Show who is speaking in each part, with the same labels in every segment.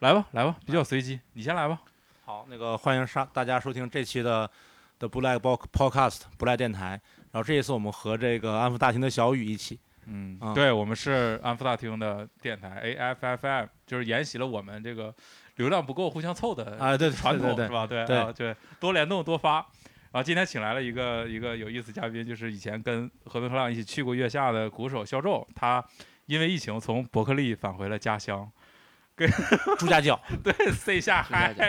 Speaker 1: 来吧，来吧，比较随机，你先来吧。
Speaker 2: 好，那个欢迎上大家收听这期的的不赖 Podcast 不赖电台。然后这一次我们和这个安福大厅的小雨一起，
Speaker 1: 嗯，
Speaker 2: 啊
Speaker 1: 对，我们是安福大厅的电台 AFFM，就是沿袭了我们这个流量不够互相凑的
Speaker 2: 啊对对
Speaker 1: 传统
Speaker 2: 对对
Speaker 1: 是吧？对
Speaker 2: 对
Speaker 1: 啊对，多联动多发。然后今天请来了一个一个有意思嘉宾，就是以前跟和平和浪一起去过月下的鼓手肖宙，他因为疫情从伯克利返回了家乡，
Speaker 2: 朱家教。
Speaker 1: 对，C 下
Speaker 3: 朱家
Speaker 1: 嗨
Speaker 3: 教。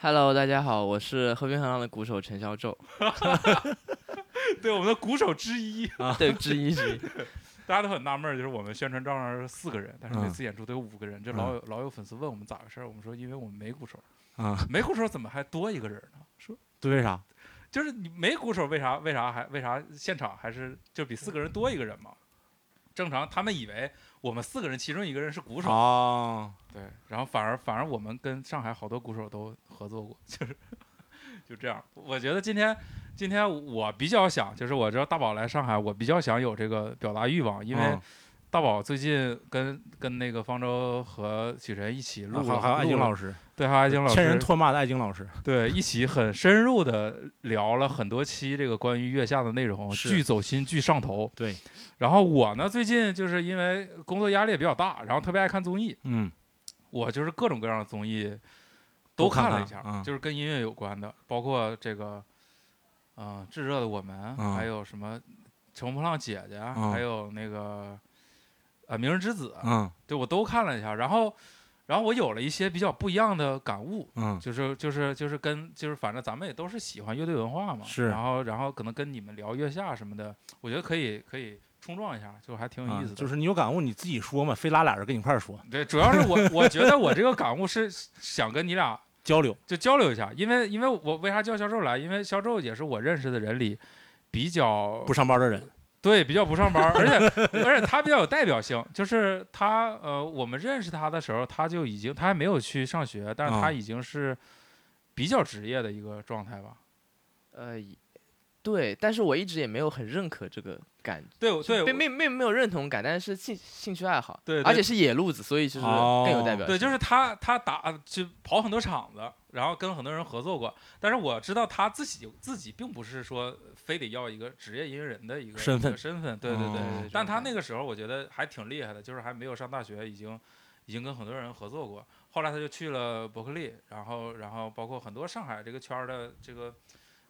Speaker 3: Hello，大家好，我是和平衡浪的鼓手陈小宙，
Speaker 1: 对，我们的鼓手之一，
Speaker 3: 对，之一之一。
Speaker 1: 大家都很纳闷儿，就是我们宣传照上是四个人，但是每
Speaker 2: 嗯
Speaker 1: 次演出都有五个人，这老有、老有粉丝问我们咋回事儿，我们说因为我们没鼓手，
Speaker 2: 啊、
Speaker 1: 没鼓手怎么还多一个人呢？说
Speaker 2: 对，为啥？
Speaker 1: 就是你没鼓手，为啥为啥还为啥现场还是就比四个人多一个人嘛？正常他们以为我们四个人其中一个人是鼓手，
Speaker 2: 哦，
Speaker 1: 对，然后反而反而我们跟上海好多鼓手都合作过，就是就这样。我觉得今天今天我比较想，就是我知道大宝来上海，我比较想有这个表达欲望，因为
Speaker 2: 嗯
Speaker 1: 大宝最近跟跟那个方舟和许晨一起录
Speaker 2: 还
Speaker 1: 了，
Speaker 2: 啊还有艾
Speaker 1: 录
Speaker 2: 晶
Speaker 1: 了
Speaker 2: 老师，
Speaker 1: 对，还有艾晶老师，啊
Speaker 2: 千人唾骂的艾晶老师，
Speaker 1: 对，一起很深入的聊了很多期这个关于月下的内容，
Speaker 2: 是
Speaker 1: 巨走心，巨上头。
Speaker 2: 对，
Speaker 1: 然后我呢，最近就是因为工作压力也比较大，然后特别爱看综艺，
Speaker 2: 嗯，
Speaker 1: 我就是各种各样的综艺都
Speaker 2: 都看
Speaker 1: 了
Speaker 2: 看
Speaker 1: 一下，
Speaker 2: 嗯
Speaker 1: 就是跟音乐有关的，包括这个，嗯、炙热的我们，
Speaker 2: 嗯
Speaker 1: 还有什么乘风破浪姐姐，
Speaker 2: 嗯
Speaker 1: 还有那个呃明日之子，
Speaker 2: 嗯
Speaker 1: 对我都看了一下，然后然后我有了一些比较不一样的感悟，
Speaker 2: 嗯，
Speaker 1: 就是就是就是跟就是反正咱们也都是喜欢乐队文化嘛，
Speaker 2: 是
Speaker 1: 然后然后可能跟你们聊月下什么的，我觉得可以可以冲撞一下，就还挺有意思的。
Speaker 2: 啊就是你有感悟你自己说嘛，非拉俩人跟你一块儿说
Speaker 1: 对，主要是我我觉得我这个感悟是想跟你俩
Speaker 2: 交流。
Speaker 1: 就交流一下，因为因为我为啥叫销售来？因为销售也是我认识的人里比较
Speaker 2: 不上班的人，
Speaker 1: 对，比较不上班儿，而且而且他比较有代表性，就是他呃，我们认识他的时候，他就已经他还没有去上学，但是他
Speaker 2: 嗯
Speaker 1: 已经是比较职业的一个状态吧。
Speaker 3: 呃，对，但是我一直也没有很认可这个感，
Speaker 1: 对对
Speaker 3: 没没没没有认同感，但是兴兴趣爱好，
Speaker 1: 对对哦
Speaker 3: 而且是野路子，所以就是更有代表性。
Speaker 1: 对，就是他他打去跑很多场子，然后跟很多人合作过，但是我知道他自己自己并不是说非得要一个职业音乐人的一个
Speaker 2: 身份
Speaker 1: 一个身份，对对对。
Speaker 3: 对
Speaker 2: 哦
Speaker 3: 对
Speaker 1: 但他
Speaker 3: 这
Speaker 1: 那
Speaker 3: 种
Speaker 1: 个时候我觉得还挺厉害的，就是还没有上大学，已经已经跟很多人合作过。后来他就去了伯克利，然后然后包括很多上海这个圈儿的这个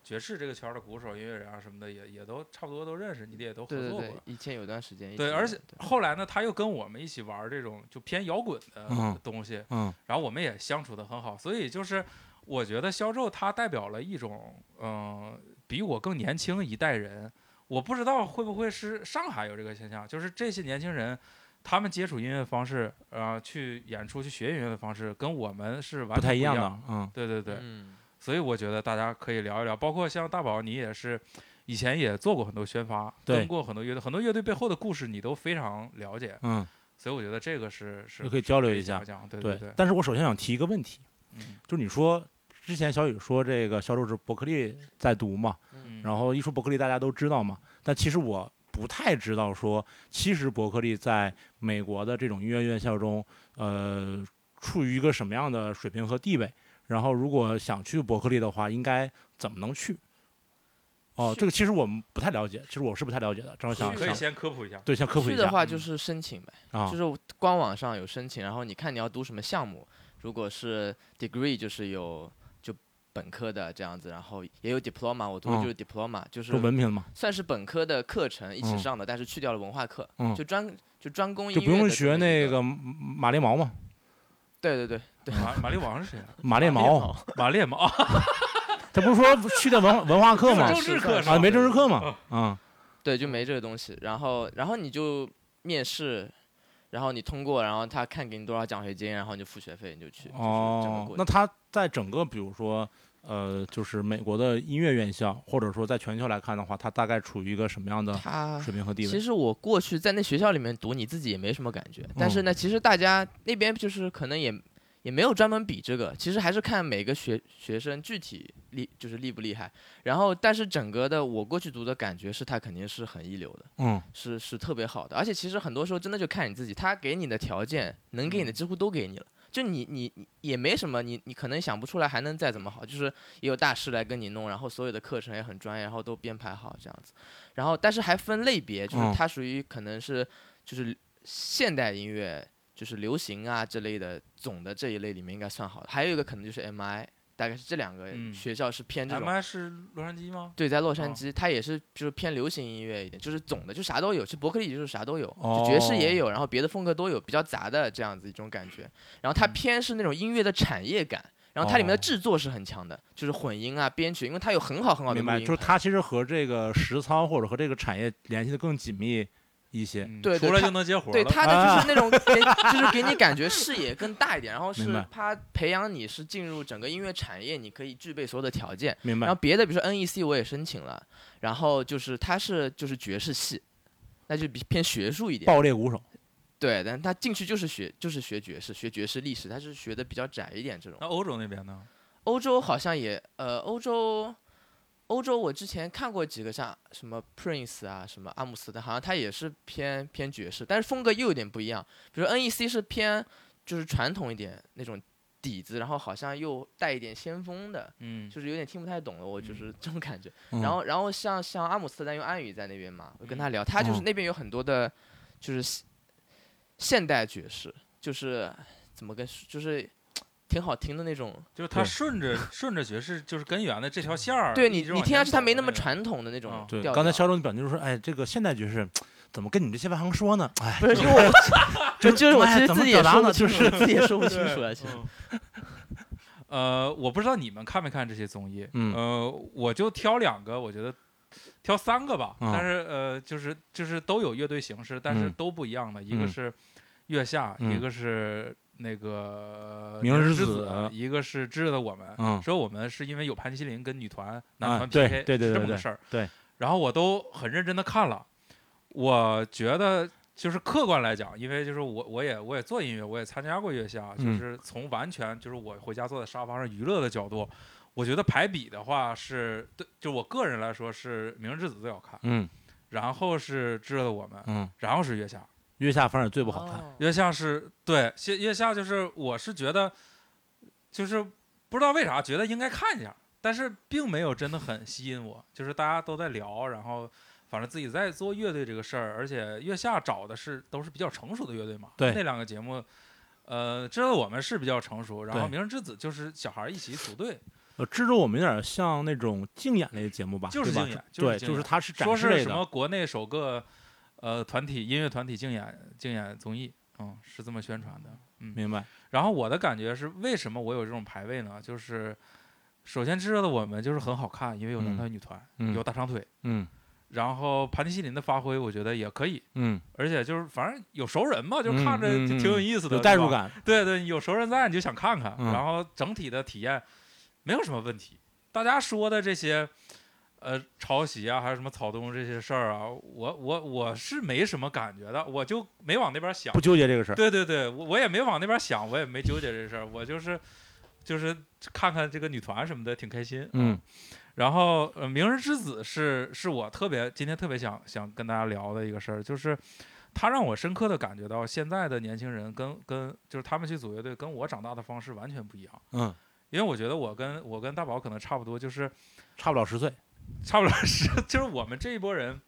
Speaker 1: 爵士这个圈儿的鼓手、音乐人啊什么的，也也都差不多都认识，你的也都合
Speaker 3: 感觉对
Speaker 1: 作
Speaker 3: 对
Speaker 1: 过
Speaker 3: 对。，以前有段时间一直
Speaker 1: 对，
Speaker 3: 有，
Speaker 1: 而且后来呢，他又跟我们一起玩儿这种就偏摇滚的
Speaker 2: 嗯
Speaker 1: 东西，
Speaker 2: 嗯
Speaker 1: 然后我们也相处的很好，所以就是我觉得肖宙他代表了一种，嗯、比我更年轻一代人，我不知道会不会是上海有这个现象，就是这些年轻人。他们接触音乐方式，呃，去演出、去学音乐的方式，跟我们是完全
Speaker 2: 不太
Speaker 1: 一
Speaker 2: 一样
Speaker 1: 样
Speaker 2: 的，嗯
Speaker 1: 对对对，
Speaker 3: 嗯，
Speaker 1: 所以我觉得大家可以聊一聊，包括像大宝，你也是以前也做过很多宣发，
Speaker 2: 对
Speaker 1: 跟过很多乐队，很多乐队背后的故事你都非常了解，
Speaker 2: 嗯，
Speaker 1: 所以我觉得这个是是
Speaker 2: 也可以交流一
Speaker 1: 讲
Speaker 2: 下
Speaker 1: 一。讲，对
Speaker 2: 对
Speaker 1: 对，
Speaker 2: 但是我首先想提一个问题，
Speaker 1: 嗯
Speaker 2: 就是你说之前小雨说这个销售是伯克利在读嘛，
Speaker 1: 嗯，
Speaker 2: 然后一说伯克利大家都知道嘛，但其实我不太知道说，其实伯克利在美国的这种音乐院校中，呃，处于一个什么样的水平和地位。然后如果想去伯克利的话，应该怎么能去？哦，
Speaker 3: 去
Speaker 2: 这个其实我们不太了解，其实我是不太了解的，正好想
Speaker 3: 去
Speaker 1: 可以
Speaker 2: 想
Speaker 1: 先科普一下，
Speaker 2: 对想科普
Speaker 3: 去
Speaker 2: 一
Speaker 3: 的
Speaker 2: 下
Speaker 3: 话
Speaker 1: 嗯
Speaker 3: 就是申请呗。
Speaker 2: 啊
Speaker 3: 就，是官网上有申请，然后你看你要读什么项目。如果是 degree 就是有就本科的这样子，然后也有 diploma，我读的
Speaker 2: 嗯
Speaker 3: 就是 diploma，、就是
Speaker 2: 说文凭嘛，
Speaker 3: 算是本科的课程一起
Speaker 2: 嗯
Speaker 3: 上的，但是去掉了文化课，
Speaker 2: 嗯
Speaker 3: 就专就专攻音
Speaker 2: 就
Speaker 3: 乐的
Speaker 2: 不
Speaker 3: 这么
Speaker 2: 用
Speaker 3: 一
Speaker 2: 学
Speaker 3: 个
Speaker 2: 那个马列毛嘛，
Speaker 3: 对对对，
Speaker 1: 马马丽王是 谁啊？
Speaker 2: 马列毛，
Speaker 1: 马列毛啊，
Speaker 2: 他不是说去的文化 文化课
Speaker 1: 没
Speaker 2: 吗？
Speaker 1: 政治课是吧
Speaker 2: 啊，没政治课嘛，
Speaker 3: 嗯
Speaker 2: 啊，
Speaker 3: 对就没这个东西，然后然后你就面试，然后你通过，然后他看给你多少奖学金，然后你就付学费你就去，嗯就是整个
Speaker 2: 哦
Speaker 3: 过，
Speaker 2: 那
Speaker 3: 程。
Speaker 2: 他在整个，比如说，呃，就是美国的音乐院校，或者说在全球来看的话，他大概处于一个什么样的
Speaker 3: 他
Speaker 2: 水平和地
Speaker 3: 其
Speaker 2: 位？
Speaker 3: 实我过去在那学校里面读，你自己也没什么感觉。但
Speaker 2: 嗯
Speaker 3: 是呢，其实大家那边就是可能也也没有专门比这个，其实还是看每个学学生具体厉就是厉不厉害。然后，但是整个的我过去读的感觉是，他肯定是很一流的，
Speaker 2: 嗯，
Speaker 3: 是是特别好的。而且其实很多时候真的就看你自己，他给你的条件能给你的几乎都给你了，就你你你也没什么，你你可能想不出来还能再怎么好，就是也有大师来跟你弄，然后所有的课程也很专业，然后都编排好这样子，然后但是还分类别，就是
Speaker 2: 嗯
Speaker 3: 它属于可能是就是现代音乐，就是流行啊之类的，总的这一类里面应该算好的，还有一个可能就是 MI，大概是这两个
Speaker 1: 嗯
Speaker 3: 学校是偏这
Speaker 1: 咱
Speaker 3: 种。
Speaker 1: 们是洛杉矶吗？
Speaker 3: 对，在洛
Speaker 1: 哦
Speaker 3: 杉矶，它也是就是偏流行音乐一点，就是总的就啥都有。就伯克利就是啥都有，
Speaker 2: 哦
Speaker 3: 就爵士也有，然后别的风格都有，比较杂的这样子一种感觉。然后它
Speaker 1: 嗯
Speaker 3: 偏是那种音乐的产业感，然后它里面的
Speaker 2: 哦
Speaker 3: 制作是很强的，就是混音啊、编曲，因为它有很好很好的
Speaker 2: 明
Speaker 3: 录
Speaker 2: 白，
Speaker 3: 音
Speaker 2: 就是
Speaker 3: 棚
Speaker 2: 它其实和这个实操或者和这个产业联系的更紧密一些。
Speaker 1: 嗯
Speaker 3: 对对
Speaker 1: 出来
Speaker 3: 他
Speaker 1: 就能接活
Speaker 3: 对
Speaker 1: 了
Speaker 3: 他的就是那种给，就是给你感觉视野更大一点，然后
Speaker 2: 啊明
Speaker 3: 是
Speaker 2: 白
Speaker 3: 他培养你是进入整个音乐产业，你可以具备所有的条件。
Speaker 2: 明
Speaker 3: 然
Speaker 2: 白
Speaker 3: 后，别的，比如说 NEC 我也申请了，然后就是它是就是爵士系，那就比偏学术一点。
Speaker 2: 爆裂鼓手。
Speaker 3: 对，但他进去就是学就是学爵士，学爵士历史，他是学的比较窄一点这种。
Speaker 1: 那欧洲那边呢？
Speaker 3: 欧洲好像也呃，欧洲欧洲我之前看过几个像什么 Prince 啊，什么阿姆斯特，好像他也是偏偏爵士，但是风格又有点不一样。比如 NEC 是偏就是传统一点那种底子，然后好像又带一点先锋的，
Speaker 1: 嗯，
Speaker 3: 就是有点听不太懂了，我就是这种感觉。
Speaker 2: 嗯
Speaker 3: 然后然后像像阿姆斯特丹，因为安宇在那边嘛，我跟他聊，他就是
Speaker 2: 嗯
Speaker 3: 那边有很多的，就是现现代爵士，就是怎么跟就是挺好听的那种。
Speaker 1: 就是他
Speaker 2: 对
Speaker 1: 顺着顺着爵士就是根源的这条线儿，
Speaker 3: 对你
Speaker 1: 一直
Speaker 3: 你
Speaker 1: 往
Speaker 3: 听上
Speaker 1: 前
Speaker 3: 去他
Speaker 1: 走
Speaker 3: 没
Speaker 1: 的
Speaker 3: 那么
Speaker 1: 个，
Speaker 3: 传统的那种
Speaker 1: 嗯
Speaker 2: 对，
Speaker 3: 调
Speaker 2: 刚才
Speaker 3: 调
Speaker 2: 肖总的表情就是，哎，这个现代爵士怎么跟你们这些外行说呢？哎，
Speaker 3: 不是因为我
Speaker 2: 就
Speaker 3: 就
Speaker 2: 是
Speaker 3: 就是我
Speaker 2: 哎
Speaker 3: 其实
Speaker 2: 怎
Speaker 3: 自
Speaker 2: 么
Speaker 3: 己也
Speaker 2: 表达
Speaker 3: 说不
Speaker 2: 呢
Speaker 3: 清
Speaker 2: 就
Speaker 3: 楚，
Speaker 2: 是
Speaker 3: 自己也说不清 楚
Speaker 1: 对
Speaker 3: 了，其实。
Speaker 1: 嗯 呃，我不知道你们看没看这些综艺，
Speaker 2: 嗯
Speaker 1: 呃，我就挑两个，我觉得挑三个吧，
Speaker 2: 嗯
Speaker 1: 但是呃，就是就是都有乐队形式，但是
Speaker 2: 嗯
Speaker 1: 都不一样的，一个
Speaker 2: 嗯
Speaker 1: 是月下，
Speaker 2: 嗯
Speaker 1: 一个是那个
Speaker 2: 明
Speaker 1: 日之
Speaker 2: 日之
Speaker 1: 子
Speaker 2: 子，
Speaker 1: 一个是知道的我们，
Speaker 2: 嗯，
Speaker 1: 说我们是因为有潘麒麟跟女团男
Speaker 2: 啊
Speaker 1: 团 PK，、
Speaker 2: 对对对
Speaker 1: 是这么
Speaker 2: 对
Speaker 1: 个
Speaker 2: 对
Speaker 1: 事儿。
Speaker 2: 对
Speaker 1: 然后我都很认真的看了，我觉得就是客观来讲，因为就是我我也我也做音乐，我也参加过月下，就
Speaker 2: 嗯
Speaker 1: 是从完全就是我回家坐在沙发上娱乐的角度，我觉得排比的话是对，就我个人来说是《明日之子》最好看，
Speaker 2: 嗯
Speaker 1: 然后是《知道的我们》，
Speaker 2: 嗯，
Speaker 1: 然后是月下。
Speaker 2: 月下反而最不好看。
Speaker 3: 哦。
Speaker 1: 月下是对，月月下就是我是觉得，就是不知道为啥觉得应该看一下，但是并没有真的很吸引我，就是大家都在聊，然后反正自己在做乐队这个事儿，而且月下找的是都是比较成熟的乐队嘛，
Speaker 2: 对
Speaker 1: 那两个节目。呃，知道我们是比较成熟，然后《
Speaker 2: 对
Speaker 1: 明日之子》就是小孩儿一起组队，
Speaker 2: 呃，制作我们有点像那种竞演类的节目吧，
Speaker 1: 就是
Speaker 2: 对吧
Speaker 1: 竞演就是
Speaker 2: 对，
Speaker 1: 竞
Speaker 2: 就是
Speaker 1: 演
Speaker 2: 它是展
Speaker 1: 说是
Speaker 2: 示类
Speaker 1: 什么
Speaker 2: 的，
Speaker 1: 国内首个呃团体音乐团体竞演竞演综艺，嗯，是这么宣传的。
Speaker 2: 明白？
Speaker 1: 然后我的感觉是，为什么我有这种排位呢？就是首先知道的我们就是很好看，因为有男团、女团，
Speaker 2: 嗯
Speaker 1: 有大长腿。
Speaker 2: 嗯
Speaker 1: 然后盘尼西林的发挥，我觉得也可以，
Speaker 2: 嗯，
Speaker 1: 而且就是反正有熟人嘛，就
Speaker 2: 嗯
Speaker 1: 看着
Speaker 2: 嗯
Speaker 1: 就
Speaker 2: 嗯
Speaker 1: 挺有意思的，
Speaker 2: 有代入
Speaker 1: 是吧。
Speaker 2: 感，
Speaker 1: 对对，有熟人在你就想看看，
Speaker 2: 嗯
Speaker 1: 然后整体的体验没有什么问题。大家说的这些。呃，抄袭啊，还有什么草东这些事儿啊，我我我是没什么感觉的，我就没往那边想
Speaker 2: 不。纠结这 个事儿。
Speaker 1: 对对对，我我也没往那边想，我也没纠结这事儿，我就是就是看看这个女团什么的，挺开心。
Speaker 2: 嗯，
Speaker 1: 然后呃，《明日之子是》是我特别今天特别想想跟大家聊的一个事儿，就是它让我深刻的感觉到现在的年轻人跟跟就是他们去组乐队跟我长大的方式完全不一样，
Speaker 2: 嗯，
Speaker 1: 因为我觉得我跟我跟大宝可能差不多，就是
Speaker 2: 差不了十岁。
Speaker 1: 差不多是 就是我们这一波人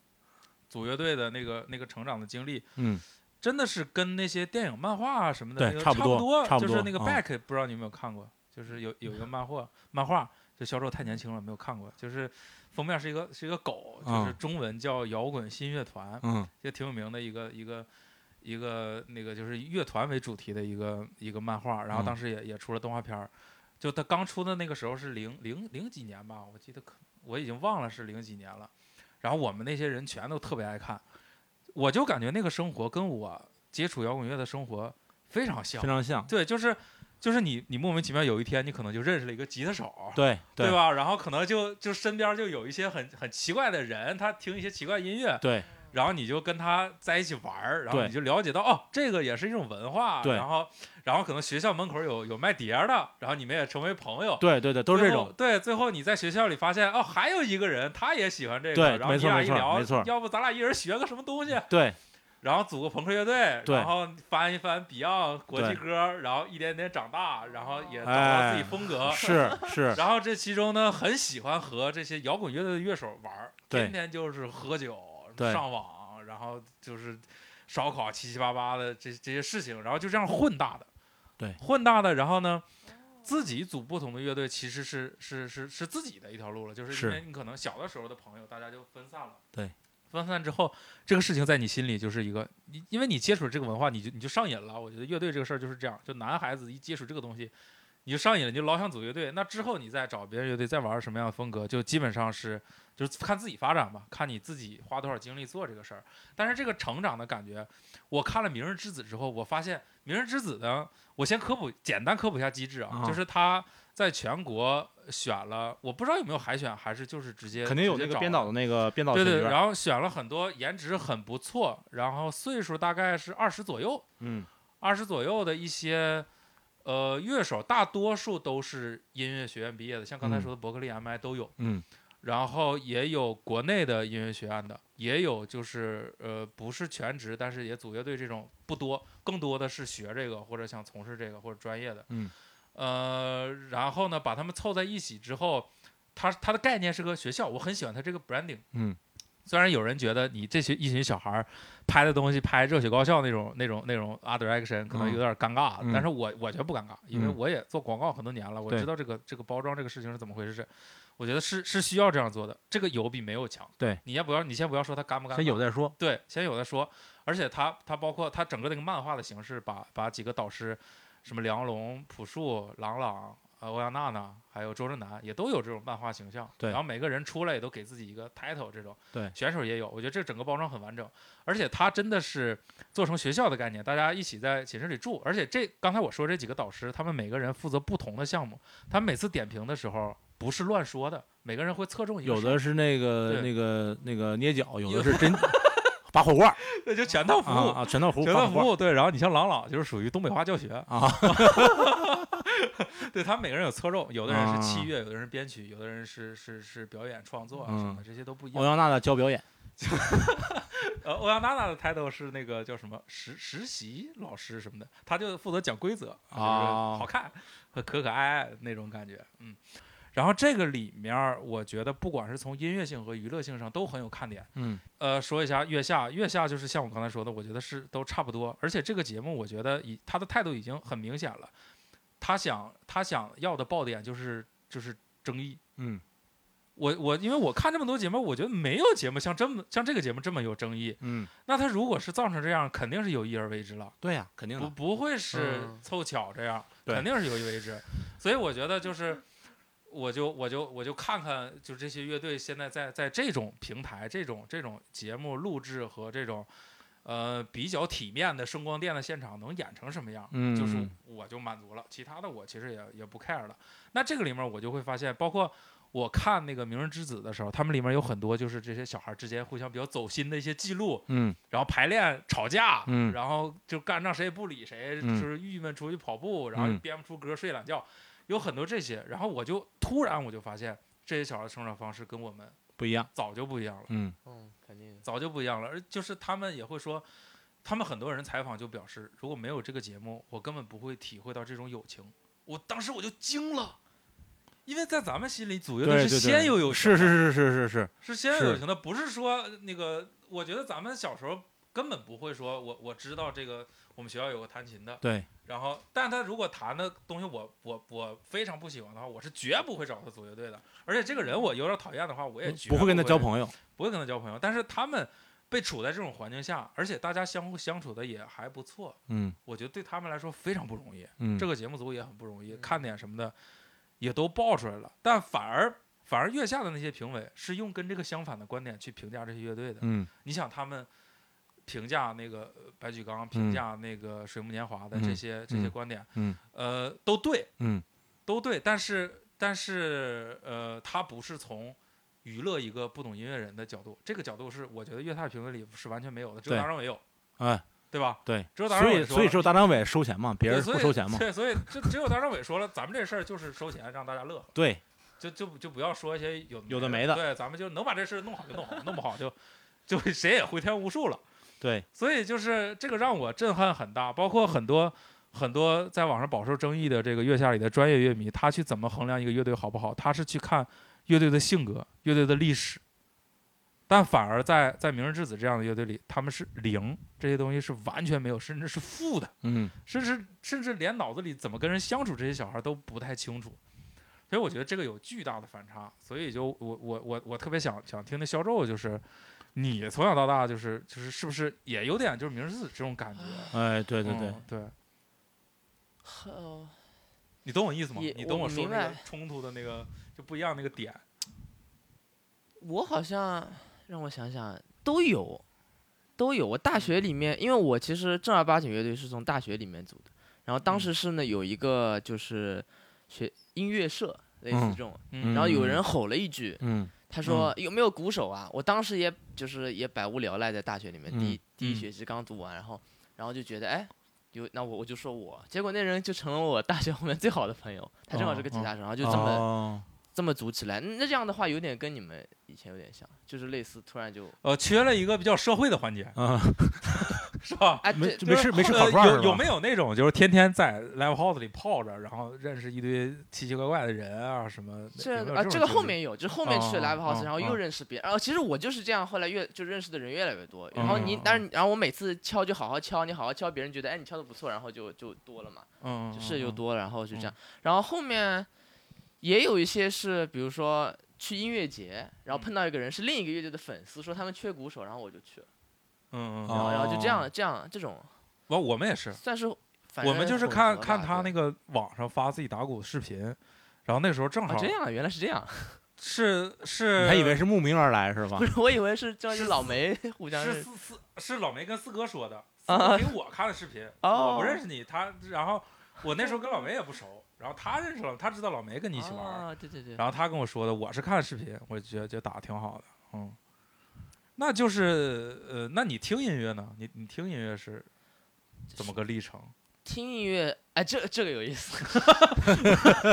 Speaker 1: 组乐队的那个那个成长的经历，
Speaker 2: 嗯，
Speaker 1: 真的是跟那些电影、漫画啊什么的
Speaker 2: 对
Speaker 1: 那个
Speaker 2: 差
Speaker 1: 不
Speaker 2: 不多差不
Speaker 1: 就是
Speaker 2: 多
Speaker 1: 那个
Speaker 2: 嗯
Speaker 1: Back，、不知道你有没有看过？就是有有一个漫画，漫画就销售太年轻了，没有看过。就是封面是一个是一个狗，就是
Speaker 2: 嗯
Speaker 1: 中文叫摇滚新乐团，
Speaker 2: 嗯
Speaker 1: 就挺有名的一个一个一个那个就是乐团为主题的一个一个漫画，然后
Speaker 2: 嗯
Speaker 1: 当时也也出了动画片儿。就它刚出的那个时候是零零零几年吧，我记得可我已经忘了是零几年了。然后我们那些人全都特别爱看，我就感觉那个生活跟我接触摇滚乐的生活非常像
Speaker 2: 非。常像。
Speaker 1: 对，就是就是你你莫名其妙有一天你可能就认识了一个吉他手，
Speaker 2: 对
Speaker 1: 对？吧？然后可能就就身边就有一些很很奇怪的人，他听一些奇怪音乐，
Speaker 2: 对，
Speaker 1: 然后你就跟他在一起玩儿，然后
Speaker 2: 对
Speaker 1: 你就了解到哦，这个也是一种文化。
Speaker 2: 对
Speaker 1: 然后，然后可能学校门口有有卖碟儿的，然后你们也成为朋友。
Speaker 2: 对对对，都是这
Speaker 1: 最后
Speaker 2: 种。
Speaker 1: 对，最后你在学校里发现哦，还有一个人他也喜欢这个，
Speaker 2: 对
Speaker 1: 然后
Speaker 2: 没
Speaker 1: 你
Speaker 2: 错
Speaker 1: 俩
Speaker 2: 没
Speaker 1: 一
Speaker 2: 错
Speaker 1: 聊，
Speaker 2: 没错
Speaker 1: 要不咱俩一人学个什么东西，
Speaker 2: 对，
Speaker 1: 然后组个朋克乐队，
Speaker 2: 对
Speaker 1: 然后翻一翻 Beyond 国际
Speaker 2: 对
Speaker 1: 歌，然后一点点长大，然后也找到自己
Speaker 2: 哎
Speaker 1: 风格。
Speaker 2: 是是，
Speaker 1: 然后这其中呢，很喜欢和这些摇滚乐队的乐手玩儿，
Speaker 2: 对
Speaker 1: 天天就是喝酒、
Speaker 2: 对
Speaker 1: 上网，然后就是烧烤七七八八的这这些事情，然后就这样混大的，
Speaker 2: 对
Speaker 1: 混大的，然后呢，自己组不同的乐队，其实是是是是自己的一条路了，就是
Speaker 2: 是
Speaker 1: 因为你可能小的时候的朋友，大家就分散了，
Speaker 2: 对。
Speaker 1: 分散之后，这个事情在你心里就是一个，你因为你接触了这个文化，你就你就上瘾了。我觉得乐队这个事儿就是这样，就男孩子一接触这个东西，你就上瘾了，你就老想组乐队。那之后你再找别人乐队，再玩什么样的风格，就基本上是就是看自己发展吧，看你自己花多少精力做这个事儿。但是这个成长的感觉，我看了《明日之子》之后，我发现《明日之子》呢，我先科普简单科普一下机制啊，
Speaker 2: 啊
Speaker 1: 就是他在全国选了，我不知道有没有海选，还是就是直接
Speaker 2: 肯定有
Speaker 1: 直接
Speaker 2: 那个
Speaker 1: 找
Speaker 2: 编导的那个编导
Speaker 1: 对
Speaker 2: 群里
Speaker 1: 对，
Speaker 2: 边儿，
Speaker 1: 然后选了很多颜值很不错，然后岁数大概是二十左右，
Speaker 2: 嗯，
Speaker 1: 二十左右的一些呃乐手，大多数都是音乐学院毕业的，像刚才
Speaker 2: 嗯
Speaker 1: 说的伯克利、MI 都有，
Speaker 2: 嗯，
Speaker 1: 然后也有国内的音乐学院的，也有就是呃不是全职，但是也组乐队这种不多，更多的是学这个或者想从事这个或者专业的，
Speaker 2: 嗯，
Speaker 1: 呃，然后呢把他们凑在一起之后，它它的概念是个学校，我很喜欢它这个 branding，
Speaker 2: 嗯，
Speaker 1: 虽然有人觉得你这些一群小孩儿拍的东西拍热血高校那种那种那种 a direction 可能
Speaker 2: 嗯
Speaker 1: 有点尴尬，啊
Speaker 2: 嗯
Speaker 1: 但是我我觉得不尴尬，因为
Speaker 2: 嗯
Speaker 1: 我也做广告很多年了，我
Speaker 2: 对
Speaker 1: 知道这个这个包装这个事情是怎么回事，是我觉得是是需要这样做的，这个有比没有强。
Speaker 2: 对，
Speaker 1: 你先不要你先不要说它尴不尴尬，
Speaker 2: 先有再说，
Speaker 1: 对，先有的说，而且他他包括他整个那个漫画的形式把，把几个导师，什么梁龙、朴树、郎朗、呃欧阳娜娜，还有周震南，也都有这种漫画形象。
Speaker 2: 对
Speaker 1: 然后每个人出来也都给自己一个 title，这种。
Speaker 2: 对
Speaker 1: 选手也有，我觉得这整个包装很完整，而且他真的是做成学校的概念，大家一起在寝室里住，而且这刚才我说这几个导师，他们每个人负责不同的项目，他们每次点评的时候不是乱说的，每个人会侧重一个
Speaker 2: 有
Speaker 1: 事儿
Speaker 2: 的是
Speaker 1: 对
Speaker 2: 那个那个那个捏脚，有的 是真拔火罐儿
Speaker 1: 对就全套 服务。
Speaker 2: 啊啊，全套服务，
Speaker 1: 全
Speaker 2: 拔
Speaker 1: 套
Speaker 2: 火
Speaker 1: 服
Speaker 2: 罐儿
Speaker 1: 务对，然后你像朗朗就是属于东北话教学
Speaker 2: 啊，
Speaker 1: 对他们每个人有侧重，有的人是器
Speaker 2: 啊嗯
Speaker 1: 乐，有的人是编曲，有的人是是是表演创作啊什么的，这些都不一
Speaker 2: 欧
Speaker 1: 样。
Speaker 2: 阳娜娜教表演，
Speaker 1: 呃，欧阳娜娜的 title 是那个叫什么实实习老师什么的，他就负责讲规则就是
Speaker 2: 啊
Speaker 1: 好看和可可爱爱那种感觉，嗯。然后这个里面儿，我觉得不管是从音乐性和娱乐性上都很有看点。
Speaker 2: 嗯
Speaker 1: 呃，说一下月下，月下就是像我刚才说的，我觉得是都差不多。而且这个节目，我觉得已他的态度已经很明显了，他想他想要的爆点就是就是争议。
Speaker 2: 嗯
Speaker 1: 我我因为我看这么多节目，我觉得没有节目像这么像这个节目这么有争议。
Speaker 2: 嗯，
Speaker 1: 那他如果是造成这样，肯定是有意而为之了，
Speaker 2: 对呀，肯定
Speaker 1: 不
Speaker 2: 的，
Speaker 1: 不会是
Speaker 3: 嗯
Speaker 1: 凑巧这样，
Speaker 2: 对
Speaker 1: 肯定是有意为之。所以我觉得就是。我就我就我就看看，就这些乐队现在在在这种平台、这种这种节目录制和这种呃比较体面的声光电的现场能演成什么样，
Speaker 2: 嗯
Speaker 1: 就是我就满足了，其他的我其实也也不 care 了。那这个里面我就会发现，包括我看那个《明日之子》的时候，他们里面有很多就是这些小孩之间互相比较走心的一些记录，
Speaker 2: 嗯
Speaker 1: 然后排练吵架，
Speaker 2: 嗯
Speaker 1: 啊然后就干仗谁也不理谁，
Speaker 2: 嗯
Speaker 1: 就是郁闷出去跑步，然后
Speaker 2: 嗯
Speaker 1: 编不出歌睡懒觉，有很多这些。然后我就突然我就发现，这些小孩的生长方式跟我们
Speaker 2: 不一样，
Speaker 1: 早就不一样了，
Speaker 2: 嗯
Speaker 3: 嗯，肯 定
Speaker 1: 早就不一样了。而就是他们也会说，他们很多人采访就表示，如果没有这个节目，我根本不会体会到这种友情。我当时我就惊了。因为在咱们心里，组乐
Speaker 2: 对
Speaker 1: 队
Speaker 2: 对
Speaker 1: 嗯是
Speaker 2: 对，
Speaker 1: 先有友情
Speaker 2: 是
Speaker 1: 的，
Speaker 2: 是是是是是，
Speaker 1: 是先有
Speaker 2: 是
Speaker 1: 友情的，不是说呃那个。我觉得咱们小时候根本不会说我我知道这个，我们学校有个弹琴的，
Speaker 2: 对，
Speaker 1: 然后，但他如果弹的东西我我我非常不喜欢的话，我是绝不会找他组乐队的。而且这个人我有点讨厌的话，我也绝
Speaker 2: 嗯不会跟他交朋友，
Speaker 1: 不会跟他交朋友。但是他们被处在这种环境下，而且大家相互相处的也还不错，
Speaker 2: 嗯
Speaker 1: 我觉得对他们来说非常不容易。
Speaker 2: 嗯，
Speaker 1: 这个节目组也很不容易，
Speaker 3: 嗯
Speaker 1: 看点什么的也都爆出来了，但反而反而月下的那些评委是用跟这个相反的观点去评价这些乐队的。
Speaker 2: 嗯
Speaker 1: 你想他们评价那个呃白举纲，
Speaker 2: 嗯
Speaker 1: 评价那个水木年华的这
Speaker 2: 嗯
Speaker 1: 些、这些
Speaker 2: 嗯
Speaker 1: 观点，
Speaker 2: 嗯
Speaker 1: 呃，都对，
Speaker 2: 嗯
Speaker 1: 都对，但是但是呃，他不是从。娱乐一个不懂音乐人的角度，这个角度是我觉得乐坛评委里是完全没有的，只有
Speaker 2: 对
Speaker 1: 大张伟有，
Speaker 2: 哎
Speaker 1: 对吧？
Speaker 2: 对，
Speaker 1: 只有大张
Speaker 2: 所
Speaker 1: 伟
Speaker 2: 以
Speaker 1: 说
Speaker 2: 所以
Speaker 1: 了
Speaker 2: 只有大张伟收钱嘛，别
Speaker 1: 对
Speaker 2: 人
Speaker 1: 所
Speaker 2: 不
Speaker 1: 以
Speaker 2: 收钱嘛，
Speaker 1: 对，所以就只有大张伟说了，咱们这事儿就是收钱，让大家乐呵，
Speaker 2: 对，
Speaker 1: 就就就不要说一些有
Speaker 2: 有的
Speaker 1: 没
Speaker 2: 没的
Speaker 1: 对，咱们就能把这事儿弄好就弄好，弄不好就就谁也回天无术了。
Speaker 2: 对，
Speaker 1: 所以就是这个让我震撼很大，包括很多很多在网上饱受争议的这个月下里的专业乐迷，他去怎么衡量一个乐队好不好？他是去看乐队的性格、乐队的历史，但反而在在明日之子这样的乐队里，他们是零，这些东西是完全没有，甚至是负的，
Speaker 2: 嗯，
Speaker 1: 甚至甚至连脑子里怎么跟人相处这些小孩都不太清楚。所以我觉得这个有巨大的反差，所以就我我我我特别想想听的肖咒就是，你从小到大就是就是是不是也有点就是明日之子这种感觉？
Speaker 2: 哎，对对对，
Speaker 1: 嗯对，
Speaker 3: 哦，
Speaker 1: 你懂我意思吗
Speaker 3: 也？
Speaker 1: 你懂
Speaker 3: 我
Speaker 1: 说
Speaker 3: 明
Speaker 1: 那个
Speaker 3: 白
Speaker 1: 冲突的那个就不一样那个点？
Speaker 3: 我好像让我想想都有，都有。我大学里面，因为我其实正儿八经乐队是从大学里面组的，然后当时是呢有一个就是学音乐社类似
Speaker 2: 嗯
Speaker 3: 这种，
Speaker 1: 嗯
Speaker 3: 然后有
Speaker 2: 嗯
Speaker 3: 人吼了一句，
Speaker 2: 嗯
Speaker 3: 他说、有没有鼓手啊？我当时也就是也百无聊赖，在大学里面第一、
Speaker 2: 嗯
Speaker 3: 第一
Speaker 1: 嗯
Speaker 3: 学期刚读完，然后然后就觉得哎，有那我我就说我，结果那人就成了我大学后面最好的朋友，他正好是个吉他手，然后就这么、
Speaker 2: 哦
Speaker 3: 这么组起来。嗯那这样的话有点跟你们以前有点像，就是类似突然就
Speaker 1: 呃，缺了一个比较社会的环节，
Speaker 2: 啊，
Speaker 1: 是吧？
Speaker 3: 哎
Speaker 2: 没
Speaker 3: 对
Speaker 2: 没事没事，烤
Speaker 1: 呃
Speaker 2: 串儿
Speaker 1: 有
Speaker 2: 是
Speaker 1: 有
Speaker 2: 吧
Speaker 1: 没有那种就是天天在 live house 里泡着，然后认识一堆奇奇怪怪的人啊什么？
Speaker 3: 这
Speaker 1: 有没有这
Speaker 3: 啊，
Speaker 1: 种
Speaker 3: 这个
Speaker 1: 经
Speaker 3: 后
Speaker 1: 历
Speaker 3: 面有，就是后面去
Speaker 1: 哦
Speaker 3: live
Speaker 1: 哦
Speaker 3: house，、然后
Speaker 1: 哦
Speaker 3: 又认识别人。然后其实我就是这样，后来越就认识的人越来越多。然后你，
Speaker 1: 嗯
Speaker 3: 但是然后我每次敲就好好敲，你好好敲，别人觉得哎你敲的不错，然后就就多了嘛，
Speaker 1: 嗯，嗯
Speaker 3: 就是就
Speaker 1: 嗯
Speaker 3: 多了，然后就这样。然后后面也有一些是，比如说去音乐节，然后碰到一个人是另一个乐队的粉丝，说他们缺鼓手，然后我就去了，
Speaker 1: 嗯嗯
Speaker 3: 然
Speaker 1: 嗯
Speaker 3: 后然后就这样
Speaker 2: 哦
Speaker 3: 这样这种
Speaker 1: 完，我们也是，
Speaker 3: 算是反
Speaker 1: 我
Speaker 3: 正
Speaker 1: 们就是
Speaker 3: 混
Speaker 1: 看
Speaker 3: 合
Speaker 1: 看
Speaker 3: 吧
Speaker 1: 他那
Speaker 3: 对
Speaker 1: 个网上发自己打鼓的视频，然后那时候正好
Speaker 3: 啊这样啊，原来是这样，
Speaker 1: 是是，
Speaker 2: 你还以为是慕名而来是吧
Speaker 3: 不？是我以为是就
Speaker 1: 哦是
Speaker 3: 是老梅 互相认
Speaker 1: 是
Speaker 3: 识
Speaker 1: 四四是老梅跟四哥说的，四
Speaker 3: 啊
Speaker 1: 哥给我看的视频，
Speaker 3: 哦
Speaker 1: 我不认识你，他然后我那时候跟老梅也不熟，然后他认识了，他知道老梅跟你一起玩儿，
Speaker 3: 啊，对对对。
Speaker 1: 然后他跟我说的，我是看视频，我觉得觉得打的挺好的，嗯，那就是呃，那你听音乐呢？你你听音乐是怎么个历程？
Speaker 3: 听音乐，哎，这这个有 意思。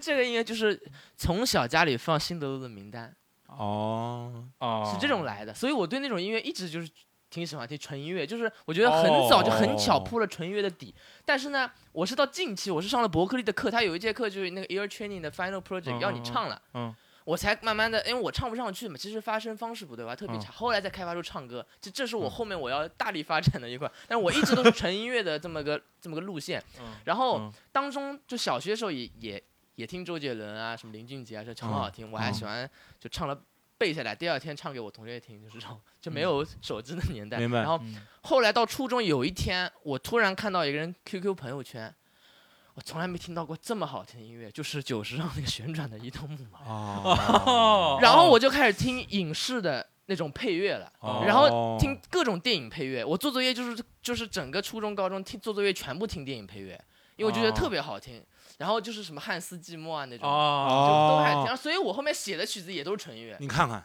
Speaker 3: 这个音乐就是从小家里放辛德勒的名单，
Speaker 2: 哦，
Speaker 1: 啊，
Speaker 3: 是这种来的，所以我对那种音乐一直就是挺喜欢听纯音乐，就是我觉得很早就很巧
Speaker 2: 哦
Speaker 3: 铺了纯音乐的底。但是呢，我是到近期，我是上了伯克利的课，他有一节课就是那个 ear training 的 final project
Speaker 1: 嗯
Speaker 3: 要你
Speaker 1: 嗯
Speaker 3: 唱了，
Speaker 1: 嗯
Speaker 3: 我才慢慢的，因为我唱不上去嘛，其实发声方式不对，我还特别
Speaker 1: 嗯
Speaker 3: 差，后来再开发出唱歌，这这是我
Speaker 1: 嗯
Speaker 3: 后面我要大力发展的一块，但是我一直都是纯音乐的这么个这么个路线。
Speaker 1: 嗯
Speaker 3: 然后
Speaker 1: 嗯
Speaker 3: 当中就小学时候也也也听周杰伦啊，什么林俊杰啊，这
Speaker 2: 嗯
Speaker 3: 很好听，我还喜欢就唱了背下来，第二天唱给我同学听，就是这种就没有手机的年代。
Speaker 2: 嗯明白
Speaker 3: 然后
Speaker 1: 嗯
Speaker 3: 后来到初中有一天，我突然看到一个人 QQ 朋友圈。我从来没听到过这么好听的音乐，就是久石让那个旋转的移动木马，
Speaker 2: 哦，
Speaker 3: 然后我就开始听影视的那种配乐了，然后
Speaker 2: 哦
Speaker 3: 听各种电影配乐。我做作业就是就是整个初中、高中听做作业全部听电影配乐，因为我就觉得
Speaker 1: 哦
Speaker 3: 特别好听。然后就是什么汉斯季默啊那种，
Speaker 1: 哦，
Speaker 3: 就都还听。
Speaker 2: 哦
Speaker 3: 然后所以我后面写的曲子也都是纯音乐。
Speaker 2: 你看看，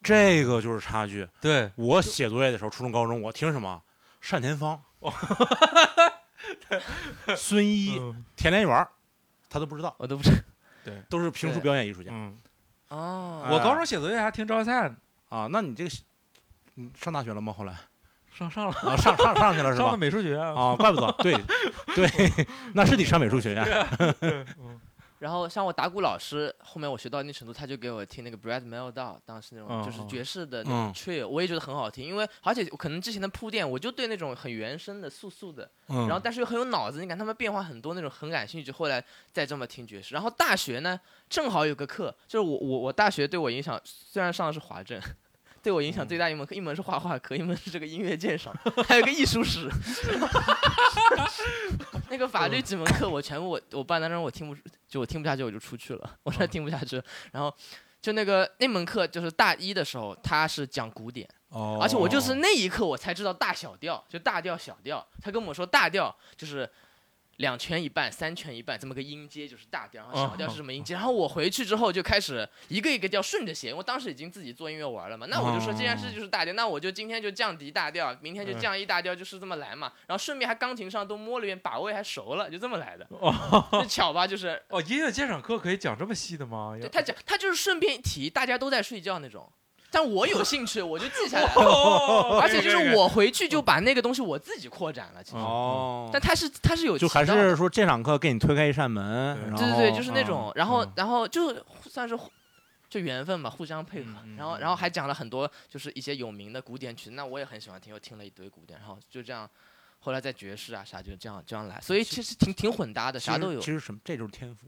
Speaker 2: 这个就是差距。
Speaker 1: 对，
Speaker 2: 我写作业的时候，初中、高中，我听什么？单田芳、
Speaker 3: 哦
Speaker 2: 孙一、
Speaker 1: 嗯
Speaker 2: 田连元儿，他都不知道，
Speaker 3: 我都不知
Speaker 2: 都是评书
Speaker 3: 对
Speaker 2: 表演艺术家
Speaker 1: 嗯，
Speaker 3: 哦，
Speaker 1: 我高中写作业还听赵一菜呢，
Speaker 3: 嗯
Speaker 2: 啊。那你这个，你上大学了吗？后来
Speaker 1: 上上了。
Speaker 2: 啊，上上上去了是
Speaker 1: 上的
Speaker 2: 吧？
Speaker 1: 美术学院，
Speaker 2: 啊，怪不得，对对，那是得上美术学院。
Speaker 3: 然后像我打鼓老师，后面我学到一定程度，他就给我听那个 Brad Mehldau，当时那种
Speaker 1: 嗯
Speaker 3: 就是
Speaker 1: 嗯
Speaker 3: 爵士的那
Speaker 2: 嗯
Speaker 3: 种 trio，、我也觉得很好听。因为而且可能之前的铺垫，我就对那种很原声的、素素的，
Speaker 2: 嗯，
Speaker 3: 然后但是又很有脑子，你看他们变化很多那种很感兴趣，后来再这么听爵士。然后大学呢，正好有个课，就是我我我大学对我影响，虽然上的是华政， 对我影响最大一门课，一门是画画课，一门是这个音乐鉴赏，还有一个艺术史。 那个法律几门课我全部我我班当中我听不就我听不下去我就出去了，我实在听不下去了。然后就那个那门课就是大一的时候，他是讲古典。
Speaker 2: 哦，
Speaker 3: 而且我就是那一刻我才知道大小调，就大调小调。他跟我说大调就是两圈一半、三圈一半这么个音阶就是大调，然后小调是什么音阶。然后我回去之后就开始一个一个调顺着写，我当时已经自己做音乐玩了嘛，那我就说这件事就是大调，那我就今天就降低大调，明天就降一大调，就是这么来嘛。然后顺便还钢琴上都摸了一遍，把位还熟了，就这么来的。就巧吧，就是
Speaker 1: 哦，音乐鉴赏课可以讲这么细的吗？
Speaker 3: 对他讲，他就是顺便提，大家都在睡觉那种。但我有兴趣，我就记下来了。
Speaker 1: 哦
Speaker 3: 而且就
Speaker 1: 这个
Speaker 3: 是我回去就把那个东西我自己扩展了，其实，
Speaker 2: 哦
Speaker 3: 嗯但它是它是有
Speaker 2: 就
Speaker 3: 渠
Speaker 2: 还
Speaker 3: 道的
Speaker 2: 是说这堂课给你推开一扇门，
Speaker 1: 对
Speaker 2: 然后
Speaker 3: 对对对，就是那种，然后
Speaker 2: 嗯
Speaker 3: 然后就算是互就缘分吧，互相配合
Speaker 1: 嗯嗯，
Speaker 3: 然后然后还讲了很多就是一些有名的古典曲，那我也很喜欢听，又听了一堆古典，然后就这样，后来在爵士啊啥就这样这样来，所以其实挺挺混搭的，
Speaker 2: 其
Speaker 3: 啥
Speaker 2: 实
Speaker 3: 都有
Speaker 2: 其。实什么，这就是天赋，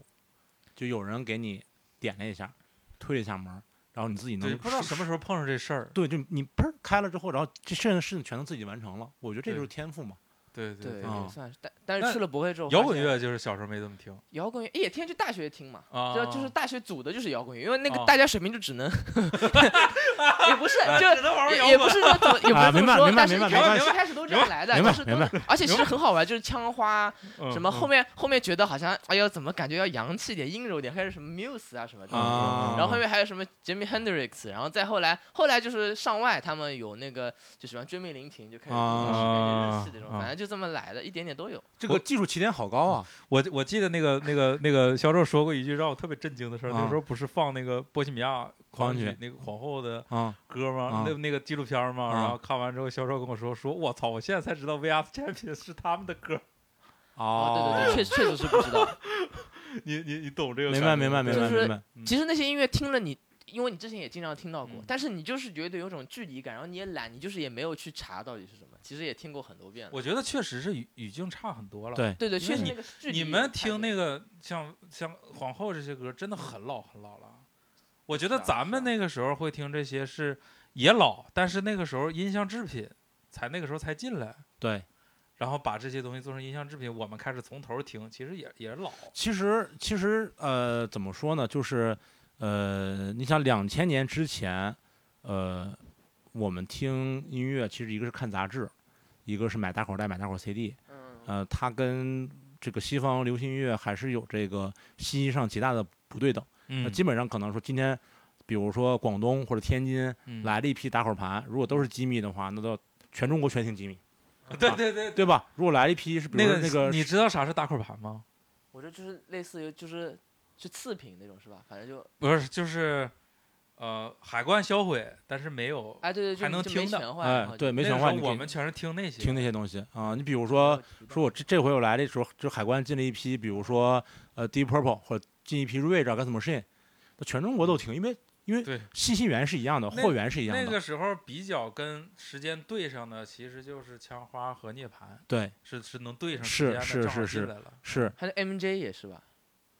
Speaker 2: 就有人给你点了一下，推了一下门儿，然后你自己
Speaker 1: 对，
Speaker 2: 能
Speaker 1: 不知道
Speaker 2: 是
Speaker 1: 什么时候碰上这事儿。
Speaker 2: 对，就你砰儿开了之后，然后这剩下的事情全都自己完成了。我觉得这
Speaker 1: 对
Speaker 2: 就是天赋嘛。
Speaker 1: 对
Speaker 3: 对，
Speaker 1: 对，
Speaker 2: 嗯
Speaker 3: 也算是，但但
Speaker 1: 那
Speaker 3: 是去了博会之后，
Speaker 1: 摇滚，乐就是小时候没怎么听
Speaker 3: 摇滚乐，哎也天天去大学听嘛，
Speaker 1: 啊，
Speaker 3: 就就是大学组的就是摇滚乐，因为那
Speaker 1: 哦
Speaker 3: 个大家水平就只能， 也不是就
Speaker 1: 只能玩玩
Speaker 3: 也
Speaker 1: 摇
Speaker 3: 也不
Speaker 1: 滚。
Speaker 3: 是说怎么，也不
Speaker 2: 啊
Speaker 3: 是这
Speaker 2: 明白
Speaker 3: 么说，
Speaker 2: 明白
Speaker 3: 但是一
Speaker 2: 明白
Speaker 3: 开
Speaker 1: 明
Speaker 3: 始
Speaker 1: 白
Speaker 3: 一开始都这样来的，
Speaker 2: 明白
Speaker 3: 就是都
Speaker 2: 明白
Speaker 3: 而且其实很好玩，就是枪花
Speaker 1: 嗯
Speaker 3: 什么，
Speaker 1: 嗯
Speaker 3: 后面后面觉得好像，哎呦，怎么感觉要洋气点、阴柔点，开始什么 Muse 啊什么的，
Speaker 1: 啊
Speaker 3: 然后后面还有什么 Jimi Hendrix，然后再后来后来就是上外他们有那个就喜欢追命林婷，就开始
Speaker 1: 啊
Speaker 3: 日系的这种，反正就这么来的，一点点都有。
Speaker 2: 这个技术起点好高啊！
Speaker 1: 我我记得那个那个那个销售说过一句让我特别震惊的事儿，那
Speaker 2: 啊
Speaker 1: 时候不是放那个波西米亚狂
Speaker 2: 狂
Speaker 1: 曲
Speaker 2: 曲
Speaker 1: 那个皇后的
Speaker 2: 啊、
Speaker 1: 歌吗
Speaker 2: 啊？
Speaker 1: 那那个纪录片儿嘛，
Speaker 2: 啊
Speaker 1: 然后看完之后，销售跟我说说，我操，我现在才知道 VR Champion 是他们的歌。
Speaker 3: 哦，对对对，确确实是不知 道。
Speaker 1: 你你你懂这个感
Speaker 2: 明
Speaker 1: 觉
Speaker 2: 白
Speaker 1: 吗？
Speaker 2: 明白明白
Speaker 3: 就
Speaker 2: 明
Speaker 3: 是
Speaker 2: 白。
Speaker 3: 其实那些音乐听了你，因为你之前也经常听到过，
Speaker 1: 嗯
Speaker 3: 但是你就是觉得有种距离感，然后你也懒，你就是也没有去查到底是什么，其实也听过很多遍了。
Speaker 1: 我觉得确实是语语境差很多了。
Speaker 2: 对
Speaker 3: 对对，
Speaker 1: 因
Speaker 3: 确
Speaker 1: 为
Speaker 3: 实
Speaker 1: 你
Speaker 3: 那个距离
Speaker 1: 你
Speaker 3: 也
Speaker 1: 们
Speaker 3: 差
Speaker 1: 听
Speaker 3: 别
Speaker 1: 那个像像皇后这些歌，真的很老很老了。我觉得
Speaker 3: 是啊
Speaker 1: 咱们
Speaker 3: 是啊
Speaker 1: 那个时候会听这些是也老，但是那个时候音像制品才那个时候才进来，
Speaker 2: 对，
Speaker 1: 然后把这些东西做成音像制品，我们开始从头听，其实也也老。
Speaker 2: 其实其实呃，怎么说呢？就是呃，你想两千年之前，呃，我们听音乐其实一个是看杂志，一个是买大口袋买大口 CD。
Speaker 1: 啊
Speaker 3: 嗯，
Speaker 2: 呃，它跟这个西方流行音乐还是有这个信息上极大的不对等。那
Speaker 1: 嗯
Speaker 2: 基本上可能说今天，比如说广东或者天津
Speaker 1: 嗯
Speaker 2: 来了一批打火盘，如果都是机密的话，那都全中国全听机密，
Speaker 1: 对对对，
Speaker 2: 对吧？如果来了一批是比如
Speaker 1: 那
Speaker 2: 说
Speaker 1: 个
Speaker 2: 那个
Speaker 1: 你知道啥是大扣盘吗？
Speaker 3: 我这就是类似于就是是次品那种是吧？反正就
Speaker 1: 不是，就是呃，海关销毁，但是没有。
Speaker 3: 哎对对，就
Speaker 1: 还能
Speaker 3: 就
Speaker 1: 听
Speaker 3: 没
Speaker 1: 的
Speaker 3: 全换
Speaker 2: 哎，对，没
Speaker 1: 那
Speaker 2: 全
Speaker 1: 个时
Speaker 2: 换，
Speaker 1: 候
Speaker 2: 你可
Speaker 1: 我
Speaker 2: 以
Speaker 1: 们全是听那些。
Speaker 2: 听那些东西啊、你比如说，说我这这回我来的时候，就海关进了一批，比如说呃 Deep Purple 或者进一批 Rage 啊 g u n s m a c h i n 那全中国都听，因为因为
Speaker 1: 嗯对
Speaker 2: 信息源是一样的，
Speaker 1: 那
Speaker 2: 货源是一样的，
Speaker 1: 那个时候比较跟时间对上的，其实就是枪花和涅槃，
Speaker 2: 对，
Speaker 1: 是是能对上时间
Speaker 2: 是
Speaker 1: 的，
Speaker 2: 是
Speaker 1: 正好
Speaker 2: 是
Speaker 1: 进
Speaker 2: 是
Speaker 1: 来了。
Speaker 2: 是
Speaker 3: 还有 MJ 也是吧？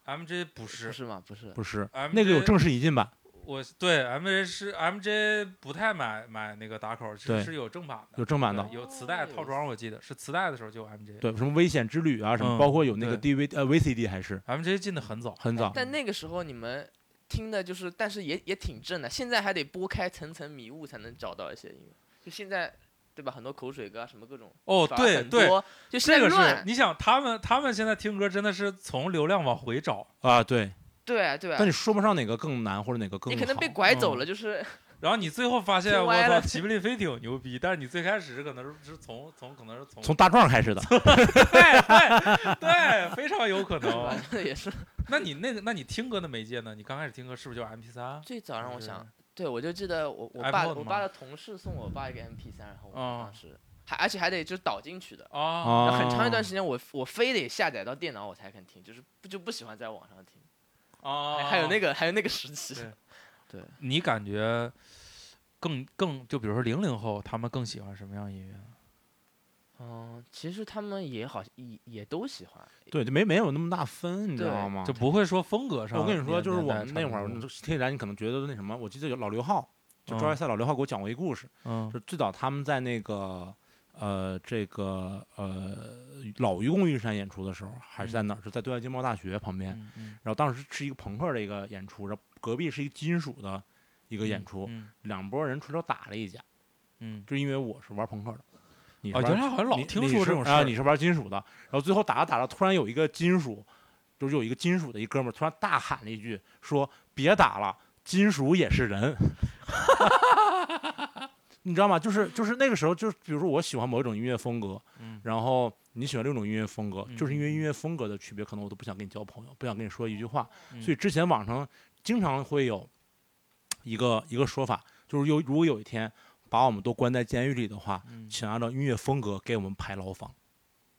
Speaker 1: MJ 不
Speaker 3: 不
Speaker 1: 是，
Speaker 3: 是吗？不是，
Speaker 2: 不是？
Speaker 1: MJ
Speaker 2: 那个有正式引进版，
Speaker 1: 我对 MJ 是 MJ 不太买买那个打口，是
Speaker 2: 对
Speaker 1: 是有正版的，
Speaker 2: 有正版的
Speaker 1: 对。有磁带套装，我记得是磁带的时候就有 MJ。
Speaker 2: 对，什么危险之旅啊，什么，
Speaker 1: 嗯
Speaker 2: 包括有那个
Speaker 1: 对
Speaker 2: DVD 呃 VCD 还是
Speaker 1: MJ 进的很早，
Speaker 2: 很早。
Speaker 3: 但那个时候你们。听的就是，但是也也挺正的。现在还得拨开层层迷雾才能找到一些音乐。就现在，对吧？很多口水歌啊，什么各种。
Speaker 1: 哦，
Speaker 3: 反而
Speaker 1: 对
Speaker 3: 很
Speaker 1: 对，
Speaker 3: 多，就现
Speaker 1: 这
Speaker 3: 在
Speaker 1: 个是
Speaker 3: 乱。
Speaker 1: 你想他们他们现在听歌真的是从流量往回找，
Speaker 2: 啊，对，
Speaker 3: 对对，啊
Speaker 2: 但你说不上哪个更难或者哪个更
Speaker 3: 你
Speaker 2: 好。
Speaker 3: 可能被拐走
Speaker 1: 嗯
Speaker 3: 了，就是
Speaker 1: 然后你最后发现
Speaker 3: 听
Speaker 1: 我
Speaker 3: 歪
Speaker 1: 操
Speaker 3: 了
Speaker 1: 吉卜力飞艇牛逼，但是你最开始可能是是从从可能是从
Speaker 2: 从大壮开始的，
Speaker 1: 对 对 对，非常有可能。
Speaker 3: 反正也是。
Speaker 1: 那你那个，那你听歌的媒介呢？你刚开始听歌是不是就 MP 三？
Speaker 3: 最早让我
Speaker 1: 是
Speaker 3: 想，对我就记得我我爸
Speaker 1: iPod
Speaker 3: 我
Speaker 1: 吗
Speaker 3: 爸的同事送我爸一个 MP 三，然后我
Speaker 1: 哦
Speaker 3: 当时还而且还得就是导进去的，
Speaker 1: 哦，
Speaker 2: 啊
Speaker 3: 然后很长一段
Speaker 2: 间。
Speaker 3: 时间我我非得下载到电脑我才肯听，就是不就不喜欢在网上听。
Speaker 1: 哦，
Speaker 3: 还有那个还有那个时期，
Speaker 1: 对
Speaker 3: 对，
Speaker 1: 你感觉更更就比如说零零后，他们更喜欢什么样的音乐？
Speaker 3: 嗯，其实他们也好也也都喜欢，
Speaker 2: 对，就没没有那么大分，你知
Speaker 3: 对
Speaker 2: 道吗
Speaker 1: 就？不会说风格上。
Speaker 2: 啊我跟你说，就是我们
Speaker 1: 年
Speaker 2: 那
Speaker 1: 代
Speaker 2: 会
Speaker 1: 差
Speaker 2: 儿
Speaker 1: 不多，
Speaker 2: 听起来你可能觉得那什么，我记得有老刘浩，就周
Speaker 1: 嗯
Speaker 2: 杰赛老刘浩给我讲过一故事，
Speaker 1: 嗯
Speaker 2: 就最早他们在那个呃这个呃老愚公移山演出的时候，还是在哪儿？是在对外经贸大学旁边。
Speaker 1: 嗯嗯，
Speaker 2: 然后当时是一个朋克的一个演出，然后隔壁是一个金属的一个演
Speaker 1: 嗯
Speaker 2: 出，
Speaker 1: 嗯
Speaker 2: 两拨人出手打了一架，
Speaker 1: 嗯，
Speaker 2: 就因为我是玩朋克的，你是
Speaker 1: 哦，
Speaker 2: 玩
Speaker 1: 原来好像老
Speaker 2: 你
Speaker 1: 听
Speaker 2: 你
Speaker 1: 说这
Speaker 2: 是
Speaker 1: 种事
Speaker 2: 啊，
Speaker 1: 儿。
Speaker 2: 你是玩金属的，然后最后打着打着，突然有一个金属，就是有一个金属的一哥们儿突然大喊了一句，说别打了，金属也是人。 你知道吗？就是就是那个时候，就是比如说我喜欢某一种音乐风格，
Speaker 1: 嗯
Speaker 2: 然后你喜欢另一种音乐风格，就是因为
Speaker 1: 嗯嗯
Speaker 2: 音乐风格的区别，可能我都不想跟你交朋友，不想跟你说一句话。
Speaker 1: 嗯
Speaker 2: 所以之前网上经常会有一个一个说法，就是有如果有一天把我们都关在监狱里的话，
Speaker 1: 嗯
Speaker 2: 请按照音乐风格给我们排牢房。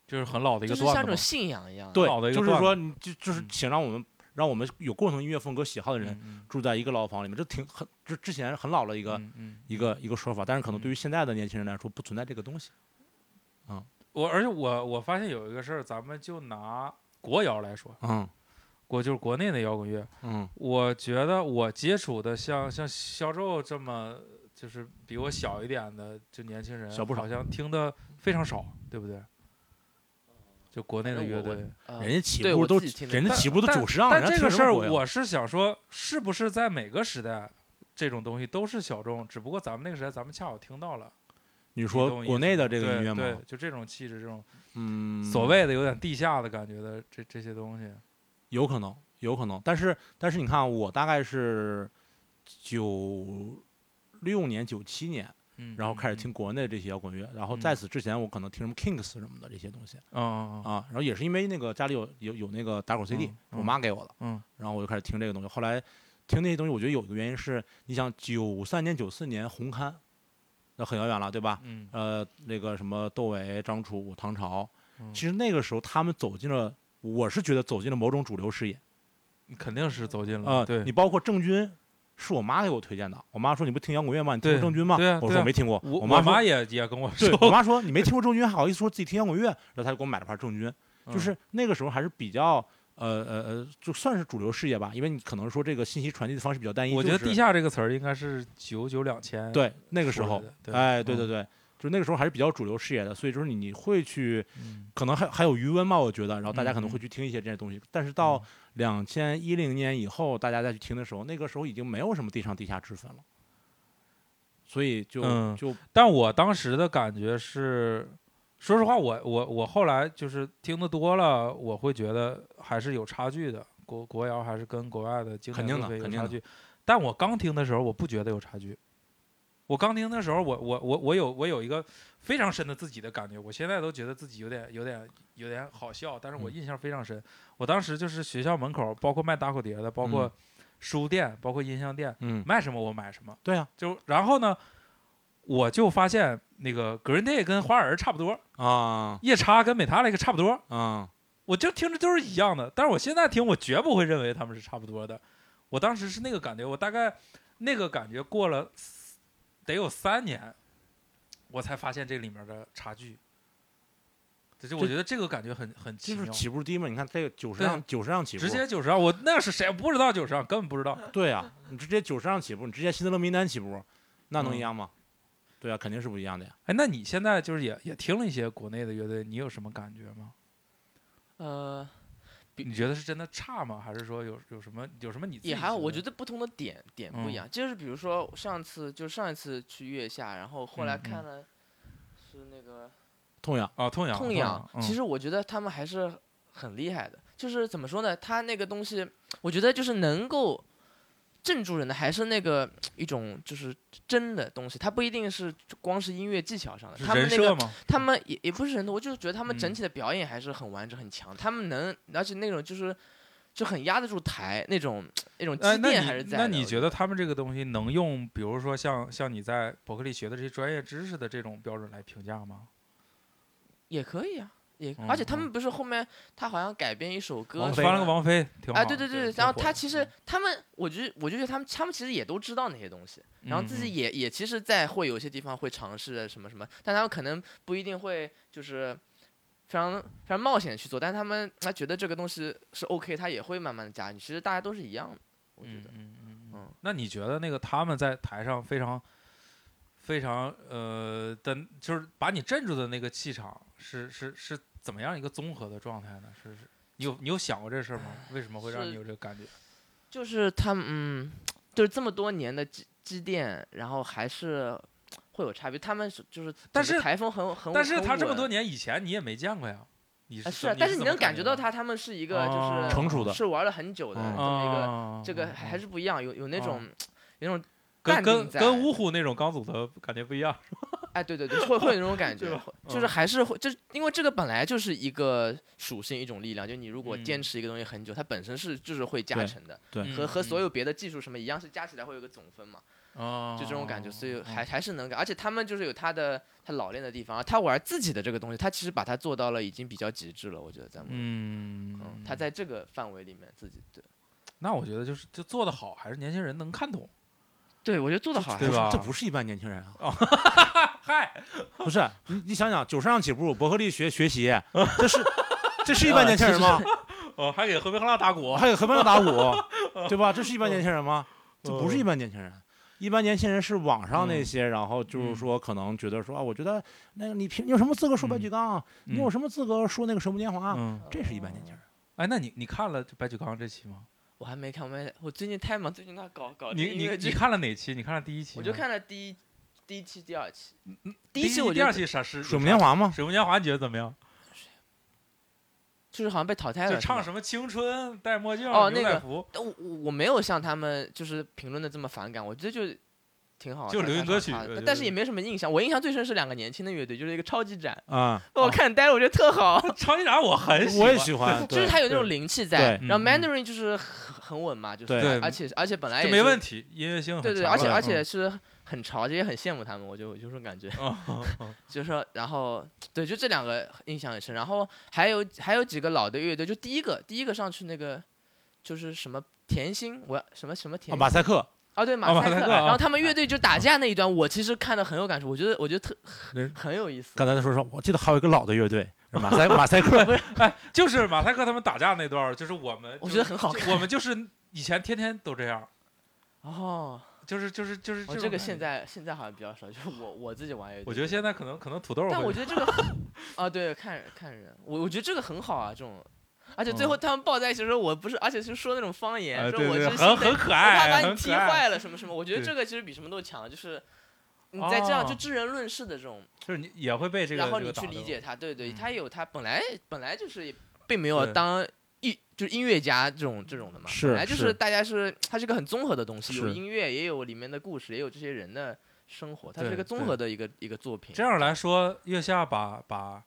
Speaker 1: 就是很老的一
Speaker 3: 就
Speaker 1: 个
Speaker 3: 是像
Speaker 1: 段子
Speaker 3: 一种
Speaker 1: 嘛。
Speaker 3: 信仰一样。啊
Speaker 2: 对
Speaker 1: 老的，一个
Speaker 2: 就是
Speaker 1: 段
Speaker 2: 说你就就是
Speaker 1: 嗯
Speaker 2: 请让我们让我们有共同音乐风格喜好的人
Speaker 1: 嗯
Speaker 2: 住在一个牢房里面，这挺很这之前很老的一个。
Speaker 1: 嗯嗯，
Speaker 2: 一个一个说法，但是可能
Speaker 1: 嗯
Speaker 2: 对于现在的年轻人来说，不存在这个东西。
Speaker 1: 我而且我我发现有一个事儿，咱们就拿国谣来说，
Speaker 2: 嗯
Speaker 1: 国就是国内的摇滚乐，
Speaker 2: 嗯
Speaker 1: 我觉得我接触的像像肖宙这么就是比我小一点的就年轻人，
Speaker 2: 小不少
Speaker 1: 好像听的非常少，对不对？就国内的乐队，
Speaker 3: 啊
Speaker 2: 人家起
Speaker 3: 对
Speaker 2: 步
Speaker 3: 我
Speaker 2: 都
Speaker 3: 自己听的
Speaker 2: 人家
Speaker 1: 但
Speaker 2: 起步都
Speaker 1: 但
Speaker 2: 九十让，
Speaker 1: 但
Speaker 2: 人家
Speaker 1: 这个
Speaker 2: 听
Speaker 1: 事儿
Speaker 2: 什么鬼啊
Speaker 1: 我是想说，是不是在每个时代，这种东西都是小众？只不过咱们那个时代，咱们恰好听到了。
Speaker 2: 你
Speaker 1: 你懂
Speaker 2: 说
Speaker 1: 我意
Speaker 2: 国
Speaker 1: 思
Speaker 2: 内
Speaker 1: 吗
Speaker 2: 的这个
Speaker 1: 对
Speaker 2: 音乐
Speaker 1: 对
Speaker 2: 吗？，
Speaker 1: 就这种气质，这种
Speaker 2: 嗯，
Speaker 1: 所谓的有点地下的感觉的这这些东西，
Speaker 2: 有可能，有可能，但是但是你看啊，我大概是九六年、九七年，
Speaker 1: 嗯，
Speaker 2: 然后开始
Speaker 1: 嗯
Speaker 2: 听，国内这些摇滚乐，然后
Speaker 1: 嗯
Speaker 2: 在此之前，我可能听什么 Kings 什么的这些东西
Speaker 1: 嗯嗯
Speaker 2: 啊，然后也是因为那个家里有有有那个打口 CD，
Speaker 1: 嗯嗯
Speaker 2: 我妈给我的，
Speaker 1: 嗯
Speaker 2: 然后我就开始听这个东西。后来听那些东西，我觉得有一个原因是，你想九三年、九四年红刊，那很遥远了，对吧？
Speaker 1: 嗯
Speaker 2: 呃，那个什么窦唯、张楚、唐朝，
Speaker 1: 嗯，
Speaker 2: 其实那个时候他们走进了，我是觉得走进了某种主流视野。
Speaker 1: 你肯定是走进了，
Speaker 2: 啊，
Speaker 1: 嗯对
Speaker 2: 你，包括郑钧，是我妈给我推荐的。我妈说你不听摇滚乐吗？你听过
Speaker 1: 对
Speaker 2: 郑钧吗？
Speaker 1: 对啊
Speaker 2: 我
Speaker 1: 对
Speaker 2: 说
Speaker 1: 啊
Speaker 2: 我没听过。
Speaker 1: 我
Speaker 2: 妈
Speaker 1: 妈
Speaker 2: 说，
Speaker 1: 也也跟我说
Speaker 2: 对，我妈说你没听过郑钧，还好意思说自己听摇滚乐？然后她就给我买了盘郑钧，
Speaker 1: 嗯
Speaker 2: 就是那个时候还是比较。呃呃呃，就算是主流事业吧，因为你可能说这个信息传递的方式比较单一。
Speaker 1: 我觉
Speaker 2: 就
Speaker 1: 得“
Speaker 2: 是
Speaker 1: 地下”这个词儿应该是九九两千
Speaker 2: 对那个时
Speaker 1: 出来
Speaker 2: 候，
Speaker 1: 的对
Speaker 2: 哎，对对
Speaker 1: 嗯
Speaker 2: 对，就那个时候还是比较主流事业的，所以就是你你会去，
Speaker 1: 嗯
Speaker 2: 可能还还有余温吧，我觉得，然后大家可能
Speaker 1: 嗯
Speaker 2: 会去听一些这些东西，但是到
Speaker 1: 嗯
Speaker 2: 两千一零年以后，大家再去听的时候，那个时候已经没有什么地上地下之分了，所以就、
Speaker 1: 嗯
Speaker 2: 就
Speaker 1: 但我当时的感觉是，说实话，我我我后来就是听得多了，我会觉得还是有差距的。国国谣还是跟国外的经典
Speaker 2: 肯定的
Speaker 1: 作品有
Speaker 2: 肯定
Speaker 1: 差
Speaker 2: 的
Speaker 1: 距，但我刚听的时候，我不觉得有差距。我刚听的时候，我我我我有我有一个非常深的自己的感觉，我现在都觉得自己有点有点有点好笑，但是我
Speaker 2: 嗯
Speaker 1: 印象非常深。我当时就是学校门口，包括卖打口碟的，包括
Speaker 2: 嗯
Speaker 1: 书店，包括音像店，
Speaker 2: 嗯，
Speaker 1: 卖什么我买什么。
Speaker 2: 对啊
Speaker 1: 就然后呢，我就发现那个 Green Day 跟花儿差不多，
Speaker 2: 啊
Speaker 1: 夜叉跟 Metallica 差不多，
Speaker 2: 啊，
Speaker 1: 我就听着都是一样的。但是我现在听，我绝不会认为他们是差不多的。我当时是那个感觉，我大概那个感觉过了四得有三年，我才发现这里面的差距。就是我
Speaker 2: 这
Speaker 1: 觉得这个感觉很很奇
Speaker 2: 就是
Speaker 1: 妙，
Speaker 2: 起步低嘛，你看这个九十
Speaker 1: 对啊
Speaker 2: 让九十让起步，
Speaker 1: 直接九十让，我那是谁不知道九十让，根本不知道。
Speaker 2: 对啊，你直接九十让起步，你直接希特勒名单起步，那能
Speaker 1: 嗯
Speaker 2: 一样吗？对啊，肯定是不一样的呀。
Speaker 1: 哎，那你现在就是也也听了一些国内的乐队，你有什么感觉吗？
Speaker 3: 呃，比
Speaker 1: 你觉得是真的差吗？还是说有有什么有什么你自己
Speaker 3: 也还好，我觉
Speaker 1: 得嗯
Speaker 3: 得不同的点点不一样，就是比如说上次就上一次去月下，然后后来
Speaker 1: 嗯嗯
Speaker 3: 看了是那个
Speaker 2: 痛痒，
Speaker 1: 啊，痛痒
Speaker 3: 痛痒，其
Speaker 1: 实
Speaker 3: 实我觉得他们还是很厉害的，就是怎么说呢，他那个东西，我觉得就是能够。镇住人的还是那个一种就是真的东西，它不一定是光是音乐技巧上的，他们
Speaker 1: 人
Speaker 3: 那
Speaker 1: 设
Speaker 3: 个
Speaker 1: 吗？
Speaker 3: 他们也也不是人多，我就是觉得他们整
Speaker 1: 嗯
Speaker 3: 体的表演还是很完整、很强。他们能，而且那种就是就很压得住台那种那种
Speaker 1: 哎，
Speaker 3: 积
Speaker 1: 那
Speaker 3: 淀
Speaker 1: 你
Speaker 3: 还是在的。
Speaker 1: 那你
Speaker 3: 我
Speaker 1: 觉得他们这个东西能用，比如说像像你在伯克利学的这些专业知识的这种标准来评价吗？
Speaker 3: 也可以啊？也，
Speaker 1: 嗯
Speaker 3: 而且他
Speaker 1: 嗯
Speaker 3: 们不是后面他好像改编一首歌
Speaker 2: 王
Speaker 3: 什
Speaker 2: 菲
Speaker 3: 么
Speaker 1: 翻了
Speaker 3: 的
Speaker 1: 个王菲，挺好
Speaker 3: 啊，
Speaker 1: 的。
Speaker 3: 对对
Speaker 1: 对，
Speaker 3: 然后
Speaker 1: 挺火
Speaker 3: 他
Speaker 1: 的嗯
Speaker 3: 其实他们，我觉得我就觉得他们他们其实也都知道那些东西，然后自己
Speaker 1: 嗯
Speaker 3: 也也其实，在会有些地方会尝试什么什么，但他们可能不一定会就是非常非常冒险去做，但他们他觉得这个东西是 OK，他也会慢慢的加进去。其实大家都是一样的，我觉
Speaker 1: 嗯
Speaker 3: 得。
Speaker 1: 嗯嗯嗯
Speaker 3: 嗯。
Speaker 1: 那你觉得那个他们在台上非常非常呃的，就是把你镇住的那个气场是是是怎么样一个综合的状态呢？是是，你有你有想过这事儿吗？为什么会让
Speaker 3: 是
Speaker 1: 你有这个感觉？
Speaker 3: 就是他们，嗯，就是这么多年的积积淀，然后还是会有差别。他们是就是，
Speaker 1: 但是
Speaker 3: 台风很很，
Speaker 1: 但是他这么多
Speaker 3: 年、
Speaker 1: 年以前你也没见过呀，你是
Speaker 3: 啊是
Speaker 1: 怎
Speaker 3: 啊
Speaker 1: 么，
Speaker 3: 但是
Speaker 1: 是
Speaker 3: 你
Speaker 1: 怎么
Speaker 3: 能感觉
Speaker 1: 觉
Speaker 3: 到
Speaker 1: 到
Speaker 3: 他他们是一个
Speaker 1: 哦
Speaker 3: 就是
Speaker 2: 成熟的
Speaker 3: 是玩了很久的
Speaker 2: 嗯
Speaker 3: 这么一个。
Speaker 1: 啊
Speaker 3: 这个还还
Speaker 1: 是
Speaker 3: 是不一样，有有那种、有那种
Speaker 1: 哦跟
Speaker 3: 淡定
Speaker 1: 跟
Speaker 3: 在
Speaker 1: 跟芜湖那种刚组的感觉不一样。
Speaker 3: 哎，对对对，会会有那种感
Speaker 1: 对
Speaker 3: 觉
Speaker 1: 吧，
Speaker 3: 就是
Speaker 1: 嗯
Speaker 3: 还是会，就是因为这个本来就是一个属性一种力量，就你如果
Speaker 1: 嗯
Speaker 3: 坚持一个东西很久，它本身是就是会加
Speaker 2: 对
Speaker 3: 成的，
Speaker 2: 对
Speaker 3: 嗯和和所
Speaker 1: 有
Speaker 3: 有别的技术什么一样，是加起来会有个总分嘛。
Speaker 1: 哦，
Speaker 3: 就这种感觉，所以
Speaker 1: 哦
Speaker 3: 还还是能感，而且他们就是有他的他老练的地方，他玩自己的这个东西，他其实把它做到了已经比较极致了，我觉得在我们，
Speaker 1: 嗯
Speaker 3: 嗯，他在这个范围里面自己对，
Speaker 1: 那我觉得就是就做得好，还是年轻人能看懂。
Speaker 3: 对我觉得做的好，
Speaker 1: 对吧
Speaker 2: 这不是一般年 轻人啊！
Speaker 1: 嗨，
Speaker 2: 不是你，你想想，九十上起步，伯克利学 学习，这是这是一般年轻人吗？
Speaker 1: 哦，还给河北黑浪打鼓
Speaker 3: 啊
Speaker 2: 我，还有何必要打鼓，对吧？这是一般年轻人吗？这不
Speaker 1: 哦
Speaker 2: 是一般年轻人。一般年轻人是网上那些，然后就是说可能觉得说啊，我觉得那个你凭你有什么资格说白举纲？啊你有
Speaker 1: 嗯
Speaker 2: 什么资格说那个《神木年华》啊
Speaker 1: 嗯，
Speaker 2: 这是一般年轻人。
Speaker 1: 哎，那你你看了白举纲这期吗？
Speaker 3: 我还没看，我没我最近太忙，最近那搞搞
Speaker 1: 你
Speaker 3: 音
Speaker 1: 你
Speaker 3: 乐
Speaker 1: 你
Speaker 3: 剧，
Speaker 1: 看了哪期？你看了第一期？
Speaker 3: 我就，看了第一第一期、第二期，
Speaker 1: 第
Speaker 3: 第一期我
Speaker 1: 第
Speaker 3: 觉
Speaker 1: 二
Speaker 3: 得
Speaker 1: 期啥是
Speaker 2: 水木年？华吗？
Speaker 1: 水木年华你觉得怎么样？
Speaker 3: 就是好像被淘汰了，
Speaker 1: 就是唱
Speaker 3: 吗
Speaker 1: 什么青春，戴墨镜，
Speaker 3: 哦
Speaker 1: 牛
Speaker 3: 那
Speaker 1: 仔
Speaker 3: 个
Speaker 1: 服，
Speaker 3: 但我我我没有像他们就是评论的这么反感，我觉得就挺好，
Speaker 1: 就流
Speaker 3: 挺
Speaker 1: 行
Speaker 3: 挺好
Speaker 1: 歌曲
Speaker 3: 看
Speaker 1: 我
Speaker 3: 的
Speaker 1: 觉
Speaker 3: 但但是
Speaker 1: 得
Speaker 3: 也没什么印象。我印象最深是两个年轻的乐队，就是一个超级展，
Speaker 2: 啊，
Speaker 1: 哦
Speaker 3: 我看呆了，我觉得特 好，
Speaker 1: 超级展我很喜欢，
Speaker 2: 我也喜欢，
Speaker 3: 就是
Speaker 2: 对
Speaker 3: 它有那
Speaker 2: 对
Speaker 3: 种灵气在。
Speaker 1: 啊对
Speaker 3: 然
Speaker 1: 嗯
Speaker 3: 后 Mandarin 就是很很稳嘛，就是
Speaker 1: 对
Speaker 3: 而且而且本来
Speaker 2: 哎
Speaker 1: 这
Speaker 3: 也
Speaker 1: 没
Speaker 3: 是
Speaker 1: 问，题，音乐 性很
Speaker 3: 对对，
Speaker 1: 强
Speaker 3: 而且
Speaker 1: 的
Speaker 3: 而
Speaker 1: 嗯
Speaker 3: 且是很潮，就也很羡慕他们，我就我就这种感觉。
Speaker 1: 嗯
Speaker 3: 就是说，然后对，就这两个印象很深。然后还有还有几个老的乐队，就第一个第一个上去那个就是什么甜心，我要什么什么
Speaker 2: 啊，
Speaker 3: 甜心
Speaker 2: 马赛克，
Speaker 3: 哦，对，马
Speaker 1: 哦马
Speaker 3: 赛
Speaker 1: 赛
Speaker 3: 克。
Speaker 1: 克啊
Speaker 3: 然后他们乐队就打架那一段，我其实看的很有感触，我觉得我觉 得特
Speaker 2: 人
Speaker 3: 很有意思。
Speaker 2: 刚才他说说，我记得还有一个老的乐队，马赛马赛 克，
Speaker 1: 哎，就是马赛克他们打架那段儿，就是我们，
Speaker 3: 我觉得很好看。
Speaker 1: 我们就是以前天天都这样，
Speaker 3: 哦，
Speaker 1: 就是就是就是
Speaker 3: 我
Speaker 1: 种
Speaker 3: 哦这个
Speaker 1: 感
Speaker 3: 现
Speaker 1: 觉，
Speaker 3: 在现在好像比较少，就是我我自己玩乐队。
Speaker 1: 我觉得现在可能可能土豆会，
Speaker 3: 但我觉得这个很啊，对，看人看人，我我觉得这个很好啊，这种。而且最后他们抱在一起的时候，我不是，而且是说那种方言，
Speaker 1: 哎嗯
Speaker 3: 说
Speaker 1: 对
Speaker 3: 我
Speaker 1: 对
Speaker 3: 是
Speaker 1: 很
Speaker 3: 新的
Speaker 1: 很可
Speaker 3: 我
Speaker 1: 爱
Speaker 3: 怕把
Speaker 1: 很
Speaker 3: 你
Speaker 1: 可
Speaker 3: 踢
Speaker 1: 爱
Speaker 3: 坏了什么什么。我觉得
Speaker 1: 对
Speaker 3: 这个其实比什么都强，就是你在这样就
Speaker 1: 哦
Speaker 3: 知人论事的这种
Speaker 1: 就是你也会被这个，
Speaker 3: 然后
Speaker 1: 这
Speaker 3: 你
Speaker 1: 个
Speaker 3: 去
Speaker 1: 打
Speaker 3: 理
Speaker 1: 动
Speaker 3: 解他，对对，
Speaker 1: 嗯
Speaker 3: 他有他本来本来就是也并没有
Speaker 1: 对
Speaker 3: 当艺就是音乐家这种这种的嘛，
Speaker 2: 是
Speaker 3: 本来就是大家是它是一个很综合的东西，有
Speaker 2: 是
Speaker 3: 音乐也有里面的故事，也有这些人的生活，它是
Speaker 1: 对
Speaker 3: 一个综
Speaker 1: 对
Speaker 3: 合的一个一个作品。
Speaker 1: 这样来说，月下把把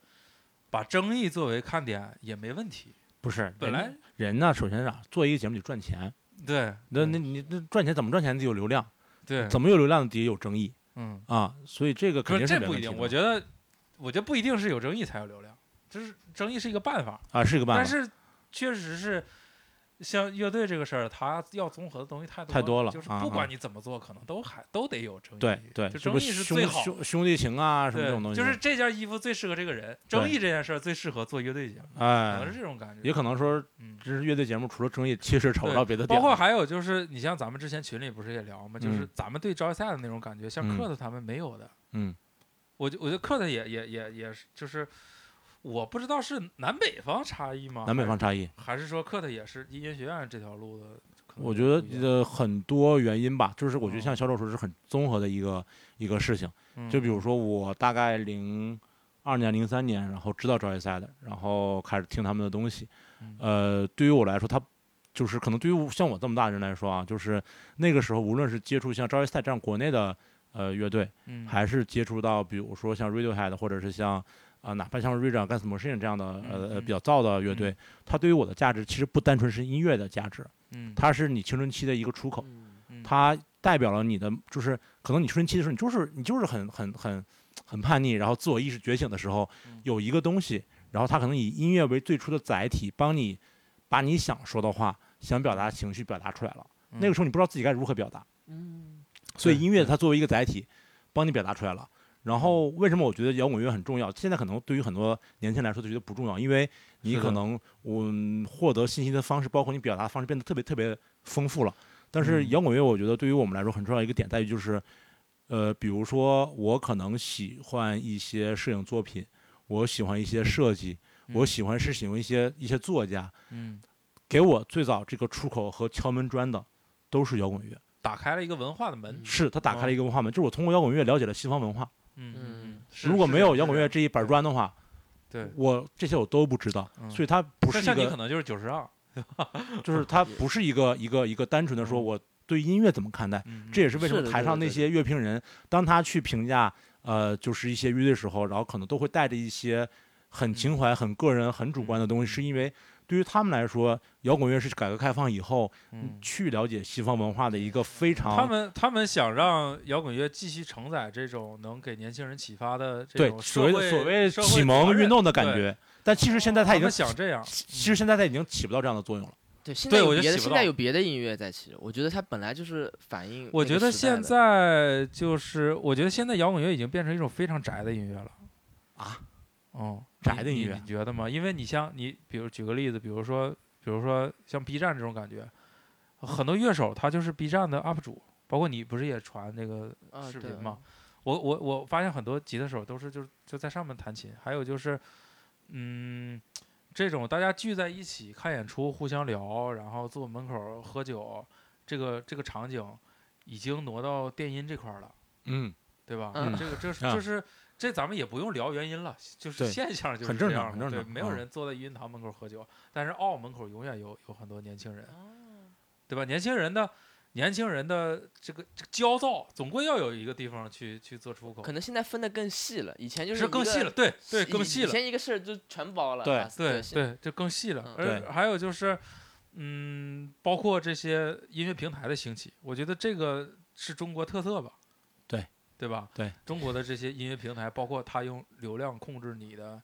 Speaker 1: 把争议作为看点也没问题，
Speaker 2: 不是
Speaker 1: 本来
Speaker 2: 人人呢，首先是啊，做一个节目得赚钱，
Speaker 1: 对嗯
Speaker 2: 那那你那赚钱怎么赚钱得有流量，
Speaker 1: 对，
Speaker 2: 怎么有流量得有争议
Speaker 1: 嗯，
Speaker 2: 啊，所以这个
Speaker 1: 可
Speaker 2: 肯
Speaker 1: 是
Speaker 2: 定
Speaker 1: 这
Speaker 2: 是
Speaker 1: 不一定，我
Speaker 2: 得
Speaker 1: 觉得我觉得不一定是有争议才有流量，就是争议是一个办法，
Speaker 2: 啊是一个办法
Speaker 1: 但。是确实是。像乐队这个事儿，它要综合的东西太多
Speaker 2: 太多了
Speaker 1: 就是
Speaker 2: 啊
Speaker 1: 不
Speaker 2: 啊
Speaker 1: 管你怎么做，可能都还都得有争议。
Speaker 2: 对对，
Speaker 1: 就
Speaker 2: 这
Speaker 1: 争
Speaker 2: 不
Speaker 1: 议是
Speaker 2: 兄
Speaker 1: 最好的
Speaker 2: 兄兄弟情啊什么
Speaker 1: 对，
Speaker 2: 这种东西，
Speaker 1: 就是这件衣服最适合这个人，争议这件事儿最适合做乐队节目，可能
Speaker 2: 哎
Speaker 1: 是，这种感觉。
Speaker 2: 也可能说
Speaker 1: 嗯，
Speaker 2: 这是乐队节目除了争议，其实找不
Speaker 1: 对
Speaker 2: 到别的点
Speaker 1: 包括
Speaker 2: 了。
Speaker 1: 还有就是，你像咱们之前群里不是也聊吗？就是
Speaker 2: 嗯
Speaker 1: 咱们对招赛的那种感觉，像
Speaker 2: 嗯
Speaker 1: 克的他们没有的。
Speaker 2: 嗯，
Speaker 1: 我就我觉得克的也也也也是，就是我不知道是南北方差异吗？
Speaker 2: 南北方差异，
Speaker 1: 还是还是说克的也是音乐学院这条路的？可能
Speaker 2: 我
Speaker 1: 也
Speaker 2: 觉得
Speaker 1: 嗯不一样
Speaker 2: 呃很多原因吧，就是我觉得
Speaker 1: 嗯
Speaker 2: 像销售说是很综合的一个一个事情。就
Speaker 1: 嗯
Speaker 2: 比如说我大概零二年、零三年，然后知道赵一赛的，然后开始听他们的东西。
Speaker 1: 嗯
Speaker 2: 呃，对于我来说，他就是可能对于我像我这么大的人来说啊，就是那个时候无论是接触像赵一赛这样国内的呃乐队，
Speaker 1: 嗯
Speaker 2: 还是接触到比如说像 Radiohead 或者是像啊、呃哪怕像 r a d i o Guns Machine 这样的呃
Speaker 1: 嗯
Speaker 2: 呃
Speaker 1: 嗯
Speaker 2: 比较燥的乐队，它对于我的价值其实不单纯是音乐的价值，
Speaker 1: 嗯
Speaker 2: 它是你青春期的一个出口。
Speaker 3: 嗯
Speaker 1: 嗯
Speaker 2: 它代表了你的，就是可能你青春期的时候，你就是你就是很很很很叛逆，然后自我意识觉醒的时候
Speaker 1: 嗯，
Speaker 2: 有一个东西，然后它可能以音乐为最初的载体，帮你把你想说的话、想表达情绪表达出来了。
Speaker 1: 嗯
Speaker 2: 那个时候你不知道自己该如何表达，
Speaker 3: 嗯，
Speaker 2: 所以
Speaker 1: 对
Speaker 2: 音乐
Speaker 1: 对
Speaker 2: 它作为一个载体，帮你表达出来了。然后为什么我觉得摇滚乐很重要？现在可能对于很多年轻人来说都觉得不重要，因为你
Speaker 1: 是的
Speaker 2: 可能嗯获得信息的方式，包括你表达的方式变得特别特别丰富了。但是
Speaker 1: 嗯
Speaker 2: 摇滚乐，我觉得对于我们来说很重要一个点在于就是，呃，比如说我可能喜欢一些摄影作品，我喜欢一些设计，我
Speaker 1: 嗯
Speaker 2: 喜欢是喜欢一些一些作家，
Speaker 1: 嗯，
Speaker 2: 给我最早这个出口和敲门砖的都是摇滚乐。
Speaker 1: 打开了一个文化的门。
Speaker 2: 是他打开了一个文化门，就是我通过摇滚乐了解了西方文化。
Speaker 1: 嗯
Speaker 3: 嗯
Speaker 1: 是
Speaker 2: 如果
Speaker 1: 是
Speaker 2: 没
Speaker 1: 这样
Speaker 2: 有
Speaker 1: 是
Speaker 2: 摇滚
Speaker 1: 这
Speaker 2: 乐
Speaker 1: 样
Speaker 2: 这一板
Speaker 1: 对
Speaker 2: 砖的话，
Speaker 1: 对，
Speaker 2: 我这些我都不知道，
Speaker 1: 嗯
Speaker 2: 所以它不是
Speaker 1: 像像
Speaker 2: 一
Speaker 1: 你可
Speaker 2: 个，
Speaker 1: 能就是九十让，
Speaker 2: 就是它不是一个一个一个单纯的说
Speaker 1: 嗯
Speaker 2: 我对音乐怎么看待。
Speaker 1: 嗯
Speaker 2: 这也是为什么
Speaker 3: 是的
Speaker 2: 台
Speaker 3: 对
Speaker 2: 上
Speaker 3: 的
Speaker 2: 那
Speaker 3: 对
Speaker 2: 些乐评人，当他去评价呃就是一些乐队时候，然后可能都会带着一些很情怀、很个人、很主观的东
Speaker 1: 嗯
Speaker 2: 西，是因为对于他们来说，摇滚乐是改革开放以后
Speaker 1: 嗯，
Speaker 2: 去了解西方文化的一个非常
Speaker 1: 他们他们想让摇滚乐继续承载这种能给年轻人启发的这
Speaker 2: 对
Speaker 1: 种
Speaker 2: 所谓的
Speaker 1: 社会
Speaker 2: 所谓
Speaker 1: 社会
Speaker 2: 启蒙
Speaker 1: 责
Speaker 2: 运
Speaker 1: 任
Speaker 2: 动的感
Speaker 1: 对
Speaker 2: 觉。但其实现在他已经
Speaker 1: 们想这样，
Speaker 2: 其实现在它已经起不到这样的作用了。
Speaker 3: 对，现
Speaker 1: 对
Speaker 3: 在
Speaker 1: 我
Speaker 3: 有
Speaker 1: 就
Speaker 3: 别
Speaker 1: 洗
Speaker 3: 的，
Speaker 1: 不
Speaker 3: 现在
Speaker 1: 到
Speaker 3: 有别的音乐在其实，我觉得它本来就是反映。
Speaker 1: 我觉得现，在就是，我觉得现在摇滚乐已经变成一种非常宅的音乐了
Speaker 2: 啊，
Speaker 1: 哦，
Speaker 2: 宅的
Speaker 1: 你
Speaker 2: 音
Speaker 1: 你
Speaker 2: 乐
Speaker 1: 你觉得吗？因为你像你，比如举个例子，比如说，比如说像 B 站这种感觉，很多乐手他就是 B 站的 UP 主，包括你不是也传那个
Speaker 3: 啊
Speaker 1: 视
Speaker 3: 对
Speaker 1: 频嘛？我我我发现很多吉他手都是就是就在上面弹琴，还有就是，嗯，这种大家聚在一起看演出，互相聊，然后坐门口喝酒，这个这个场景已经挪到电音这块儿了，
Speaker 2: 嗯，
Speaker 1: 对吧？
Speaker 3: 嗯
Speaker 1: 这个这是
Speaker 2: 啊
Speaker 1: 就是这咱们也不用聊原因了，就是
Speaker 2: 对
Speaker 1: 现象就是
Speaker 2: 很正
Speaker 1: 这
Speaker 2: 常
Speaker 1: 样
Speaker 2: 很
Speaker 1: 的
Speaker 2: 正
Speaker 1: 对，
Speaker 2: 常
Speaker 1: 没有
Speaker 2: 嗯
Speaker 1: 人坐在育婴堂门口喝酒，但是澳门口永远有有很多年轻人，对吧？年轻人的年轻人的这个这个焦躁，总归要有一个地方去去做出口，
Speaker 3: 可能现在分的更细了，以前就是是
Speaker 1: 更
Speaker 3: 一个
Speaker 1: 细了，，对对，
Speaker 3: 以
Speaker 1: 更细
Speaker 3: 以
Speaker 1: 了，
Speaker 3: 前一个事儿就全包了，
Speaker 2: 对
Speaker 3: 啊
Speaker 1: 对
Speaker 3: 现
Speaker 1: 对，就更细了
Speaker 3: 嗯。
Speaker 1: 而
Speaker 2: 对
Speaker 1: 还有就是，嗯，包括这些音乐平台的兴起，我觉得这个是中国特色吧。
Speaker 2: 对
Speaker 1: 对吧？
Speaker 2: 对
Speaker 1: 中国的这些音乐平台，包括它用流量控制你的。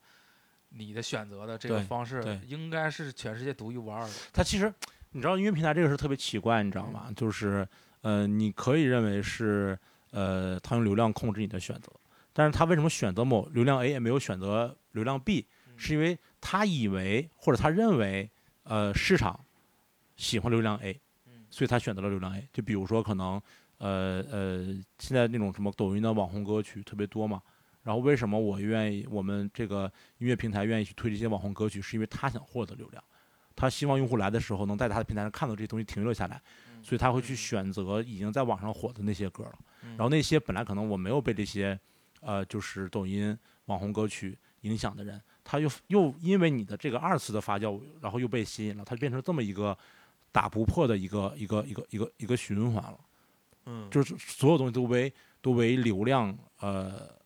Speaker 1: 你的选择的这个
Speaker 2: 对
Speaker 1: 方式
Speaker 2: 对
Speaker 1: 应该是全世界独一无二的，
Speaker 2: 它其实你知道音乐平台这个事儿特别奇怪，你知道吗？就是呃，你可以认为是呃，它用流量控制你的选择，但是它为什么选择某流量 A 也没有选择流量 B，
Speaker 1: 嗯
Speaker 2: 是因为他以为或者他认为呃市场喜欢流量 A，
Speaker 1: 嗯
Speaker 2: 所以他选择了流量 A。就比如说可能呃呃，现在那种什么抖音的网红歌曲特别多嘛。然后为什么我愿意我们这个音乐平台愿意去推这些网红歌曲，是因为他想获得流量，他希望用户来的时候能在他的平台上看到这些东西停留下来，
Speaker 1: 嗯
Speaker 2: 所以他会
Speaker 1: 嗯
Speaker 2: 去选择已经在网上火的那些歌了。
Speaker 1: 嗯
Speaker 2: 然后那些本来可能我没有被这些呃就是抖音网红歌曲影响的人，他又又因为你的这个二次的发酵，然后又被吸引了，他就变成这么一个打不破的一个一个一个一个一个循环了，
Speaker 1: 嗯，
Speaker 2: 就是所有东西都为都为流量呃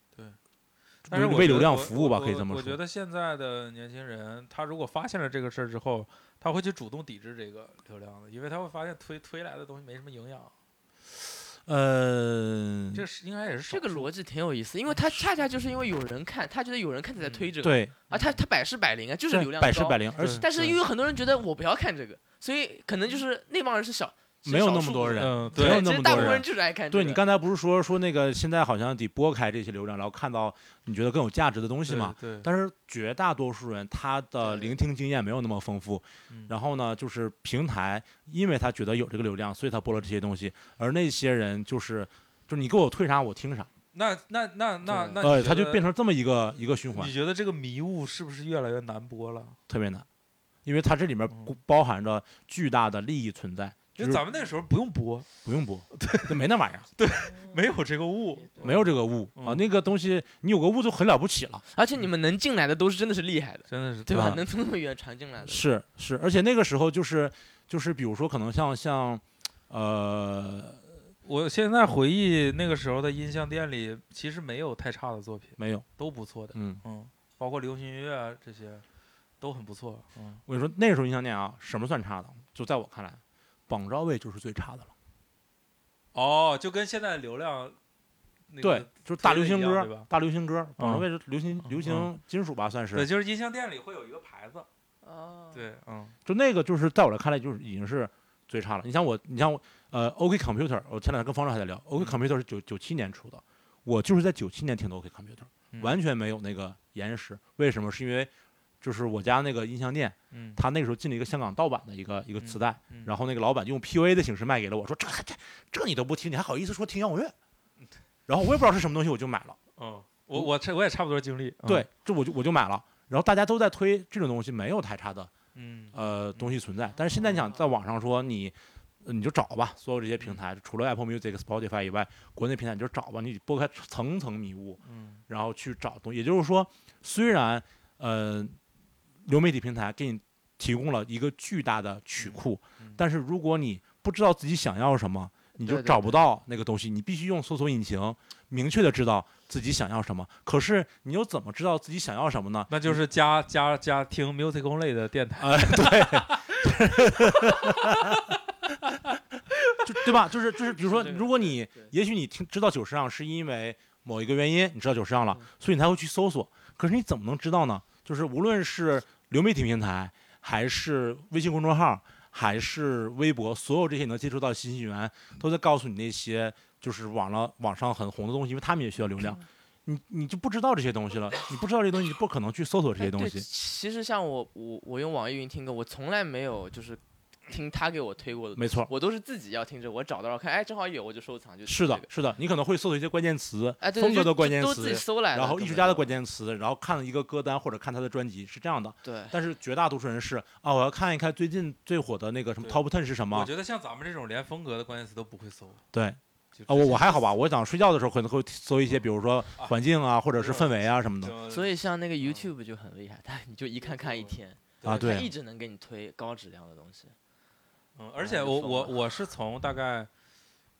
Speaker 1: 但是
Speaker 2: 为
Speaker 1: 我
Speaker 2: 为
Speaker 1: 觉
Speaker 2: 流
Speaker 1: 得
Speaker 2: 量
Speaker 1: 我
Speaker 2: 服务吧可以
Speaker 1: 我
Speaker 2: 这么
Speaker 1: 我觉
Speaker 2: 说
Speaker 1: 得现在的年轻人，他如果发现了这个事儿之后，他会去主动抵制这个流量的，因为他会发现推推来的东西没什么营养。
Speaker 2: 呃
Speaker 1: 这是应该也是
Speaker 3: 这个
Speaker 1: 少数
Speaker 3: 逻辑挺有意思，因为他恰恰就是因为有人看，他觉得有人看才在推这个，
Speaker 2: 对
Speaker 3: 啊，他他百试百灵啊，就是
Speaker 2: 对
Speaker 3: 流量
Speaker 2: 百试
Speaker 3: 高
Speaker 2: 百灵，而且
Speaker 3: 但是
Speaker 1: 对
Speaker 3: 又有很多人觉得我不要看这个，所以可能就是那帮人是小，是
Speaker 2: 没有
Speaker 3: 少
Speaker 2: 那么
Speaker 3: 数
Speaker 2: 多
Speaker 3: 的
Speaker 2: 人
Speaker 1: 嗯，
Speaker 2: 没有
Speaker 1: 对
Speaker 2: 那
Speaker 3: 其
Speaker 2: 么
Speaker 3: 实大
Speaker 2: 多
Speaker 3: 部分
Speaker 2: 人
Speaker 3: 人就是爱看这个。
Speaker 2: 对你刚才不是说说那个现在好像得拨开这些流量，然后看到你觉得更有价值的东西
Speaker 1: 对
Speaker 2: 嘛？
Speaker 1: 对，
Speaker 2: 但是绝大多数人他的
Speaker 3: 对
Speaker 2: 聆听经验没有那么丰富，
Speaker 1: 嗯
Speaker 2: 然后呢，就是平台，因为他觉得有这个流量，所以他播了这些东西，而那些人就是，就是你给我推啥我听啥，
Speaker 1: 那那那那
Speaker 3: 对
Speaker 1: 那，
Speaker 2: 呃，他就变成这么一个一个循环
Speaker 1: 你，觉得这个迷雾是不是越来越难播了？
Speaker 2: 特别难，因为它这里面
Speaker 1: 嗯
Speaker 2: 包包含着巨大的利益存在，
Speaker 1: 因
Speaker 2: 就
Speaker 1: 为
Speaker 2: 是
Speaker 1: 咱们那时候不用播，
Speaker 2: 不用播，对，没那玩 意儿，
Speaker 1: 没有这个雾。
Speaker 2: 没有这个物啊，
Speaker 1: 嗯
Speaker 2: 那个东西你有个物就很了不起了，
Speaker 3: 而且你们能进来的都是真的是厉害的，
Speaker 1: 真的是
Speaker 3: 对吧？
Speaker 2: 啊
Speaker 3: 能从那么远传进来的，
Speaker 2: 是是，而且那个时候就是就是比如说可能像像，呃，
Speaker 1: 我现在回忆那个时候的音像店里，其实没有太差的作品，
Speaker 2: 没有，
Speaker 1: 都不错的。
Speaker 2: 嗯。
Speaker 1: 嗯，包括流行音乐啊这些，都很不错。嗯，
Speaker 2: 我跟你说，那时候音像店啊，什么算差的？就在我看来，榜照位就是最差的了。
Speaker 1: 哦，就跟现在流量，那个、
Speaker 2: 对，就是大
Speaker 1: 推
Speaker 2: 流
Speaker 1: 的
Speaker 2: 行
Speaker 1: 一样
Speaker 2: 歌
Speaker 1: 对吧
Speaker 2: 儿，大流行歌儿，榜照
Speaker 1: 嗯
Speaker 2: 位是流行流行金属吧，算
Speaker 1: 对，
Speaker 2: 是。
Speaker 1: 就是音像店里会有一个牌子。
Speaker 3: 哦，
Speaker 1: 对，嗯
Speaker 2: 就那个就是在我来看来，就是已经是最差了。你像我，你像我，呃，OK Computer，我前两天跟方舟还在聊，OK
Speaker 1: 嗯
Speaker 2: Computer 是九九七年出的，我就是在九七年听的 OK Computer，
Speaker 1: 嗯
Speaker 2: 完全没有那个延时。为什么？是因为就是我家那个音像店，
Speaker 1: 嗯，
Speaker 2: 他那个时候进了一个香港盗版的一个一个磁带，
Speaker 1: 嗯
Speaker 2: 然后那个老板用 PUA 的形式卖给了我，说这这这你都不听，你还好意思说听摇滚乐？然后我也不知道是什么东西，我就买了。
Speaker 1: 嗯，我我差我也差不多经历。嗯
Speaker 2: 对，，这我就我就买了。然后大家都在推这种东西，没有太差的
Speaker 1: 嗯，
Speaker 2: 呃东西存在。但是现在你想在网上说你，呃你就找吧，所有这些平
Speaker 1: 嗯
Speaker 2: 台，除了 Apple Music、Spotify 以外，国内平台你就找吧，你拨开层层迷雾，
Speaker 1: 嗯
Speaker 2: 然后去找东西。也就是说，虽然呃流媒体平台给你提供了一个巨大的曲库，
Speaker 1: 嗯
Speaker 2: 但是如果你不知道自己想要什么，你就
Speaker 3: 对对
Speaker 2: 找不
Speaker 3: 对
Speaker 2: 到那个东西。你必须用搜索引擎明确的知道自己想要什么。可是你又怎么知道自己想要什么呢？
Speaker 1: 那就是加加加听 musical 类的电台。
Speaker 2: 哎，对，就对吧？就是就是，比如说，
Speaker 3: 是这个
Speaker 2: 如果你
Speaker 3: 对
Speaker 2: 也许你听知道九十让是因为某一个原因，你知道九十让了
Speaker 3: 嗯，
Speaker 2: 所以你才会去搜索。可是你怎么能知道呢？就是无论是流媒体平台，还是微信公众号，还是微博，所有这些你能接触到的信息源，都在告诉你那些就是网了网上很红的东西，因为他们也需要流量。
Speaker 3: 嗯
Speaker 2: 你你就不知道这些东西了，你不知道这些东西，你不可能去搜索这些
Speaker 3: 哎
Speaker 2: 东
Speaker 3: 对
Speaker 2: 西。
Speaker 3: 其实像我我我用网易云听歌，我从来没有就是听他给我推过的，
Speaker 2: 没错，
Speaker 3: 我都是自己要听着，我找到了看，哎，正好有我就收藏，就是听这
Speaker 2: 的
Speaker 3: 个，，
Speaker 2: 是的，你可能会搜索一些关键词，
Speaker 3: 哎，对，
Speaker 2: 风
Speaker 3: 就
Speaker 2: 格的关
Speaker 3: 就
Speaker 2: 键
Speaker 3: 都自己
Speaker 2: 词，
Speaker 3: 搜来的，
Speaker 2: 然后艺
Speaker 3: 根
Speaker 2: 术
Speaker 3: 本
Speaker 2: 家的
Speaker 3: 就
Speaker 2: 关，键词，然后看一个歌单或者看他的专辑是这样的。
Speaker 3: 对，
Speaker 2: 但是绝大多数人是啊，我要看一看最近最火的那个什么
Speaker 1: 对
Speaker 2: Top Ten 是什么
Speaker 1: 我
Speaker 2: 啊、
Speaker 1: 觉得像咱们这种连风格的关键词都不会搜，
Speaker 2: 对
Speaker 1: 就
Speaker 2: 啊我
Speaker 1: 直接
Speaker 2: 我还好吧，我想睡觉的时候可能会搜
Speaker 1: 嗯
Speaker 2: 一些，比如说环境啊，或者是氛围啊什么的。
Speaker 1: 就
Speaker 3: 所以像那
Speaker 1: 嗯
Speaker 3: 个 YouTube 就很厉害，它你就一看看一天，
Speaker 2: 啊对
Speaker 3: 它一直能给你推高质量的东西，
Speaker 1: 嗯，而且我我我是从大概，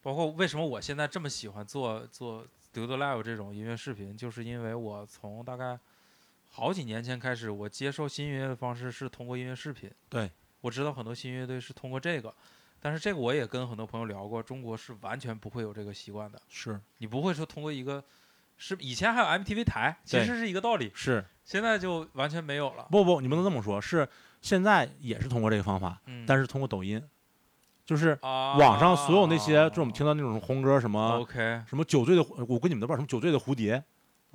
Speaker 1: 包括为什么我现在这么喜欢做做 Dude Live 这种音乐视频，就是因为我从大概好几年前开始，我接受新音乐的方式是通过音乐视频。
Speaker 2: 对，
Speaker 1: 我知道很多新乐队是通过这个，但是这个我也跟很多朋友聊过，中国是完全不会有这个习惯的。
Speaker 2: 是
Speaker 1: 你不会说通过一个是以前还有 MTV 台，其
Speaker 2: 对
Speaker 1: 实是一个道理，
Speaker 2: 是，
Speaker 1: 现在就完全没有了。
Speaker 2: 不不，你不能这么说，是现在也是通过这个方法，
Speaker 1: 嗯，啊
Speaker 2: 但
Speaker 1: 是
Speaker 2: 是通过抖音，就是
Speaker 1: 网
Speaker 2: 网上所有那些，就我们听到那种啊红歌什么
Speaker 1: OK，
Speaker 2: 什么酒醉的蝴，我跟你们都不知道什么酒醉的蝴蝶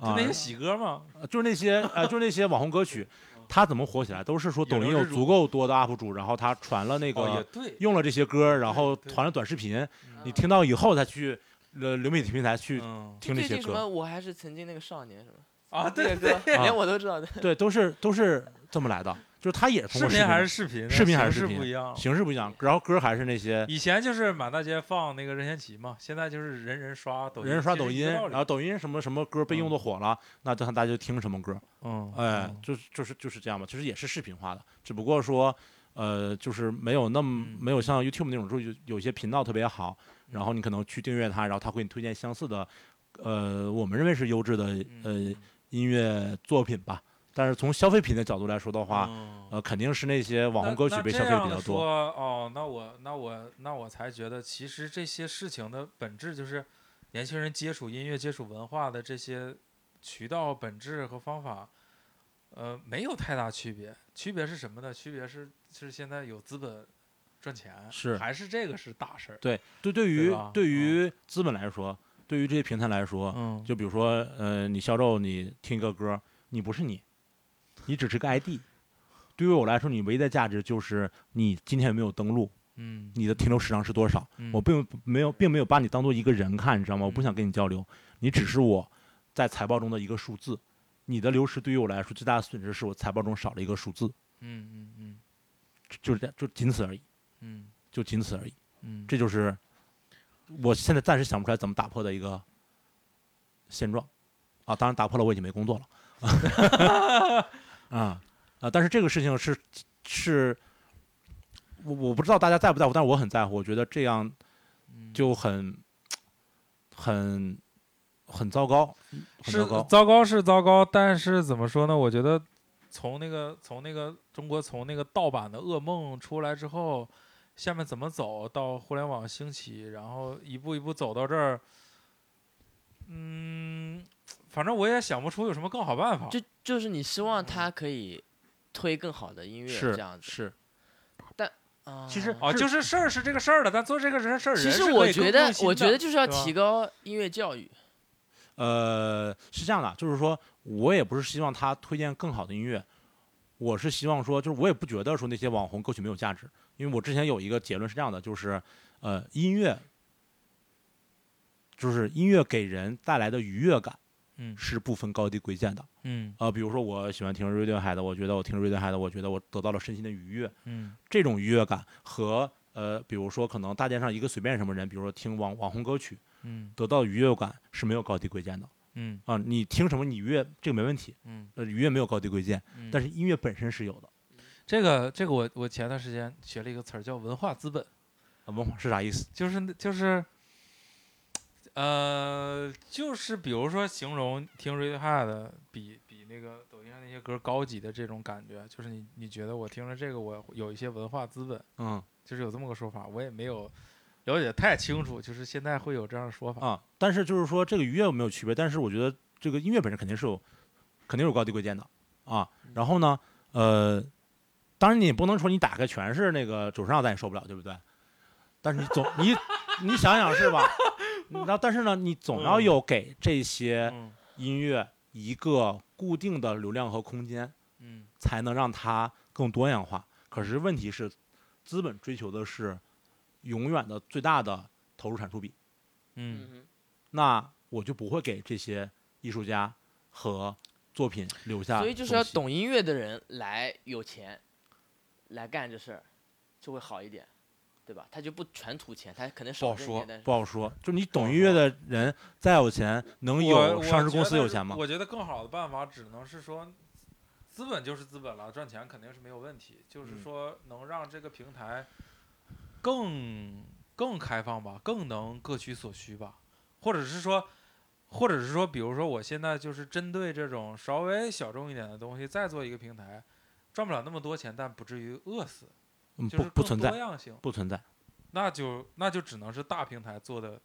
Speaker 1: 就
Speaker 2: 啊
Speaker 1: 那，些喜歌嘛，
Speaker 2: 呃就是那些呃，就是那些网红 歌曲，它怎么火起来，都是说抖音
Speaker 1: 有流
Speaker 2: 有
Speaker 1: 之主
Speaker 2: 足够多的 UP 主，然后他传了那
Speaker 1: 哦也
Speaker 2: 个
Speaker 1: 对，
Speaker 2: 用了这些歌，然
Speaker 1: 对
Speaker 2: 后
Speaker 1: 对
Speaker 2: 传了短视频，
Speaker 1: 嗯
Speaker 2: 你听到以后才去呃流媒体平台去
Speaker 1: 嗯
Speaker 2: 听这
Speaker 3: 最
Speaker 2: 些
Speaker 3: 近什么
Speaker 2: 歌，
Speaker 3: 我还是曾经那个少年什么
Speaker 1: 啊，对
Speaker 3: 那个歌，
Speaker 2: 啊
Speaker 3: 连我都知道的，
Speaker 2: 对，都是都是这么来的，就是他 也是
Speaker 1: 视
Speaker 2: 通过
Speaker 1: 频还是视频呢，
Speaker 2: 视频还是
Speaker 1: 形式
Speaker 2: 视频
Speaker 1: 不一样。
Speaker 2: 形式不一样，然后歌还是那些
Speaker 1: 以前就是满大街放那个任贤齐嘛，现在就是人人刷抖音，
Speaker 2: 人刷
Speaker 1: 其实
Speaker 2: 抖
Speaker 1: 一
Speaker 2: 音，
Speaker 1: 个道理
Speaker 2: 然后抖音什么什么歌被用的火了，那就大家就听什么歌，
Speaker 1: 嗯，
Speaker 2: 哎
Speaker 1: 嗯，
Speaker 2: 就是就是就是这样吧，其实也是视频化的，只不过说，呃，就是没有那么
Speaker 1: 嗯
Speaker 2: 没有像 YouTube 那种，就是有有些频道特别好，然后你可能去订阅它，然后它会给你推荐相似的，呃，我们认为是优质的呃
Speaker 1: 嗯
Speaker 2: 音乐作品吧。但是从消费品的角度来说的话，
Speaker 1: 嗯
Speaker 2: 呃，肯定是那些网红
Speaker 1: 那
Speaker 2: 歌曲
Speaker 1: 那
Speaker 2: 被
Speaker 1: 这
Speaker 2: 消费
Speaker 1: 样
Speaker 2: 比较
Speaker 1: 地
Speaker 2: 多
Speaker 1: 说。哦，那我那我那我才觉得，其实这些事情的本质就是年轻人接触音乐、接触文化的这些渠道、本质和方法，呃，没有太大区别。区别是什么呢？区别是是现在有资本赚钱，
Speaker 2: 是
Speaker 1: 还是这个是大事儿。
Speaker 2: 对，对，对于
Speaker 1: 吧
Speaker 2: 对于资本来说，对于这些平台来说，
Speaker 1: 嗯，
Speaker 2: 就比如说，呃，你销售，你听一个歌，你不是你，你只是个 ID。对于我来说，你唯一的价值就是你今天有没有登录，
Speaker 1: 嗯，
Speaker 2: 你的停留时长是多少。
Speaker 1: 嗯
Speaker 2: 我并没有，并没有把你当做一个人看，你知道吗？我不
Speaker 1: 嗯
Speaker 2: 想跟你交流，你只是我在财报中的一个数字。你的流失对于我来说最大的损失是我财报中少了一个数字，
Speaker 1: 嗯嗯嗯
Speaker 2: 就就是这样，就仅此而已，
Speaker 1: 嗯
Speaker 2: 就仅此而已。
Speaker 1: 嗯，
Speaker 2: 这就是我现在暂时想不出来怎么打破的一个现状啊。当然打破了，我已经没工作了。 啊啊！但是这个事情是是，我我不知道大家在不在乎，但是我很在乎。我觉得这样
Speaker 1: 嗯
Speaker 2: 就很很很糟糕，很
Speaker 1: 是
Speaker 2: 糟糕。
Speaker 1: 糟糕是糟糕，但是怎么说呢？我觉得从那个从那个中国从那个盗版的噩梦出来之后，下面怎么走到互联网兴起，然后一步一步走到这儿，嗯，反正我也想不出有什么更好办法。
Speaker 3: 就就是你希望他可以推更好的音乐
Speaker 2: 是
Speaker 3: 这样子，
Speaker 2: 是，
Speaker 3: 啊
Speaker 2: 其实
Speaker 1: 哦，就是事儿是这个事儿了，但做这个人事儿人
Speaker 3: 其
Speaker 1: 是
Speaker 3: 实
Speaker 1: 可以
Speaker 3: 我
Speaker 1: 更
Speaker 3: 觉得
Speaker 1: 用，心
Speaker 3: 我觉
Speaker 1: 的嗯
Speaker 3: 得就是要
Speaker 1: 对吧
Speaker 3: 提高音乐教育。
Speaker 2: 呃，是这样的，就是说我也不是希望他推荐更好的音乐，我是希望说，就是我也不觉得说那些网红歌曲没有价值，因为我之前有一个结论是这样的，就是呃，音乐就是音乐给人带来的愉悦感
Speaker 1: 嗯
Speaker 2: 是不分高低贵贱的。
Speaker 1: 嗯
Speaker 2: 呃，比如说我喜欢听 Radiohead，我觉得我听 Radiohead，我觉得我得到了身心的愉悦，
Speaker 1: 嗯
Speaker 2: 这种愉悦感和呃，比如说可能大街上一个随便什么人，比如说听网网红歌曲
Speaker 1: 嗯
Speaker 2: 得到愉悦感是没有高低贵贱的。
Speaker 1: 嗯
Speaker 2: 啊，你听什么你愉悦这个没问题，
Speaker 1: 嗯
Speaker 2: 呃，愉悦没有高低贵贱，
Speaker 1: 嗯，
Speaker 2: 但是音乐本身是有的。
Speaker 1: 这个这个我我前段时间学了一个词儿叫文化资本。
Speaker 2: 啊，文化是啥意思？
Speaker 1: 就是那就是，呃，就是比如说形容听 Radiohead 比比那个抖音上那些歌高级的这种感觉，就是你你觉得我听了这个我有一些文化资本，
Speaker 2: 嗯
Speaker 1: 就是有这么个说法，我也没有了解太清楚，就是现在会有这样的说法。
Speaker 2: 啊，但是就是说这个愉悦有没有区别？但是我觉得这个音乐本身肯定是有，肯定有高低贵贱的啊。然后呢，呃，当然你也不能说你打开全是那个九十让咱也受不了，对不对？但是你总你你想想是吧？然后但是呢，你总要有给这些
Speaker 1: 嗯
Speaker 2: 音乐一个固定的流量和空间，
Speaker 1: 嗯
Speaker 2: 才能让它更多样化。可是问题是，资本追求的是永远的最大的投入产出比。
Speaker 1: 嗯
Speaker 3: 嗯
Speaker 2: 那我就不会给这些艺术家和作品留
Speaker 1: 啊
Speaker 2: 下。
Speaker 3: 所以就是要。懂音乐的人来有钱，来干这事儿，就会好一点，对吧？他就不全图钱，他可能
Speaker 1: 不
Speaker 3: 少
Speaker 1: 好
Speaker 3: 挣
Speaker 1: 说
Speaker 3: 点，但是
Speaker 2: 不好说，就你
Speaker 3: 嗯
Speaker 2: 懂音乐的人再有钱，能
Speaker 1: 我
Speaker 2: 有
Speaker 1: 我
Speaker 2: 上市
Speaker 1: 觉
Speaker 2: 公司
Speaker 1: 得
Speaker 2: 有钱吗？
Speaker 1: 我觉得更好的办法只能是说，资本就是资本了，赚钱肯定是没有问题，就是
Speaker 2: 嗯
Speaker 1: 说能让这个平台更更开放吧，更能各取所需吧，或者是说。或者是说，比如说，我现在就是针对这种稍微小众一点的东西，再做一个平台，赚不了那么多钱，但不至于饿死，
Speaker 2: 嗯，
Speaker 1: 就
Speaker 2: 不
Speaker 1: 是
Speaker 2: 不
Speaker 1: 更
Speaker 2: 存
Speaker 1: 多
Speaker 2: 在，
Speaker 1: 样性，
Speaker 2: 不存在。
Speaker 1: 那就那就只能是大平台做的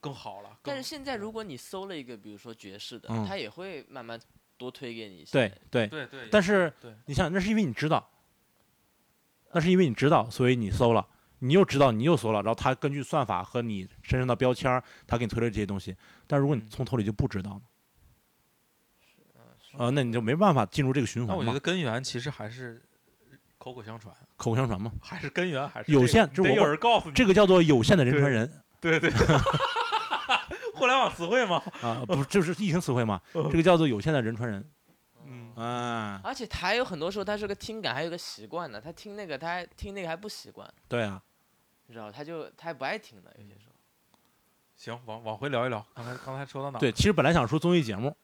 Speaker 1: 更好了。
Speaker 3: 但
Speaker 1: 更
Speaker 3: 是现在
Speaker 1: 嗯
Speaker 3: 如果你搜了一个，比如说爵士的，
Speaker 2: 嗯
Speaker 3: 他也会慢慢多推给你一些。
Speaker 2: 对对，
Speaker 1: 对对，
Speaker 2: 但是
Speaker 1: 对
Speaker 2: 你想，那是因为你知道，那是因为你知道，所以你搜了，你又知道，你又搜了，然后他根据算法和你身上的标签儿，他给你推了这些东西。但如果你
Speaker 1: 嗯
Speaker 2: 从头里就不知道呢？
Speaker 3: 嗯，是
Speaker 2: 呃，那你就没办法进入这个循
Speaker 1: 那
Speaker 2: 环
Speaker 1: 我觉
Speaker 2: 嘛
Speaker 1: 得，根源其实还是口口相传，
Speaker 2: 口口相传嘛。
Speaker 1: 还是根源还是
Speaker 2: 有
Speaker 1: 这个
Speaker 2: 限这
Speaker 1: 得
Speaker 2: 我
Speaker 1: 有
Speaker 2: 会
Speaker 1: 人告诉你。
Speaker 2: 这个叫做有限的人
Speaker 1: 对
Speaker 2: 传人
Speaker 1: 对 对，互联网词汇嘛，
Speaker 2: 啊，不是就是疫情词 汇嘛？
Speaker 1: 嗯
Speaker 2: 这个叫做有限的人传人。
Speaker 1: 嗯
Speaker 2: 啊，
Speaker 3: 而且他还有很多时候，他是个听感，还有个习惯呢。他听那个，他还听那个还不习惯，
Speaker 2: 对啊，
Speaker 3: 你知道吧，他就他还不爱听的，有
Speaker 1: 嗯
Speaker 3: 些时候。
Speaker 1: 行，往往回聊一聊。刚才刚才说到哪儿？
Speaker 2: 对，其实本来想说综艺节目，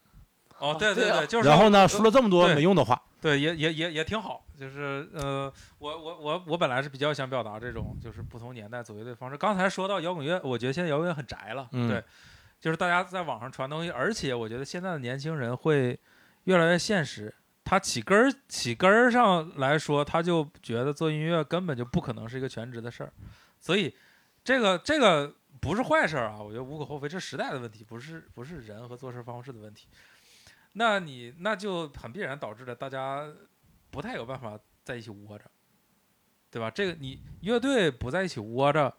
Speaker 1: 哦，对
Speaker 3: 对啊
Speaker 1: 对，就是
Speaker 2: 然后呢说了这么多
Speaker 1: 对
Speaker 2: 没用的话，
Speaker 1: 对，也也也也挺好。就是呃，我我我我本来是比较想表达这种就是不同年代左右的方式。刚才说到摇滚乐，我觉得现在摇滚乐很宅了，
Speaker 2: 嗯
Speaker 1: 对，就是大家在网上传东西，而且我觉得现在的年轻人会越来越现实。他起根儿起根儿上来说，他就觉得做音乐根本就不可能是一个全职的事儿，所以这个这个不是坏事儿啊，我觉得无可厚非，这是时代的问题，不是不是人和做事方式的问题。那你那就很必然导致了大家不太有办法在一起窝着，对吧？这个你乐队不在一起窝着，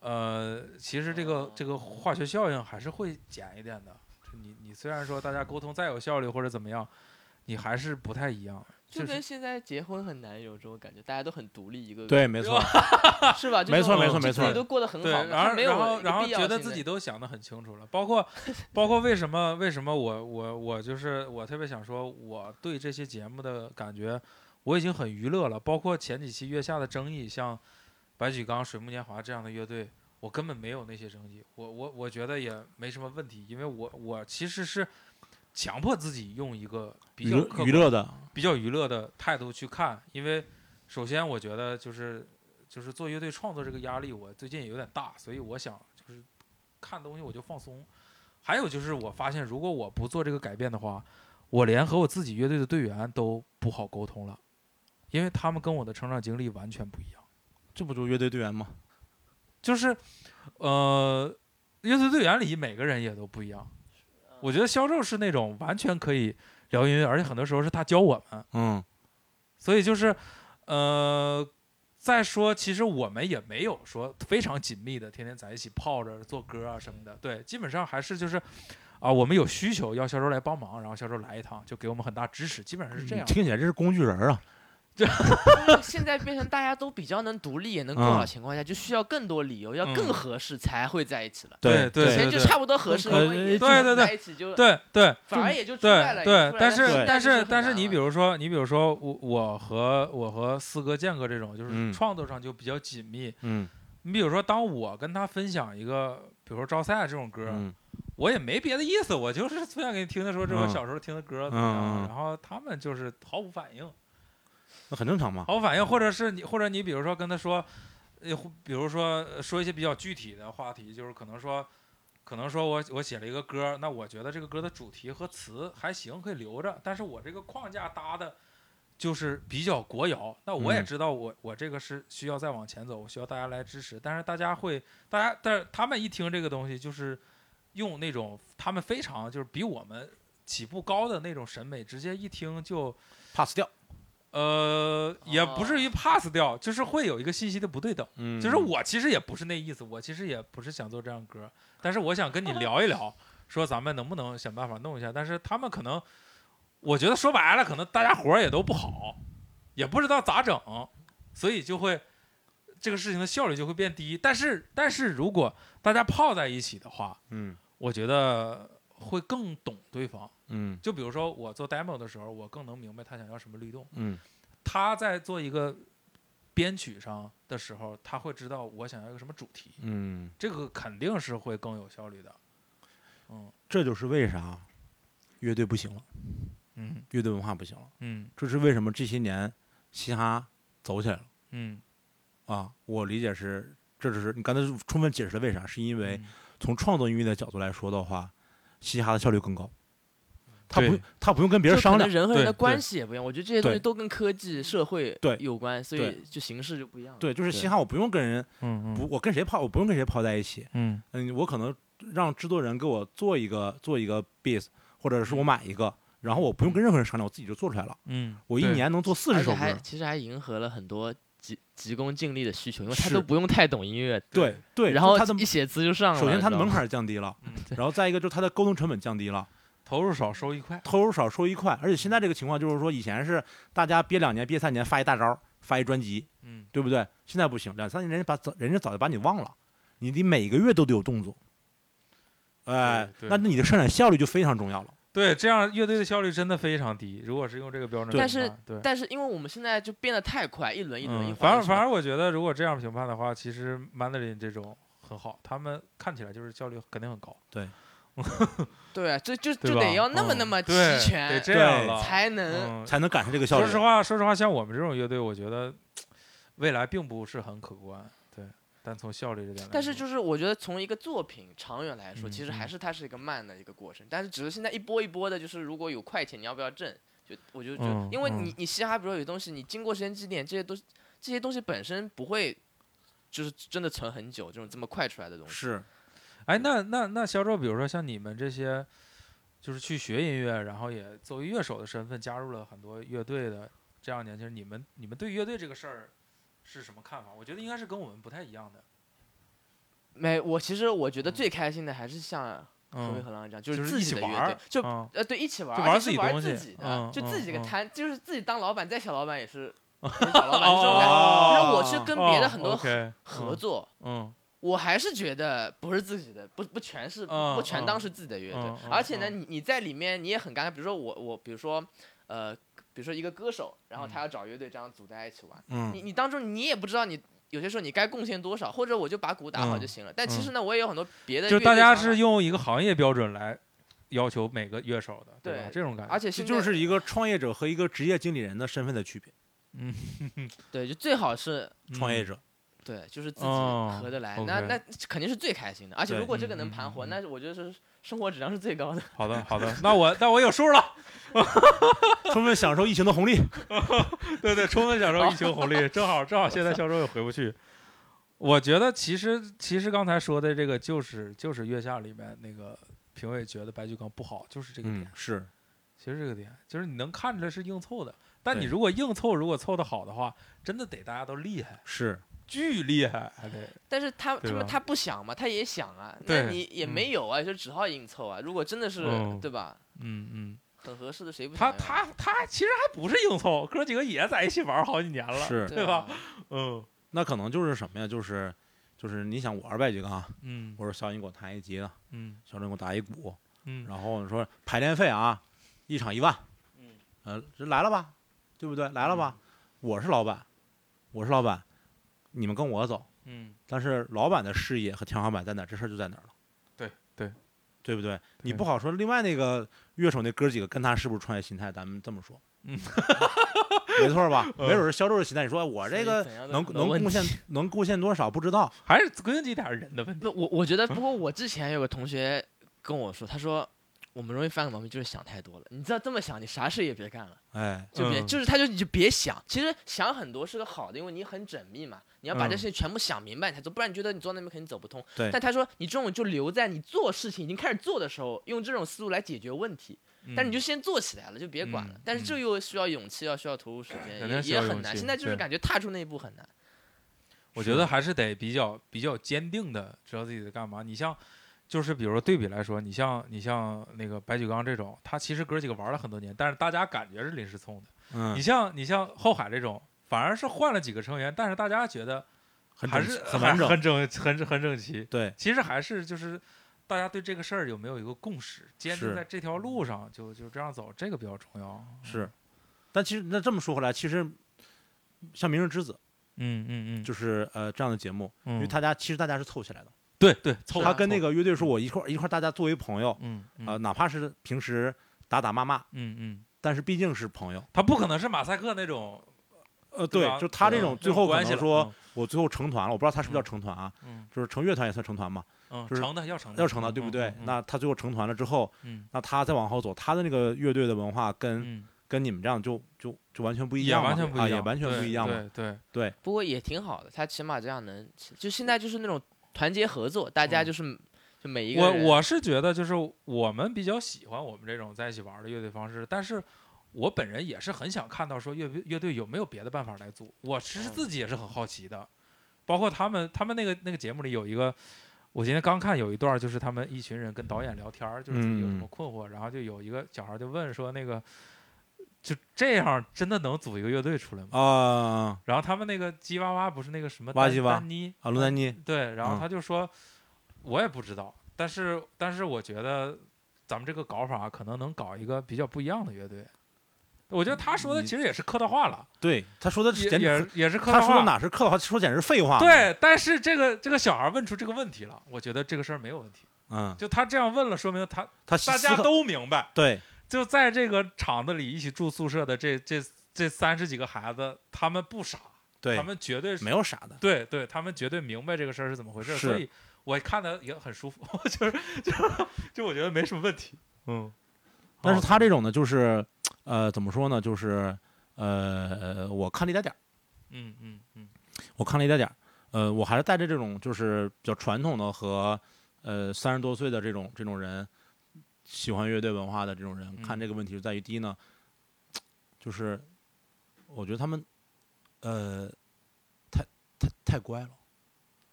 Speaker 1: 呃，其实这个这个化学效应还是会减一点的。就你你虽然说大家沟通再有效率或者怎么样，你还是不太一样。
Speaker 3: 就
Speaker 1: 就
Speaker 3: 跟
Speaker 1: 是
Speaker 3: 现在结婚很难有这种感觉，大家都很独立，一个个
Speaker 2: 对，没错，
Speaker 3: 是吧？就
Speaker 2: 没
Speaker 3: 这
Speaker 2: 错
Speaker 3: 种
Speaker 1: 没错
Speaker 3: 就
Speaker 1: 没
Speaker 3: 自己
Speaker 1: 错
Speaker 3: 都过得很
Speaker 1: 对，
Speaker 3: 好嘛，
Speaker 1: 然
Speaker 3: 他
Speaker 1: 后
Speaker 3: 没有
Speaker 1: 然后
Speaker 3: 一个
Speaker 1: 然后
Speaker 3: 必要
Speaker 1: 觉得
Speaker 3: 性
Speaker 1: 自
Speaker 3: 的
Speaker 1: 己都想得很清楚了，包 括包括为什么为什么我我我就是我特别想说，我对这些节目的感觉我已经很娱乐了，包括前几期月下的争议，像白举纲、水木年华这样的乐队。我根本没有那些争议，我我我觉得也没什么问题，因为我我其实是强迫自己用一个比
Speaker 2: 娱
Speaker 1: 较
Speaker 2: 乐
Speaker 1: 客
Speaker 2: 娱
Speaker 1: 观
Speaker 2: 乐的，
Speaker 1: 比较娱乐的态度去看，因为首先我觉得就是就是做乐队创作这个压力，我最近也有点大，所以我想就是看东西我就放松。还有就是我发现，如果我不做这个改变的话，我连和我自己乐队的队员都不好沟通了，因为他们跟我的成长经历完全不一样。
Speaker 2: 这不就乐队队员吗？
Speaker 1: 就是呃，乐队队员里每个人也都不一样。
Speaker 3: 嗯
Speaker 1: 我觉得销售是那种完全可以聊音乐，而且很多时候是他教我们。
Speaker 2: 嗯，
Speaker 1: 所以就是，呃，再说，其实我们也没有说非常紧密的天天在一起泡着做歌啊什么的，对，基本上还是就是，啊，我们有需求要销售来帮忙，然后销售来一趟，就给我们很大支持，基本上是这样。
Speaker 2: 听起来这是工具人啊，
Speaker 3: 因为现在变成大家都比较能独立，也能过
Speaker 2: 嗯
Speaker 3: 好情况下，就需要更多理由，要
Speaker 1: 嗯
Speaker 3: 更合适才会在一起了。
Speaker 1: 对
Speaker 2: 对
Speaker 3: 以前就差不多合适，
Speaker 2: 呃
Speaker 3: 要不然也就
Speaker 1: 对对对
Speaker 3: 在一起就
Speaker 1: 对对
Speaker 3: 反而也就出
Speaker 1: 对
Speaker 3: 来了。
Speaker 1: 对，但
Speaker 2: 对
Speaker 1: 是但是但是你比
Speaker 3: 如
Speaker 1: 如说你比如说我我和我和四哥建哥这种就是
Speaker 2: 嗯
Speaker 1: 创作上就比较紧密，
Speaker 2: 嗯
Speaker 1: 你比如说当我跟他分享一个比如说招赛啊这种歌，
Speaker 2: 嗯
Speaker 1: 我也没别的意思，我就是 分享给你听的时候，这是我
Speaker 2: 嗯
Speaker 1: 小时候听的歌怎么样，啊
Speaker 2: 嗯嗯嗯
Speaker 1: 然后他们就是毫无反应，
Speaker 2: 那很正常嘛。
Speaker 1: 毫无反应，或者是你，或者你比如说跟他说，呃，或比如说呃说一些比较具体的话题，就是可能说，可能说我我写了一个歌，那我觉得这个歌的主题和词还行，可以留着，但是我这个框架搭的。就是比较国摇，那我也
Speaker 2: 嗯
Speaker 1: 知道我，我、这个是需要再往前走，我需要大家来支持。但是大家会，大家，但是他们一听这个东西，就是用那种他们非常就是比我们起步高的那种审美，直接一听就
Speaker 2: ，pass 掉。
Speaker 1: 呃，也不至于
Speaker 3: 哦
Speaker 1: pass 掉，就是会有一个信息的不对等。
Speaker 2: 嗯
Speaker 1: 就是我其实也不是那意思，我其实也不是想做这样的歌，但是我想跟你聊一聊，说咱们能不能想办法弄一下。但是他们可能，我觉得说白了，可能大家活儿也都不好，也不知道咋整，所以就会这个事情的效率就会变低。但是，但是如果大家泡在一起的话，
Speaker 2: 嗯
Speaker 1: 我觉得会更懂对方。
Speaker 2: 嗯
Speaker 1: 就比如说我做 demo 的时候，我更能明白他想要什么律动。
Speaker 2: 嗯
Speaker 1: 他在做一个编曲上的时候，他会知道我想要一个什么主题，
Speaker 2: 嗯，
Speaker 1: 这个肯定是会更有效率的。嗯
Speaker 2: 这就是为啥乐队不行了，
Speaker 1: 嗯
Speaker 2: 乐队文化不行了。
Speaker 1: 嗯
Speaker 2: 这是为什么这些年嘻哈走起来了
Speaker 1: 嗯，
Speaker 2: 啊？我理解是，这只是你刚才充分解释了为啥，是因为
Speaker 1: 嗯
Speaker 2: 从创作音乐的角度来说的话，嘻哈的效率更高。他不
Speaker 1: 对，
Speaker 2: 他不用跟别人
Speaker 3: 就可
Speaker 2: 商
Speaker 3: 能
Speaker 2: 量，
Speaker 3: 人和人
Speaker 1: 对
Speaker 3: 的关
Speaker 2: 对
Speaker 3: 系也不一样。我觉得这些东西
Speaker 2: 对
Speaker 3: 都跟科技、社会
Speaker 2: 对
Speaker 3: 有关，所
Speaker 2: 对
Speaker 3: 以就形式就不一样了。
Speaker 2: 对，就是
Speaker 3: 对
Speaker 2: 嘻哈，我不用跟人，
Speaker 1: 嗯
Speaker 2: 不，我跟谁泡，我不用跟谁泡在一起，
Speaker 1: 嗯
Speaker 2: 嗯，我可能让制作人给我做一个做一个 beat，或者是我买一个，然后我不用跟任何人商量，我自己就做出来了。
Speaker 1: 嗯，
Speaker 2: 我一
Speaker 1: 对
Speaker 2: 年能做四
Speaker 3: 而
Speaker 2: 十
Speaker 3: 且
Speaker 2: 首歌
Speaker 3: 还
Speaker 2: 儿，
Speaker 3: 其实还迎合了很多急急功近利的需求，因为他
Speaker 2: 是
Speaker 3: 都不用太懂音乐，
Speaker 2: 对对，
Speaker 3: 然后
Speaker 2: 他的
Speaker 3: 一写词就上了。
Speaker 2: 首先他的
Speaker 3: 你知道
Speaker 2: 门
Speaker 3: 吗
Speaker 2: 槛儿降低了，
Speaker 1: 嗯
Speaker 2: 然后再一个就是他的沟通成本降低了，
Speaker 1: 投入少收益快。
Speaker 2: 投入少收益快，而且现在这个情况就是说，以前是大家憋两年憋三年发一大招儿发一专辑，
Speaker 1: 嗯
Speaker 2: 对不对？现在不行，两三年人家把早人家早就把你忘了，你得每个月都得有动作，哎，
Speaker 1: 对
Speaker 2: 那你的生产效率就非常重要了。
Speaker 1: 对，这样乐队的效率真的非常低。如果是用这个标准
Speaker 2: 对
Speaker 1: 评
Speaker 3: 但是
Speaker 1: 判，对，
Speaker 3: 但是因为我们现在就变得太快，一轮一轮一
Speaker 1: 嗯，
Speaker 3: 环。
Speaker 1: 反而反而我觉得，如果这样评判的话，其实 Mandarin 这种很好，他们看起来就是效率肯定很高，
Speaker 3: 对啊，这就
Speaker 1: 对
Speaker 3: 就
Speaker 1: 吧
Speaker 3: 得要那么
Speaker 2: 嗯
Speaker 3: 那么齐
Speaker 1: 对，得
Speaker 3: 全
Speaker 1: 这样
Speaker 2: 对
Speaker 1: 了
Speaker 3: 才能。
Speaker 1: 嗯，
Speaker 2: 才能赶上这个效率
Speaker 1: 说实。话，说实话，像我们这种乐队，我觉得未来并不是很可观。对，但从效率这点来说，
Speaker 3: 但是就是我觉得从一个作品长远来说，
Speaker 1: 嗯
Speaker 3: 其实还
Speaker 1: 嗯
Speaker 3: 是它是一个慢的一个过程，但是只是现在一波一波的，就是如果有快钱，你要不要挣？就我就觉得
Speaker 1: 嗯，
Speaker 3: 因为
Speaker 1: 嗯
Speaker 3: 你你嘻哈，比如说有东西，你经过时间积淀，这些东西这些东西本身不会就是真的存很久，这种这么快出来的东西。
Speaker 2: 是，
Speaker 1: 哎，那那那肖周，比如说像你们这些，就是去学音乐，然后也作为乐手的身份加入了很多乐队的这样的年轻人，你们你们对乐队这个事儿是什么看法？我觉得应该是跟我们不太一样的。
Speaker 3: 没，我其实我觉得
Speaker 1: 嗯
Speaker 3: 最开心的还是像何为
Speaker 1: 嗯
Speaker 3: 何浪这样，就是是
Speaker 1: 一
Speaker 3: 自
Speaker 1: 起
Speaker 3: 己的乐
Speaker 1: 玩
Speaker 3: 队
Speaker 1: 儿，
Speaker 3: 就
Speaker 1: 嗯
Speaker 3: 呃，对，一起玩儿，
Speaker 1: 就
Speaker 3: 而
Speaker 1: 玩自
Speaker 3: 且是
Speaker 1: 己
Speaker 3: 玩
Speaker 1: 东
Speaker 3: 自
Speaker 1: 西
Speaker 3: 己的
Speaker 1: 嗯，
Speaker 3: 就自己这
Speaker 1: 嗯
Speaker 3: 个
Speaker 1: 嗯
Speaker 3: 摊，就是自己当老板再小老板也 是也是小老板这种感
Speaker 1: 哦
Speaker 3: 觉。但我去跟别的很
Speaker 1: 哦
Speaker 3: 多
Speaker 1: ，OK，
Speaker 3: 合作，
Speaker 1: 嗯，
Speaker 3: 我还是觉得不是自己的，不不全是
Speaker 1: 嗯
Speaker 3: 不全当是自己的乐
Speaker 1: 嗯
Speaker 3: 队
Speaker 1: 嗯，
Speaker 3: 而且呢，
Speaker 1: 嗯
Speaker 3: 你你在里面你也很尴尬，比如说我我比如说呃，比如说一个歌手，然后
Speaker 1: 嗯
Speaker 3: 他要找乐队这样组在一起玩，
Speaker 2: 嗯
Speaker 3: 你你当中你也不知道你。有些时候你该贡献多少，或者我就把鼓打好
Speaker 1: 嗯
Speaker 3: 就行了。但其实呢，我也有很多别的
Speaker 1: 嗯
Speaker 3: 乐
Speaker 1: 就
Speaker 3: 队
Speaker 1: 大家
Speaker 3: 想
Speaker 1: 是
Speaker 3: 法，
Speaker 1: 用一个行业标准来要求每个乐手的，对吧？
Speaker 3: 对
Speaker 1: 这种感觉
Speaker 3: 而，且
Speaker 2: 这
Speaker 3: 现
Speaker 2: 就
Speaker 3: 在
Speaker 2: 是一个创业者和一个职业经理人的身份的区别。
Speaker 3: 对，就最好是
Speaker 2: 创业
Speaker 1: 嗯
Speaker 2: 者，
Speaker 3: 对，就是自己
Speaker 1: 哦
Speaker 3: 合得来，那
Speaker 1: ，OK
Speaker 3: 那肯定是最开心的。而且
Speaker 2: 对
Speaker 3: 如果这个能
Speaker 1: 嗯
Speaker 3: 盘活，
Speaker 1: 嗯嗯
Speaker 3: 那我觉得是生活质量是最高的。
Speaker 1: 好 的，好的，那我那我有数了。
Speaker 2: 充分享受疫情的红利。
Speaker 1: 对对，充分享受疫情红利，正好正好现在销售也回不去。我觉得其实其实刚才说的这个就是就是月下里面那个评委觉得白举纲不好，就是这个点，
Speaker 2: 嗯，是
Speaker 1: 其实这个点就是你能看出来是硬凑的，但你
Speaker 2: 对
Speaker 1: 如果硬凑如果凑的好的话，真的得大家都厉害，
Speaker 2: 是，
Speaker 1: 巨厉害，还得
Speaker 3: 但是他
Speaker 1: 对
Speaker 3: 他们
Speaker 1: 吧
Speaker 3: 他不想嘛，他也想啊，
Speaker 1: 对
Speaker 3: 那你也
Speaker 1: 嗯
Speaker 3: 没有啊，就只好硬凑啊。如果真的是
Speaker 1: 嗯
Speaker 3: 对吧，
Speaker 1: 嗯嗯，
Speaker 3: 很合适的，谁不
Speaker 1: 他
Speaker 3: 想要啊
Speaker 1: 他他其实还不是硬凑，哥几个也在一起玩好几年了，
Speaker 2: 是
Speaker 1: 对
Speaker 3: 对啊
Speaker 1: 吧？嗯
Speaker 2: 那可能就是什么呀？就是就是你想我二百几个啊，
Speaker 1: 嗯
Speaker 2: 我说小尹给我弹一吉他，
Speaker 1: 嗯
Speaker 2: 小郑给我打一鼓，
Speaker 1: 嗯
Speaker 2: 然后你说排练费啊，一场一万，
Speaker 3: 嗯，
Speaker 2: 呃，这来了吧，对不对？来了吧，我是老板，我是老板，你们跟我走。
Speaker 1: 嗯，
Speaker 2: 但是老板的视野和天花板在哪儿，这事儿就在哪儿了。
Speaker 1: 对对，
Speaker 2: 对不对？你
Speaker 1: 对
Speaker 2: 不好说。另外那个乐手那哥几个跟他是不是创业心态？咱们这么说，
Speaker 1: 嗯
Speaker 2: 没错吧？没准是销售的心态。你说哎我这个能能贡献能贡献多少不 知道，
Speaker 1: 还是归根结底还是人的问题。
Speaker 3: 不，我我觉
Speaker 1: 嗯
Speaker 3: 得，不过我之前有个同学跟我说，他说我们容易犯个毛病，就是想太多了。你知道这么想，你啥事也别干了，
Speaker 2: 哎，
Speaker 3: 就别、
Speaker 1: 嗯
Speaker 3: 就是他就你就别想。其实想很多是个好的，因为你很缜密嘛，你要把这
Speaker 1: 嗯
Speaker 3: 事情全部想明白你才做，不然你觉得你坐那边肯定走不通。
Speaker 2: 对
Speaker 3: 但他说你这种就留在你做事情已经开始做的时候，用这种思路来解决问题。但你就先做起来了，就别管了。
Speaker 1: 嗯
Speaker 3: 但是这又需要勇气，要需要投入时间，
Speaker 1: 肯
Speaker 3: 也
Speaker 1: 定需
Speaker 3: 也
Speaker 1: 要
Speaker 3: 很
Speaker 1: 勇
Speaker 3: 难。
Speaker 1: 气
Speaker 3: 现在就是
Speaker 1: 对
Speaker 3: 感觉踏出那一步很难。
Speaker 1: 我觉得还是得比较比较坚定的知道自己在干嘛。你像，就是比如说对比来说，你像你像那个白举纲这种，他其实哥几个玩了很多年，但是大家感觉是临时凑的。
Speaker 2: 嗯
Speaker 1: 你，像你像后海这种，反而是换了几个成员，但是大家觉得
Speaker 2: 很
Speaker 1: 还
Speaker 2: 整
Speaker 1: 是
Speaker 2: 很完
Speaker 1: 还
Speaker 2: 整，
Speaker 1: 很整很很整齐。
Speaker 2: 对，
Speaker 1: 其实还是就是大家对这个事儿有没有一个共识，坚定
Speaker 2: 是
Speaker 1: 在这条路上就就这样走，这个比较重要。
Speaker 2: 是。但其实那这么说回来，其实像《明日之子
Speaker 1: 嗯嗯嗯，
Speaker 2: 就是呃这样的节目，因为
Speaker 1: 嗯
Speaker 2: 大家其实大家是凑起来的，
Speaker 1: 对对凑
Speaker 2: 他
Speaker 1: 合
Speaker 2: 跟那
Speaker 1: 凑合
Speaker 2: 个乐队说，我一块儿一块儿大家作为朋友，
Speaker 1: 嗯嗯
Speaker 2: 啊，哪怕是平时打打骂骂，
Speaker 1: 嗯嗯，
Speaker 2: 但是毕竟是朋友。
Speaker 1: 他不可能是马赛克那种
Speaker 2: 呃，
Speaker 1: 对
Speaker 2: 对
Speaker 1: 吧，
Speaker 2: 就他这
Speaker 1: 对
Speaker 2: 种
Speaker 1: 这
Speaker 2: 最
Speaker 1: 种
Speaker 2: 后可
Speaker 1: 关系
Speaker 2: 能
Speaker 1: 了
Speaker 2: 说，我最后成团了，我不知道他是不
Speaker 1: 嗯
Speaker 2: 是叫成团啊，
Speaker 1: 嗯
Speaker 2: 就是成乐团也算成团嘛，
Speaker 1: 嗯
Speaker 2: 就是
Speaker 1: 成的要成的
Speaker 2: 要成团对不对？
Speaker 1: 嗯嗯
Speaker 2: 那他最后成团了之后，
Speaker 1: 嗯
Speaker 2: 那他再往后走，他的那个乐队的文化跟、
Speaker 1: 嗯
Speaker 2: 跟你们这样就就就完全不一
Speaker 1: 也
Speaker 2: 样嘛，
Speaker 1: 完全不一
Speaker 2: 啊，
Speaker 1: 样，
Speaker 2: 也完全不
Speaker 1: 对
Speaker 2: 一样嘛，
Speaker 1: 对对，
Speaker 3: 不过也挺好的，他起码这样能，就现在就是那种团结合作，大家
Speaker 1: 嗯
Speaker 3: 就是、就每一个
Speaker 1: 我
Speaker 3: 人
Speaker 1: 我是觉得就是我们比较喜欢我们这种在一起玩的乐队方式，但是。我本人也是很想看到说乐乐队有没有别的办法来组，我其实
Speaker 3: 嗯
Speaker 1: 自己也是很好奇的，包括他们他们那个那个节目里有一个，我今天刚看有一段就是他们一群人跟导演聊天儿，就是自己有什
Speaker 2: 嗯
Speaker 1: 么困惑，然后就有一个小孩就问说那个就这样真的能组一个乐队出来吗？
Speaker 2: 啊
Speaker 1: 然后他们那个吉娃娃不是那个什么
Speaker 2: 哇
Speaker 1: 丹
Speaker 2: 吉娃
Speaker 1: 丹妮
Speaker 2: 啊，罗丹妮，
Speaker 1: 对，然后
Speaker 2: 嗯
Speaker 1: 他就说，我也不知道，但是但是我觉得咱们这个搞法啊可能能搞一个比较不一样的乐队。我觉得他说的
Speaker 2: 你
Speaker 1: 其实也是客套话了，
Speaker 2: 对他说的
Speaker 1: 也
Speaker 2: 简
Speaker 1: 也
Speaker 2: 直
Speaker 1: 是，也是客
Speaker 2: 他
Speaker 1: 套
Speaker 2: 说的
Speaker 1: 话。
Speaker 2: 哪是客套话，说简直是废话。，
Speaker 1: 对，但是这个这个小孩问出这个问题了，我觉得这个事儿没有问题。
Speaker 2: 嗯，
Speaker 1: 就他这样问了，说明他
Speaker 2: 他
Speaker 1: 大
Speaker 2: 思
Speaker 1: 家
Speaker 2: 考
Speaker 1: 都明白，
Speaker 2: 对
Speaker 1: 就在这个厂子里一起住宿舍的这这这三十几个孩子，他们不傻，
Speaker 2: 对
Speaker 1: 他，们绝对是
Speaker 2: 没有傻的，
Speaker 1: 对对，他们绝对明白这个事儿是怎么回事儿，
Speaker 2: 是
Speaker 1: 所以我看的也很舒服，就是就是就我觉得没什么问题。嗯，
Speaker 2: 但是
Speaker 1: 好
Speaker 2: 他这种呢，就是呃，怎么说呢，就是呃，我看了一点点儿，
Speaker 1: 嗯嗯嗯
Speaker 2: 我看了一点点儿，呃，我还是带着这种就是比较传统的和呃三十多岁的这种这种人喜欢乐队文化的这种人
Speaker 1: 嗯
Speaker 2: 看这个问题，就在于第一呢，就是我觉得他们呃太太太乖了、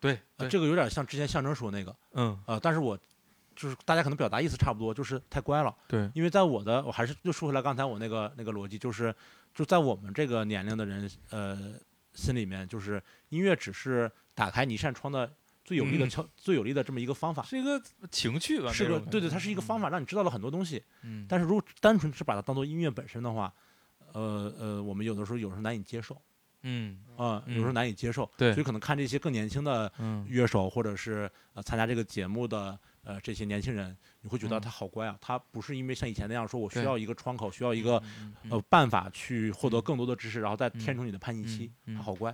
Speaker 1: 对
Speaker 2: 呃
Speaker 1: 对，
Speaker 2: 这个有点像之前象征说那个
Speaker 1: 嗯
Speaker 2: 呃，但是我。就是大家可能表达意思差不多，就是太乖了。
Speaker 1: 对，
Speaker 2: 因为在我的，我还是就说回来刚才我那个那个逻辑，就是就在我们这个年龄的人，呃，心里面，就是音乐只是打开你一扇窗的最有力的
Speaker 1: 嗯
Speaker 2: 敲、最有力的这么一个方法，
Speaker 1: 是一个情趣吧，
Speaker 2: 是
Speaker 1: 那
Speaker 2: 个
Speaker 1: 种
Speaker 2: 对
Speaker 1: 感觉
Speaker 2: 对，它是一个方。法，让你知道了很多东西。
Speaker 1: 嗯，
Speaker 2: 但是如果单纯是把它当做音乐本身的话，呃呃，我们有的时候有时候难以接受
Speaker 1: 嗯
Speaker 2: 啊、有时候
Speaker 1: 嗯
Speaker 2: 难以接受，
Speaker 1: 对
Speaker 2: 所以可能看这些更年轻的
Speaker 1: 嗯
Speaker 2: 乐手或者是呃参加这个节目的呃这些年轻人，你会觉得
Speaker 1: 嗯
Speaker 2: 他好乖啊，他不是因为像以前那样说我需
Speaker 1: 对
Speaker 2: 要一个窗口，需要一个
Speaker 1: 嗯嗯
Speaker 2: 呃办法去获得
Speaker 1: 嗯
Speaker 2: 更多的知识，然后再
Speaker 1: 嗯
Speaker 2: 填充你的叛逆期，
Speaker 1: 嗯嗯
Speaker 2: 他好乖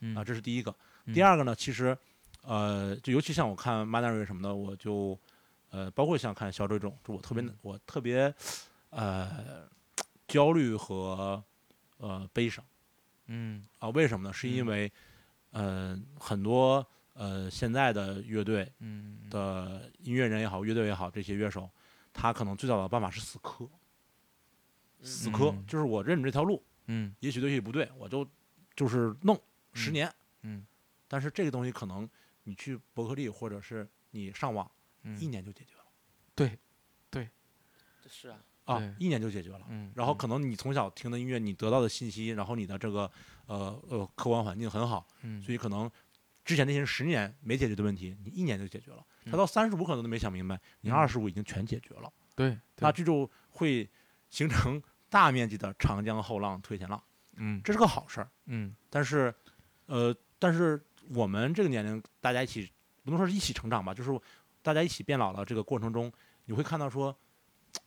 Speaker 1: 嗯
Speaker 2: 啊，这是第一个。第
Speaker 1: 嗯
Speaker 2: 二个呢，其实呃，就尤其像我看 m a n a r y 什么的，我就呃，包括像看小这种，就我特别
Speaker 1: 嗯
Speaker 2: 我特别呃焦虑和呃悲伤。
Speaker 1: 嗯
Speaker 2: 啊，为什么呢？是因
Speaker 1: 嗯
Speaker 2: 为，呃，很多呃现在的乐队
Speaker 1: 嗯
Speaker 2: 的音乐人也好，乐队也好，这些乐手，他可能最早的办法是死磕，死
Speaker 3: 嗯
Speaker 2: 磕，
Speaker 1: 嗯
Speaker 2: 就是我认准这条路，
Speaker 1: 嗯
Speaker 2: 也许对，也许不对，我就就是弄十
Speaker 1: 嗯
Speaker 2: 年，
Speaker 1: 嗯
Speaker 2: 但是这个东西可能你去伯克利或者是你上网、
Speaker 1: 嗯
Speaker 2: 一年就解决了
Speaker 3: 是啊，
Speaker 2: 啊
Speaker 1: 对，
Speaker 2: 一年就解决了。
Speaker 1: 嗯，
Speaker 2: 然后可能你从小听的音乐，你得到的信息，然后你的这个呃呃客观环境很好，
Speaker 1: 嗯
Speaker 2: 所以可能之前那些人十年没解决的问题，你一年就解决了。他到三十五可能都没想明白，你
Speaker 1: 嗯
Speaker 2: 二十五已经全解决了，
Speaker 1: 对，
Speaker 2: 那这就会形成大面积的长江后浪推前浪，
Speaker 1: 嗯
Speaker 2: 这是个好事儿。
Speaker 1: 嗯
Speaker 2: 但是，呃，但是我们这个年龄，大家一起不能说是一起成长吧，就是大家一起变老了这个过程中，你会看到说，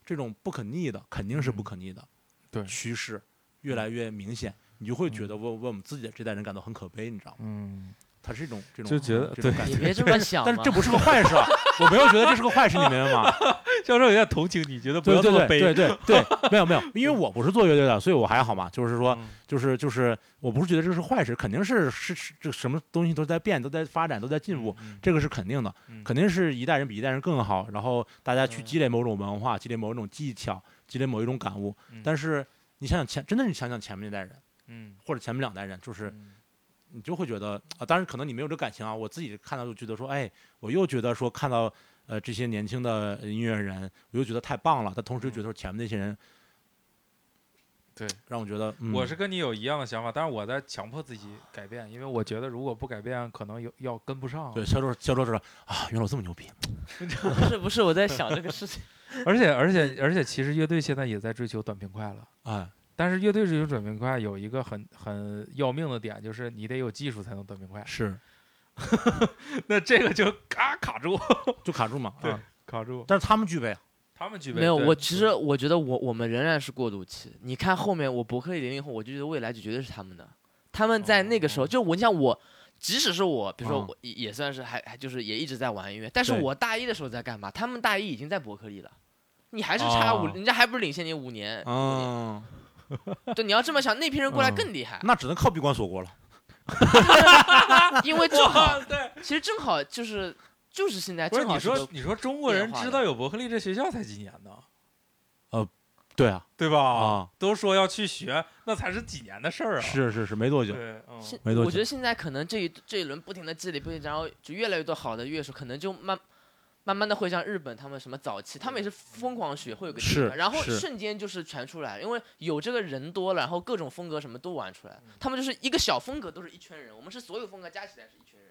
Speaker 2: 这种不可逆的肯定是不可逆的，
Speaker 1: 嗯对
Speaker 2: 趋势越来越明显，你就会觉得为为我们自己的这代人感到很可悲，你知道吗？
Speaker 1: 嗯，
Speaker 2: 它是一种这种
Speaker 1: 就觉得
Speaker 2: 这
Speaker 1: 对
Speaker 2: 种感
Speaker 3: 你
Speaker 2: 觉
Speaker 3: 别这么想
Speaker 2: 但是
Speaker 3: 嘛
Speaker 2: 这。不是个坏事啊，我没有觉得这是个坏事，你明白吗？
Speaker 1: 教授有点同情你，觉得不
Speaker 2: 对
Speaker 1: 要这
Speaker 2: 对
Speaker 1: 么
Speaker 2: 对
Speaker 1: 悲。
Speaker 2: 对对 对，没有没有，因为我不是做乐队的，所以我还好嘛。就是说，
Speaker 1: 嗯
Speaker 2: 就是就是，我不是觉得这是坏事，肯定是是是这什么东西都在变，都在发展，都在进步，
Speaker 1: 嗯
Speaker 2: 这个是肯定的，
Speaker 1: 嗯
Speaker 2: 肯定是一代人比一代人更好。然后大家去
Speaker 1: 嗯
Speaker 2: 积累某种文化，积累某一种技巧，积累某一种感悟。但是你想想前，真的你想想前面那代人，
Speaker 1: 嗯
Speaker 2: 或者前面两代人，就是
Speaker 1: 嗯
Speaker 2: 你就会觉得啊，当然可能你没有这感情啊。我自己看到就觉得说，哎，我又觉得说看到呃这些年轻的音乐人，我又觉得太棒了。但同时又觉得说前面那些人，
Speaker 1: 对，
Speaker 2: 让我觉得、嗯、
Speaker 1: 我是跟你有一样的想法，但是我在强迫自己改变，因为我觉得如果不改变，可能有要跟不上。
Speaker 2: 对，销售销售知道啊，原来我这么牛逼，
Speaker 3: 不是不是，我在想这个事情。
Speaker 1: 而且而且而且，其实乐队现在也在追求短平快了。
Speaker 2: 哎，
Speaker 1: 但是乐队追求短平快有一个很很要命的点，就是你得有技术才能短平快。
Speaker 2: 是
Speaker 1: 那这个就嘎卡住，
Speaker 2: 就卡住嘛，
Speaker 1: 对
Speaker 2: 啊，
Speaker 1: 卡住。
Speaker 2: 但是他们具备啊，
Speaker 1: 他们具备
Speaker 3: 没有，
Speaker 1: 对
Speaker 3: 我其实我觉得我我们仍然是过渡期。你看后面我伯克利零零后，我就觉得未来就绝对是他们的。他们在那个时候，
Speaker 1: 哦
Speaker 3: 就我你像我，即使是我，比如说
Speaker 2: 嗯
Speaker 3: 我也也算是还还就是也一直在玩音乐，但是
Speaker 2: 对
Speaker 3: 我大一的时候在干嘛？他们大一已经在伯克利了。你还是差五，
Speaker 1: 哦
Speaker 3: 人家还不是领先你五年？
Speaker 2: 嗯，
Speaker 3: 对，你要这么想，那批人过来
Speaker 1: 嗯
Speaker 3: 更厉害，
Speaker 2: 那只能靠闭关锁国了，
Speaker 3: 因为正好，
Speaker 1: 对，
Speaker 3: 其实正好就是就是现在
Speaker 1: 不是
Speaker 3: 正好
Speaker 1: 你
Speaker 3: 是个
Speaker 1: 说你说中国人
Speaker 3: 变化
Speaker 1: 知
Speaker 3: 的
Speaker 1: 道有伯克利这学校才几年呢？
Speaker 2: 对啊，
Speaker 1: 对吧？
Speaker 2: 啊
Speaker 1: 都说要去学，那才是几年的事儿啊。
Speaker 2: 是是是，没多久，
Speaker 1: 对，嗯，
Speaker 3: 现
Speaker 2: 没多久
Speaker 3: 我觉得现在可能这一这一轮不停的积累，不停地，然后就越来越多好的乐手，可能就慢慢慢的会像日本他们什么早期，他们也是疯狂学，会有个地
Speaker 2: 是
Speaker 3: 方然后
Speaker 2: 是
Speaker 3: 瞬间就是传出来，因为有这个人多了，然后各种风格什么都玩出来
Speaker 1: 嗯
Speaker 3: 了，他们就是一个小风格都是一圈人，我们是所有风格加起来是一圈人。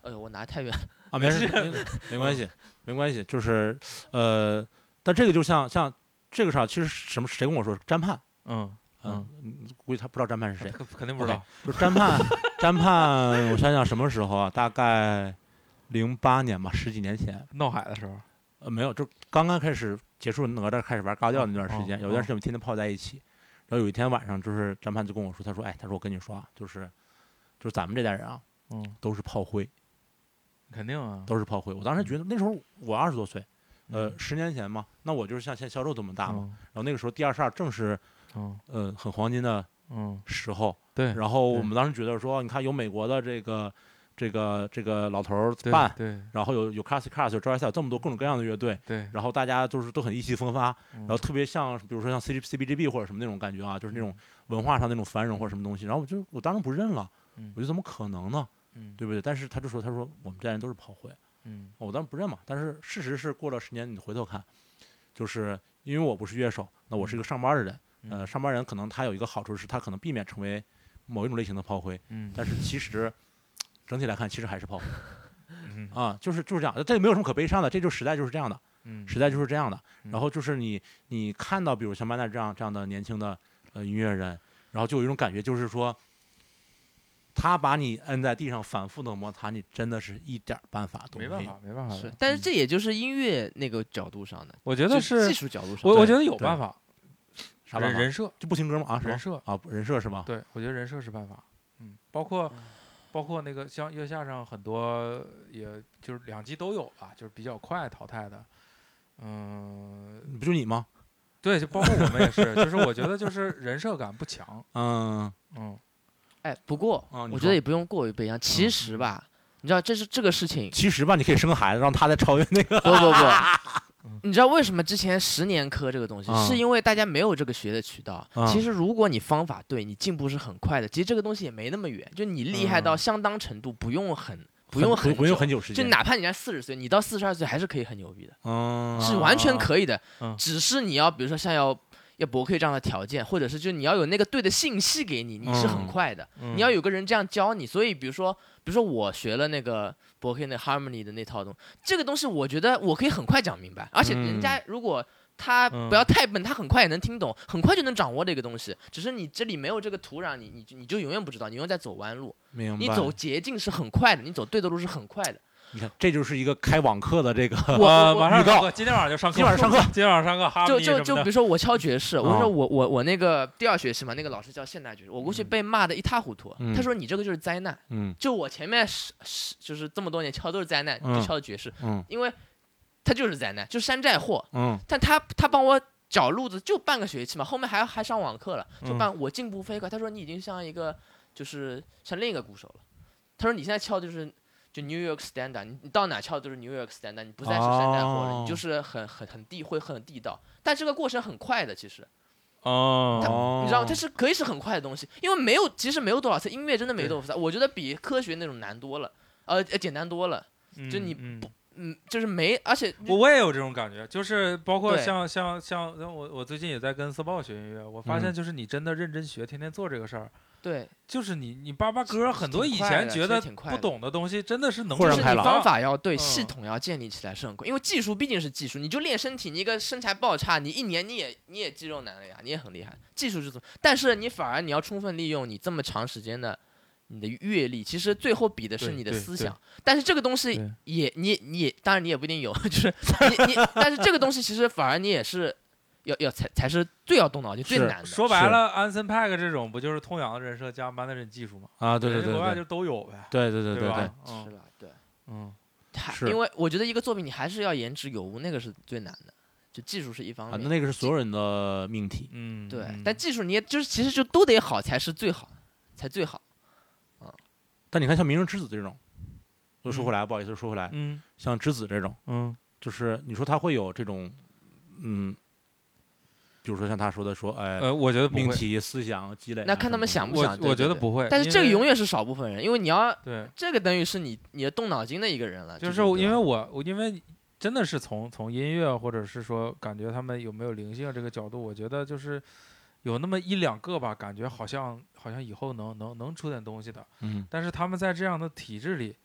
Speaker 3: 哎呦，我拿太远了，
Speaker 2: 啊，没事，没关系，没关系，就是呃，但这个就像像这个事儿，其实什么谁跟我说詹盼，
Speaker 1: 嗯，
Speaker 2: 嗯，估计他不知道詹盼是谁，
Speaker 1: 肯肯定不知道。
Speaker 2: 就 詹盼，詹盼，我想想什么时候啊？大概零八年吧，十几年前，
Speaker 1: 闹海的时候，
Speaker 2: 呃，没有，就刚刚开始结束哪吒，开始玩嘎调那段时间，
Speaker 1: 哦
Speaker 2: 有一段时间我们天天泡在一起，然后有一天晚上，就是詹盼就跟我说，他说，哎，他说我跟你说啊，就是就是咱们这代人啊，
Speaker 1: 嗯，
Speaker 2: 都是炮灰，
Speaker 1: 肯定啊。
Speaker 2: 都是炮灰。我当时觉得那时候我二十多岁，呃
Speaker 1: 嗯，
Speaker 2: 十年前嘛，那我就是像现在销售这么大嘛。
Speaker 1: 嗯
Speaker 2: 然后那个时候第二十二正是
Speaker 1: 嗯
Speaker 2: 呃很黄金的
Speaker 1: 嗯，
Speaker 2: 时候。
Speaker 1: 对，
Speaker 2: 然后我
Speaker 1: 对
Speaker 2: 们当时觉得说，你看有美国的这个这个这个老头儿
Speaker 1: 对
Speaker 2: 办，
Speaker 1: 嗯对
Speaker 2: 然后有有 Classic Cars 有 Joy Style 这么多各种各样的乐队，
Speaker 1: 对，
Speaker 2: 然后大家都是都很意气风发，
Speaker 1: 然
Speaker 2: 然后特别像比如说像 C C B G B 或者什么那种感觉啊，就是那种文化上那种繁荣或者什么东西。然后我就我当时不认了
Speaker 1: 嗯，
Speaker 2: 我就怎么可能呢？
Speaker 1: 嗯
Speaker 2: 对不对？但是他就说他说我们这代人都是炮灰。
Speaker 1: 嗯
Speaker 2: 我当然不认嘛，但是事实是过了十年，你回头看，就是因为我不是乐手，那我是一个上班的人，
Speaker 1: 嗯
Speaker 2: 呃，上班人可能他有一个好处是他可能避免成为某一种类型的炮灰，
Speaker 1: 嗯
Speaker 2: 但是其实整体来看，其实还是炮灰
Speaker 1: 嗯
Speaker 2: 啊，就是就是这样，这个没有什么可悲伤的，这就是时代就是这样的，
Speaker 1: 嗯
Speaker 2: 时代就是这样的。
Speaker 1: 嗯
Speaker 2: 然后就是你你看到比如像曼娜这样这样的年轻的呃音乐人，然后就有一种感觉，就是说。他把你摁在地上反复的摩擦，你真的是一点儿办法都
Speaker 1: 没
Speaker 2: 有
Speaker 1: 办。法，没办法的。嗯
Speaker 3: 但是这也就是音乐那个角度上的，
Speaker 1: 我觉
Speaker 3: 就
Speaker 1: 得是
Speaker 3: 技，术角度上的。
Speaker 1: 我我觉得有
Speaker 2: 对
Speaker 1: 办法，
Speaker 2: 啥办
Speaker 1: 人
Speaker 2: 法？
Speaker 1: 人设，
Speaker 2: 就不听歌吗？啊，是吗
Speaker 1: 人设，
Speaker 2: 啊，不人设是吧？
Speaker 1: 对，我觉得人设是办法。嗯，包括包括那个像月下上很多，也就是两季都有吧，就是比较快淘汰的。嗯，
Speaker 2: 不就你吗？
Speaker 1: 对，就包括我们也是，就是我觉得就是人设感不强。
Speaker 2: 嗯，
Speaker 1: 嗯
Speaker 3: 哎，不过
Speaker 2: 啊你
Speaker 3: 我觉
Speaker 2: 说嗯
Speaker 3: 得也不用过于悲伤。其实吧，你知道这是这个事情，
Speaker 2: 其实吧，你可以生孩子，让他再超越那个。
Speaker 3: 不不
Speaker 1: 嗯
Speaker 3: 不，你知道为什么之前十年科这个东西，
Speaker 2: 啊
Speaker 3: 是因为大家没有这个学的渠道。
Speaker 2: 啊
Speaker 3: 其实如果你方法对，你进步是很快的。其实这个东西也没那么远，就你厉害到
Speaker 1: 嗯
Speaker 3: 相当程度，不用很不用
Speaker 2: 很
Speaker 3: 很
Speaker 2: 不用
Speaker 3: 久
Speaker 2: 很久时
Speaker 3: 就
Speaker 2: 间，
Speaker 3: 哪怕你在四十岁，你到四十二岁还是可以很牛逼的，
Speaker 2: 嗯，
Speaker 3: 是完全可以的
Speaker 1: 嗯。
Speaker 3: 只是你要比如说像要要博客这样的条件，或者是就你要有那个对的信息给你，你是很
Speaker 2: 嗯
Speaker 3: 快的。
Speaker 1: 嗯
Speaker 3: 你要有个人这样教你。所以，比如说，比如说我学了那个伯克那 harmony 的那套东这个东西我觉得我可以很快讲明白，而且人家如果他
Speaker 1: 嗯
Speaker 3: 不要太笨，他很快也能听懂，很快就能掌握这个东西。只是你这里没有这个土壤，你你就你就永远不知道，你永远在走弯路，
Speaker 2: 明 白。
Speaker 3: 你走捷径是很快的，你走对的路是很快的。
Speaker 2: 你看，这就是一个开网课的这 个
Speaker 3: 我
Speaker 1: 我
Speaker 3: 我
Speaker 1: 马上
Speaker 2: 预告
Speaker 1: 上课，今天晚上就上课，
Speaker 2: 今晚上上课，
Speaker 1: 今天晚上上课，哈
Speaker 3: 就
Speaker 1: 密什
Speaker 3: 就
Speaker 1: 么
Speaker 3: 就比
Speaker 1: 的
Speaker 3: 如说我敲爵士，我
Speaker 2: 哦
Speaker 3: 说我我我那个第二学期嘛，那个老师叫现代爵士，我过去
Speaker 1: 嗯
Speaker 3: 被骂的一塌糊涂。
Speaker 2: 嗯
Speaker 3: 他说你这个就是灾难，
Speaker 2: 嗯
Speaker 3: 就我前面是是就是这么多年敲都是灾难，
Speaker 2: 嗯
Speaker 3: 就敲的爵士，
Speaker 2: 嗯
Speaker 3: 因为他就是灾难，就是山寨货。
Speaker 2: 嗯
Speaker 3: 但他他帮我找路子就半个学期嘛，后面还还上网课了，
Speaker 2: 嗯
Speaker 3: 就半我进步飞快。他说你已经像一个就是像另一个鼓手了，他说你现在敲的就是。就 New York standard，你你到哪敲都是 New York standard，你不再是山寨货了，
Speaker 2: 哦
Speaker 3: 你就是很很很地会很地道，但这个过程很快的，其实他
Speaker 1: 哦，
Speaker 2: 哦，
Speaker 3: 你知道吗？它是可以是很快的东西，因为没有其实没有多少次音乐真的没
Speaker 1: 对
Speaker 3: 多少次，我觉得比科学那种难多了，呃呃简单多了，就你
Speaker 1: 嗯嗯
Speaker 3: 嗯，就是没，而且
Speaker 1: 我我也有这种感觉，就是包括
Speaker 3: 对
Speaker 1: 像像像我我最近也在跟思豹学音乐，我发
Speaker 2: 嗯
Speaker 1: 现就是你真的认真学，天天做这个事儿，
Speaker 3: 对，
Speaker 1: 就是你你扒扒歌，很多以
Speaker 3: 挺快
Speaker 1: 前
Speaker 3: 的
Speaker 1: 觉
Speaker 3: 其
Speaker 1: 得
Speaker 3: 实挺快
Speaker 1: 不
Speaker 3: 的
Speaker 1: 懂的东西，真的是能
Speaker 2: 豁
Speaker 3: 就
Speaker 2: 然
Speaker 3: 是你
Speaker 2: 开朗
Speaker 3: 方法要对，
Speaker 1: 嗯
Speaker 3: 系统要建立起来是很快，因为技术毕竟是技术，你就练身体，你一个身材爆差，你一年你也你也肌肉男了呀，你也很厉害，技术是怎么？但是你反而你要充分利用你这么长时间的。你的阅历其实最后比的是
Speaker 1: 对
Speaker 3: 你的
Speaker 1: 对
Speaker 3: 思
Speaker 1: 对
Speaker 3: 想，但是这个东西
Speaker 1: 对
Speaker 3: 也你你也当然你也不一定有，就是你你，但是这个东西其实反而你也是要要才才是最要动脑筋最
Speaker 2: 是
Speaker 3: 难的。
Speaker 1: 说白
Speaker 2: 是
Speaker 1: 了，安森派克这种不就是通洋的人设加曼的人技术吗？
Speaker 2: 啊，对
Speaker 1: 人
Speaker 2: 对
Speaker 1: 家
Speaker 2: 对
Speaker 1: 国外
Speaker 2: 对
Speaker 1: 就都有呗，
Speaker 2: 对对对对对
Speaker 1: 吧，？
Speaker 3: 是
Speaker 1: 嗯
Speaker 3: 吧？对，
Speaker 1: 嗯，
Speaker 3: 还
Speaker 2: 是
Speaker 3: 因为我觉得一个作品你还是要言之有物，那个是最难的，就技术是一方
Speaker 2: 啊，
Speaker 3: 面。
Speaker 2: 那那个是所有人的命题，
Speaker 1: 嗯，
Speaker 3: 对，
Speaker 1: 嗯
Speaker 3: 但技术你也就是其实就都得好才是最好，才最好。
Speaker 2: 但你看像《明日之子》这种，又说回来，不好意思，说回来，
Speaker 1: 嗯
Speaker 2: 像之子这种，
Speaker 1: 嗯
Speaker 2: 就是你说他会有这种，嗯，比如说像他说的说，哎，
Speaker 1: 呃，我觉得不
Speaker 2: 命
Speaker 1: 会，
Speaker 2: 题思想积累啊什么的，
Speaker 3: 那看他们想不
Speaker 1: 我
Speaker 3: 想对
Speaker 1: 我
Speaker 3: 对
Speaker 1: 觉得
Speaker 3: 对
Speaker 1: 不会，
Speaker 3: 但是
Speaker 1: 因
Speaker 3: 这个
Speaker 1: 为
Speaker 3: 永远是少部分人，因为你要
Speaker 1: 对，
Speaker 3: 这个等于是你你的动脑筋的一个人了。
Speaker 1: 就是
Speaker 3: 是
Speaker 1: 我因为
Speaker 3: 为
Speaker 1: 我我因为真的是从从音乐或者是说感觉他们有没有灵性这个角度，我觉得就是有那么一两个吧，感觉好像好像以后能能能出点东西的，
Speaker 2: 嗯
Speaker 1: 但是他们在这样的体制里，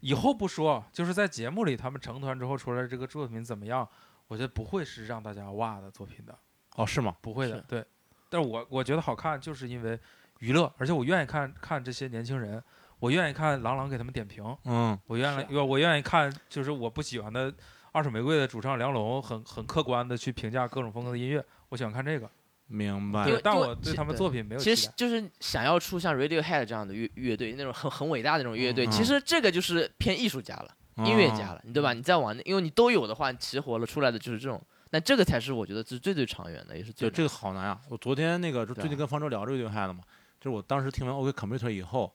Speaker 1: 以后不说，就是在节目里他们成团之后出来这个作品怎么样，我觉得不会是让大家哇的作品的，
Speaker 2: 哦，是吗？
Speaker 1: 不会的
Speaker 3: 是，
Speaker 1: 对。但是我我觉得好看，就是因为娱乐，而且我愿意看看这些年轻人，我愿意看郎朗给他们点评，
Speaker 2: 嗯
Speaker 1: 我愿
Speaker 3: 是
Speaker 1: 意
Speaker 3: 啊，
Speaker 1: 我我愿意看，就是我不喜欢的二手玫瑰的主唱梁龙，很很客观的去评价各种风格的音乐，我喜欢看这个。
Speaker 2: 明白
Speaker 3: 因
Speaker 1: 对
Speaker 3: 为，
Speaker 1: 但
Speaker 3: 因为
Speaker 1: 我对
Speaker 3: 其
Speaker 1: 他们
Speaker 3: 对
Speaker 1: 作品没有
Speaker 3: 其
Speaker 1: 期
Speaker 3: 实
Speaker 1: 待。
Speaker 3: 就是想要出像 Radiohead 这样的乐乐队，那种很很伟大的那种乐队，
Speaker 2: 嗯
Speaker 3: 其实这个就是偏艺术家了，音乐家
Speaker 2: 了，
Speaker 3: 了，
Speaker 1: 嗯
Speaker 3: 你对吧？你再往那，因为你都有的话，你齐活了出来的就是这种，那这个才是我觉得是最最长远的，也是最
Speaker 2: 对，这
Speaker 3: 个
Speaker 2: 个好难啊！我昨天那个就
Speaker 3: 对啊
Speaker 2: 最近跟方舟聊这个乐害了嘛，就是我当时听完 OK Computer 以后，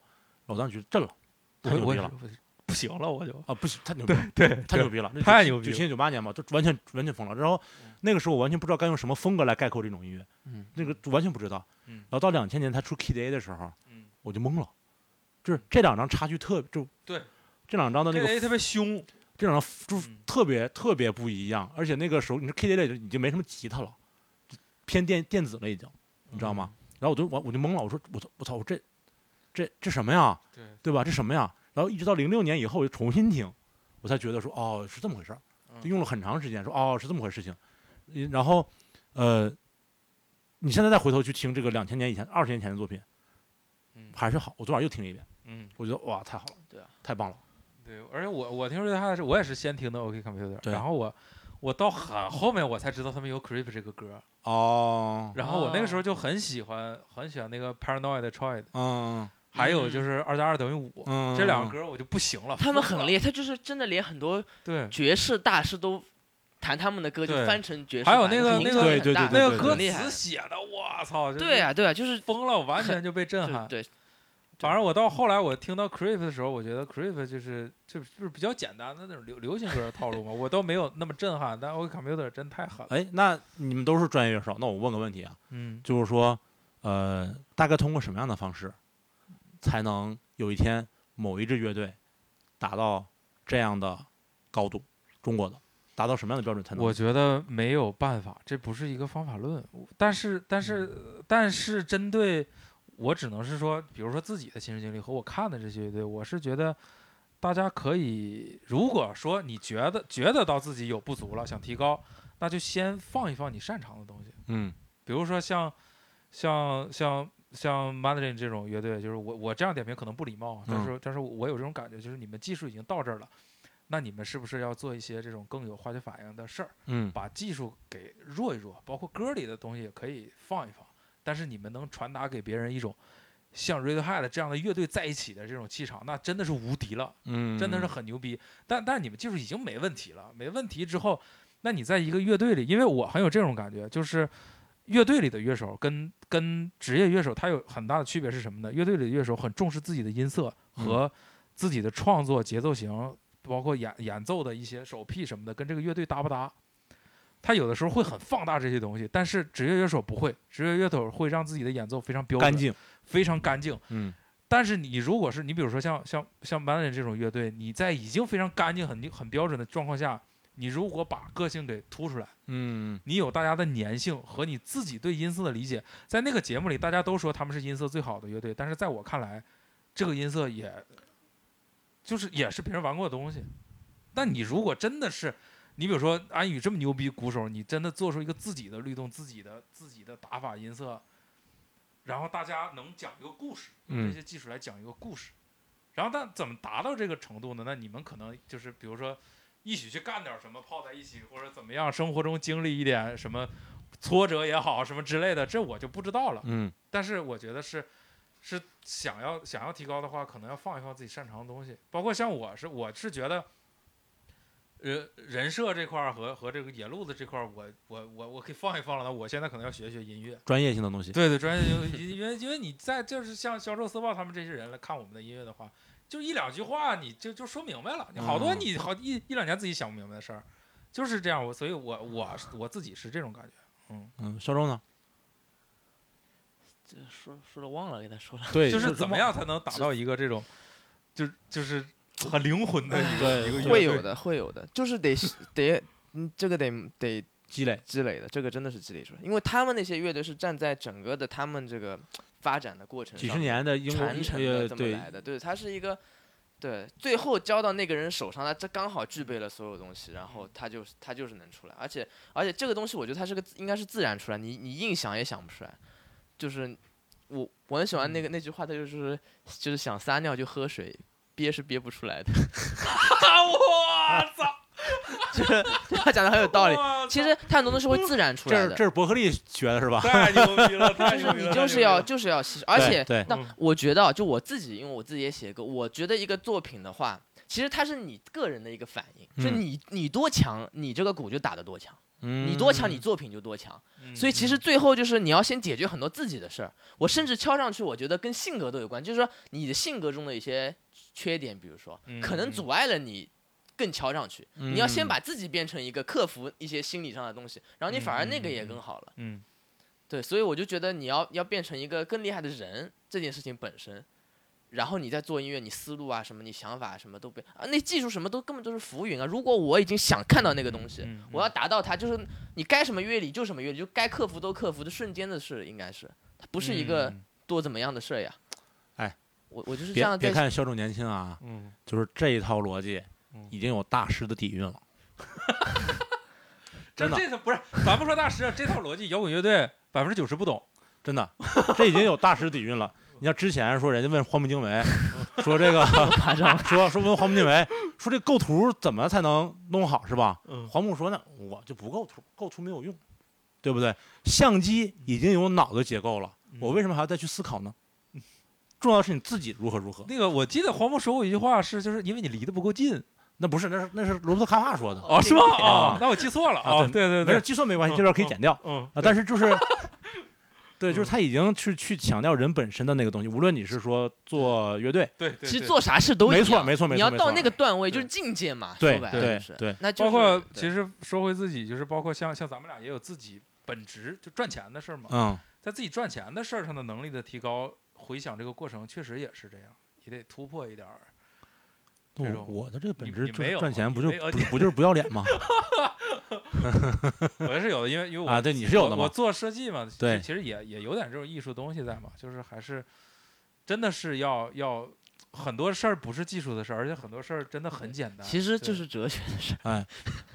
Speaker 2: 我当时觉得震了，太
Speaker 1: 我
Speaker 2: 牛
Speaker 1: 我
Speaker 2: 逼
Speaker 1: 也
Speaker 2: 了
Speaker 1: 是不行了，我就
Speaker 2: 啊！不行，太牛逼了，
Speaker 1: 对
Speaker 2: 太牛逼了，那
Speaker 1: 太
Speaker 2: 九
Speaker 1: 牛逼
Speaker 2: 九
Speaker 1: 了嗯
Speaker 2: 七年九八年嘛，就完全完全疯了。然后那个时候我完全不知道该用什么风格来概括这种音乐，
Speaker 3: 嗯
Speaker 2: 那个完全不知道。
Speaker 1: 嗯
Speaker 2: 然后到两千年他出 Kid A 的时候，
Speaker 1: 嗯
Speaker 2: 我就懵了，就是这两张差距特就
Speaker 1: 对，
Speaker 2: 这两张的那
Speaker 1: 这
Speaker 2: 个
Speaker 1: 人特别凶，
Speaker 2: 这两张就是
Speaker 1: 嗯
Speaker 2: 特别特别不一样，而且那个时候你说 Kid A 类就已经没什么吉他了，偏电电子了已经，你知道吗？
Speaker 1: 嗯
Speaker 2: 然后我就我我就懵了，我说我操我操我这这这什么呀？
Speaker 1: 对
Speaker 2: 对吧？这什么呀？然后一直到零六年以后，我就重新听，我才觉得说哦是这么回事儿，
Speaker 1: 嗯
Speaker 2: 就用了很长时间说哦是这么回事情。嗯然后呃，你现在再回头去听这个两千年以前、二十年前的作品
Speaker 1: 嗯，
Speaker 2: 还是好。我昨晚又听了一遍，
Speaker 1: 嗯，
Speaker 2: 我觉得哇太好了，
Speaker 3: 对啊，
Speaker 2: 太棒了。
Speaker 1: 对。而且我我听说他是我也是先听的 OK Computer，
Speaker 2: 对
Speaker 1: 然后我我到很后面我才知道他们有 Creep 这个歌，
Speaker 2: 哦，
Speaker 1: 然后我那个时候
Speaker 3: 哦
Speaker 1: 就很喜欢很喜欢那个 Paranoid 的 Choid，
Speaker 2: 嗯
Speaker 1: 还有就是二加二等于五。
Speaker 2: 嗯，
Speaker 1: 这两个歌我就不行了，
Speaker 3: 他们
Speaker 1: 疯
Speaker 3: 很
Speaker 1: 了
Speaker 3: 厉害，他就是真的连很多
Speaker 1: 对，
Speaker 3: 爵士大师都弹他们的歌，就
Speaker 1: 对
Speaker 3: 翻成爵士
Speaker 1: 还
Speaker 3: 版，
Speaker 1: 有那个
Speaker 3: 影
Speaker 1: 那
Speaker 3: 响
Speaker 1: 个
Speaker 3: 很大
Speaker 2: 对
Speaker 1: 那
Speaker 2: 对
Speaker 1: 个
Speaker 2: 对
Speaker 1: 歌
Speaker 3: 很厉害
Speaker 1: 词写的，我操，就是
Speaker 3: 对啊，对啊，就是
Speaker 1: 疯了，完全就被震撼
Speaker 3: 嗯就。对，
Speaker 1: 反正我到后来我听到 Creep 的时候，我觉得 Creep 就是就是就是比较简单的那种流流行歌的套路嘛，我都没有那么震撼。但 OK Computer 真太狠了，
Speaker 2: 哎，那你们都是专业乐手，那我问个问题啊，
Speaker 1: 嗯，
Speaker 2: 就是说，呃，大概通过什么样的方式，才能有一天某一支乐队达到这样的高度？中国的达到什么样的标准才能？
Speaker 1: 我觉得没有办法，这不是一个方法论。但是但是但是针对我只能是说，比如说自己的亲身经历和我看的这些乐队，我是觉得。大家可以，如果说你觉得觉得到自己有不足了，想提高，那就先放一放你擅长的东西。
Speaker 2: 嗯
Speaker 1: 比如说像像像像 Mandarin 这种乐队，就是我我这样点评可能不礼貌啊，但
Speaker 2: 嗯
Speaker 1: 是、但是我有这种感觉，就是你们技术已经到这儿了，那你们是不是要做一些这种更有化学反应的事儿，
Speaker 2: 嗯
Speaker 1: 把技术给弱一弱，包括歌里的东西也可以放一放，但是你们能传达给别人一种像 Radiohead 这样的乐队在一起的这种气场，那真的是无敌了。
Speaker 2: 嗯，
Speaker 1: 真的是很牛逼。但但你们技术已经没问题了，没问题之后，那你在一个乐队里，因为我很有这种感觉，就是乐队里的乐手跟跟职业乐手他有很大的区别是什么呢？乐队里的乐手很重视自己的音色
Speaker 2: 嗯
Speaker 1: 和自己的创作节奏型，包括演演奏的一些手屁什么的，跟这个乐队搭不搭？他有的时候会很放大这些东西，但是职业乐手不会，职业乐手会让自己的演奏非常标准、
Speaker 2: 干，净，
Speaker 1: 非常干净。
Speaker 2: 嗯
Speaker 1: 但是你如果是你，比如说像像像 m a n a 这种乐队，你在已经非常干净、很很标准的状况下，你如果把个性给突出来，
Speaker 2: 嗯
Speaker 1: 你有大家的粘性和你自己对音色的理解，在那个节目里，大家都说他们是音色最好的乐队，但是在我看来，这个音色也，就是也是别人玩过的东西。但你如果真的是，你比如说安宇这么牛逼鼓手，你真的做出一个自己的律动、自己的自己的打法、音色，然后大家能讲一个故事，用
Speaker 2: 嗯
Speaker 1: 这些技术来讲一个故事。然后，但怎么达到这个程度呢？那你们可能就是，比如说一起去干点什么，泡在一起，或者怎么样，生活中经历一点什么挫折也好，什么之类的，这我就不知道了。
Speaker 2: 嗯
Speaker 1: 但是我觉得是是想要想要提高的话，可能要放一放自己擅长的东西，包括像我是我是觉得，呃，人设这块儿和和这个野路子这块儿，我我我我可以放一放了。那我现在可能要学学音乐，
Speaker 2: 专业性的东西，
Speaker 1: 对对，专业因因为因为你在就是像销售四报他们这些人来看我们的音乐的话，就一两句话你就就说明白了，你好多
Speaker 2: 嗯
Speaker 1: 你好一一两年自己想不明白的事儿，就是这样。我所以我我我自己是这种感觉。
Speaker 2: 嗯，肖忠呢？
Speaker 4: 这说说了忘了，给他说了。
Speaker 2: 对
Speaker 1: 就是怎么？样才能达到一个这种，就就是很灵魂的一个一个乐队
Speaker 3: 会有的，会有的，就是得得，嗯，这个得得
Speaker 2: 积累，
Speaker 3: 积累的，这个真的是积累出来，因为他们那些乐队是站在整个的他们这个发展的过程上，
Speaker 2: 几十年的英国
Speaker 3: 传承
Speaker 2: 呃
Speaker 3: 的这么
Speaker 2: 对
Speaker 3: 来的，对，他是一个。对，最后交到那个人手上，他这刚好具备了所有东西，然后他就是他就是能出来，而且而且这个东西我觉得它是个应该是自然出来，你你硬想也想不出来，就是我我很喜欢那个、那句话，他就是就是想撒尿就喝水，憋是憋不出来的，
Speaker 1: 我操！
Speaker 3: 就是 他讲的很有道理。
Speaker 1: 我操
Speaker 3: 其实它很多东西会自然出
Speaker 2: 这
Speaker 3: 来
Speaker 2: 是
Speaker 3: 的
Speaker 2: 这，是伯克利学的是吧？
Speaker 1: 太牛逼 了，太
Speaker 3: 就
Speaker 1: 牛
Speaker 3: 是
Speaker 1: 逼
Speaker 3: 你
Speaker 1: 了！
Speaker 3: 就是要就是要吸收，而
Speaker 2: 对
Speaker 3: 且
Speaker 2: 对
Speaker 3: 那
Speaker 1: 嗯
Speaker 3: 我觉得啊，就我自己，因为我自己也写歌，我觉得一个作品的话，其实它是你个人的一个反应，就
Speaker 2: 嗯
Speaker 3: 你你多强，你这个鼓就打得多强，
Speaker 2: 嗯
Speaker 3: 你多强，你作品就多强。
Speaker 1: 嗯
Speaker 3: 所以其实最后就是你要先解决很多自己的事儿。我甚至敲上去，我觉得跟性格都有关，就是说你的性格中的一些缺点，比如说可能
Speaker 1: 嗯
Speaker 3: 阻碍了你。更敲上去，
Speaker 2: 嗯
Speaker 3: 你要先把自己变成一个克服一些心理上的东西，然后你反而那个
Speaker 1: 嗯
Speaker 3: 也
Speaker 1: 嗯嗯
Speaker 3: 更好了。
Speaker 1: 嗯
Speaker 3: 对，所以我就觉得你要要变成一个更厉害的人，这件事情本身，然后你再做音乐，你思路啊什么，你想法啊什么都不啊，那技术什么都根本都是浮云啊。如果我已经想看到那个东西，
Speaker 1: 嗯
Speaker 3: 我要达到它，就是你该什么乐理就什么乐理，就该克服都克服的瞬间的事，应该是它不是一个
Speaker 1: 嗯
Speaker 3: 多怎么样的事儿呀。
Speaker 2: 哎，
Speaker 3: 我我就是这
Speaker 2: 别
Speaker 3: 样
Speaker 2: 别
Speaker 3: 在
Speaker 2: 看肖仲年轻啊，
Speaker 1: 嗯
Speaker 2: 就是这一套逻辑
Speaker 1: 嗯
Speaker 2: 已经有大师的底蕴了。真的
Speaker 1: 这这不是咱不说大师，啊这套逻辑摇滚乐队百分之九十不懂。
Speaker 2: 真的，这已经有大师底蕴了。你像之前说人家问荒木经惟，说 这个说说问荒木经惟，说这构图怎么才能弄好是吧？
Speaker 1: 嗯
Speaker 2: 黄木说呢，我就不构图，构图没有用，对不对？相机已经有脑子结构了，
Speaker 1: 嗯
Speaker 2: 我为什么还要再去思考呢？重要的是你自己如何如何。
Speaker 1: 那个我记得黄渤说过一句话是，就是因为你离得不够近。
Speaker 2: 那不是，那是那是罗伯特卡帕说的。
Speaker 1: 哦， 是吗？
Speaker 2: 啊
Speaker 1: 哦，那我记错了
Speaker 2: 啊
Speaker 1: 哦，对对
Speaker 2: 没事，
Speaker 1: 对，
Speaker 2: 计算没关
Speaker 1: 嗯
Speaker 2: 系，这段可以剪掉。
Speaker 1: 嗯
Speaker 2: 啊，但是就是， 对，就
Speaker 1: 嗯
Speaker 2: 是他已经去去强调人本身的那个东西，无论你是说做乐队，
Speaker 1: 对对。
Speaker 3: 其实
Speaker 1: 对
Speaker 3: 做啥事都
Speaker 2: 没
Speaker 3: 一
Speaker 2: 错
Speaker 3: 样
Speaker 2: 没错没
Speaker 3: 你
Speaker 2: 错
Speaker 3: 要
Speaker 2: 没
Speaker 3: 到
Speaker 2: 错
Speaker 3: 那个段位就是
Speaker 1: 对
Speaker 3: 境界嘛，
Speaker 2: 对
Speaker 3: 说白了
Speaker 2: 对
Speaker 3: 就是。
Speaker 2: 对，
Speaker 3: 那就
Speaker 1: 包括
Speaker 3: 是对
Speaker 1: 其实说回自己，就是包括像像咱们俩也有自己本职就赚钱的事儿嘛，
Speaker 2: 嗯，
Speaker 1: 在自己赚钱的事儿上的能力的提高，回想这个过程确实也是这样，也得突破一点儿。这
Speaker 2: 我
Speaker 1: 种
Speaker 2: 我的这个本
Speaker 1: 你
Speaker 2: 质
Speaker 1: 你
Speaker 2: 赚
Speaker 1: 没有
Speaker 2: 赚钱
Speaker 1: 你
Speaker 2: 不就
Speaker 1: 没有
Speaker 2: 不
Speaker 1: 你
Speaker 2: 不就是不要脸吗？
Speaker 1: 我也是有的，因为因为我
Speaker 2: 啊，对，你是有的
Speaker 1: 我我
Speaker 2: 嘛，
Speaker 1: 做设计嘛，
Speaker 2: 对
Speaker 1: 其其实也也有点这种艺术东西在嘛，就是还是真的是要要很多事儿不是技术的事儿，而且很多事儿真的很简单。
Speaker 4: 其实
Speaker 1: 对
Speaker 4: 就是哲学的事儿。
Speaker 2: 哎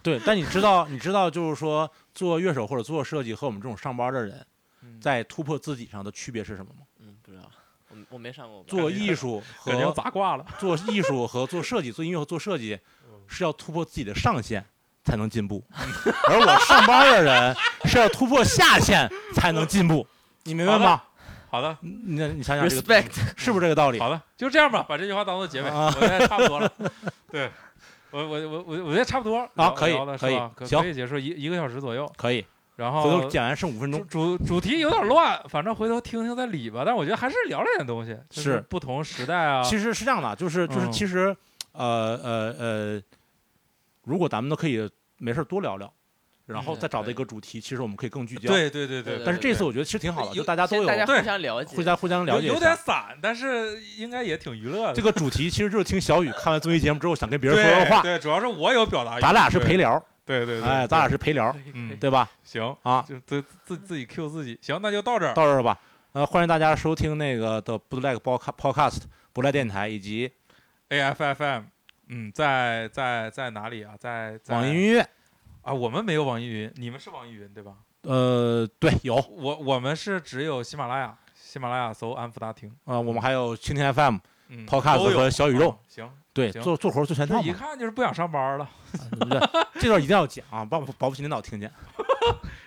Speaker 2: 对。但你知道，你知道，就是说做乐手或者做设计和我们这种上班的人
Speaker 1: 嗯
Speaker 2: 在突破自己上的区别是什么吗？
Speaker 4: 嗯，不知道。
Speaker 3: 我我没上过，
Speaker 2: 做艺术
Speaker 1: 感觉要
Speaker 2: 和
Speaker 1: 砸挂了。
Speaker 2: 做艺术和做设计，做音乐和做设计
Speaker 1: 嗯，
Speaker 2: 是要突破自己的上限才能进步，而我上班的人是要突破下限才能进步，你明白吗？
Speaker 1: 好的，
Speaker 2: 你你想想这个
Speaker 3: respect，
Speaker 2: 是不是这个道理？
Speaker 1: 好的，就这样吧，把这句话当做结尾，
Speaker 2: 啊
Speaker 1: 我觉得差不 多了。对，我我我我我觉得差不多
Speaker 2: 啊
Speaker 1: 聊
Speaker 2: 可以
Speaker 1: 聊的是
Speaker 2: 可以
Speaker 1: 吧可
Speaker 2: 行
Speaker 1: 可以结束一一个小时左右，
Speaker 2: 可以，
Speaker 1: 然
Speaker 2: 回头
Speaker 1: 后
Speaker 2: 剪完剩五分
Speaker 1: 主
Speaker 2: 钟。
Speaker 1: 主主题有点乱，反正回头听听再理吧。但我觉得还是聊了点东西，就是不同时代啊，
Speaker 2: 其实是这样的，就是就是
Speaker 1: 嗯
Speaker 2: 其实，呃呃呃，如果咱们都可以没事儿多聊聊，然后
Speaker 3: 嗯
Speaker 2: 再找到
Speaker 3: 可以
Speaker 2: 一个主题，其实我们可以更聚焦。，
Speaker 1: 对对对对
Speaker 3: 对
Speaker 2: 但是这次我觉得其实挺好的，
Speaker 1: 有
Speaker 2: 就大家都
Speaker 3: 先
Speaker 2: 有
Speaker 3: 大家
Speaker 1: 对
Speaker 3: 互相了解，
Speaker 2: 互相互相了
Speaker 1: 有
Speaker 2: 解一
Speaker 1: 有
Speaker 2: 下
Speaker 1: 点。散，但是应该也挺娱乐的。
Speaker 2: 这个主题其实就是听小雨看完综艺节目之后想跟别人说
Speaker 1: 对
Speaker 2: 说话，
Speaker 1: 对，主要是我有表达欲，
Speaker 2: 咱俩是陪
Speaker 1: 聊，
Speaker 2: 聊，
Speaker 1: 对对对，
Speaker 2: 哎，咱俩是陪聊
Speaker 3: 可，以
Speaker 1: 嗯
Speaker 3: 可以
Speaker 2: 对吧？
Speaker 1: 行
Speaker 2: 啊，
Speaker 1: 就自自自己 Q 自己，行，那就到这儿，
Speaker 2: 到这儿吧。呃，欢迎大家收听那个的 Black Podcast 不赖电台以及
Speaker 1: A F F M，嗯，在在在哪里啊？在在
Speaker 2: 网易音乐。
Speaker 1: 啊？我们没有网易云，你们是网易云对吧？
Speaker 2: 呃，对，有啊、
Speaker 1: 我我们是只有喜马拉雅，喜马拉雅搜安福大厅，
Speaker 2: 呃我们还有蜻蜓 FM、
Speaker 1: 嗯
Speaker 2: Podcast
Speaker 1: 都有
Speaker 2: 和小宇宙
Speaker 1: 啊。行，
Speaker 2: 对，
Speaker 1: 行
Speaker 2: 做做活儿做全
Speaker 1: 这
Speaker 2: 套
Speaker 1: 一
Speaker 2: 嘛，
Speaker 1: 看就是不想上班了。
Speaker 2: 对不对？这段一定要讲啊，保不保不齐领 导听见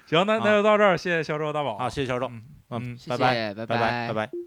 Speaker 1: 行，那那
Speaker 2: 啊
Speaker 1: 就到这儿，谢谢销售大宝
Speaker 2: 啊！谢谢小周，
Speaker 1: 嗯
Speaker 2: 嗯
Speaker 1: 嗯
Speaker 3: 谢
Speaker 2: 拜
Speaker 3: 谢
Speaker 2: 拜，
Speaker 3: 拜
Speaker 2: 拜拜，拜。拜。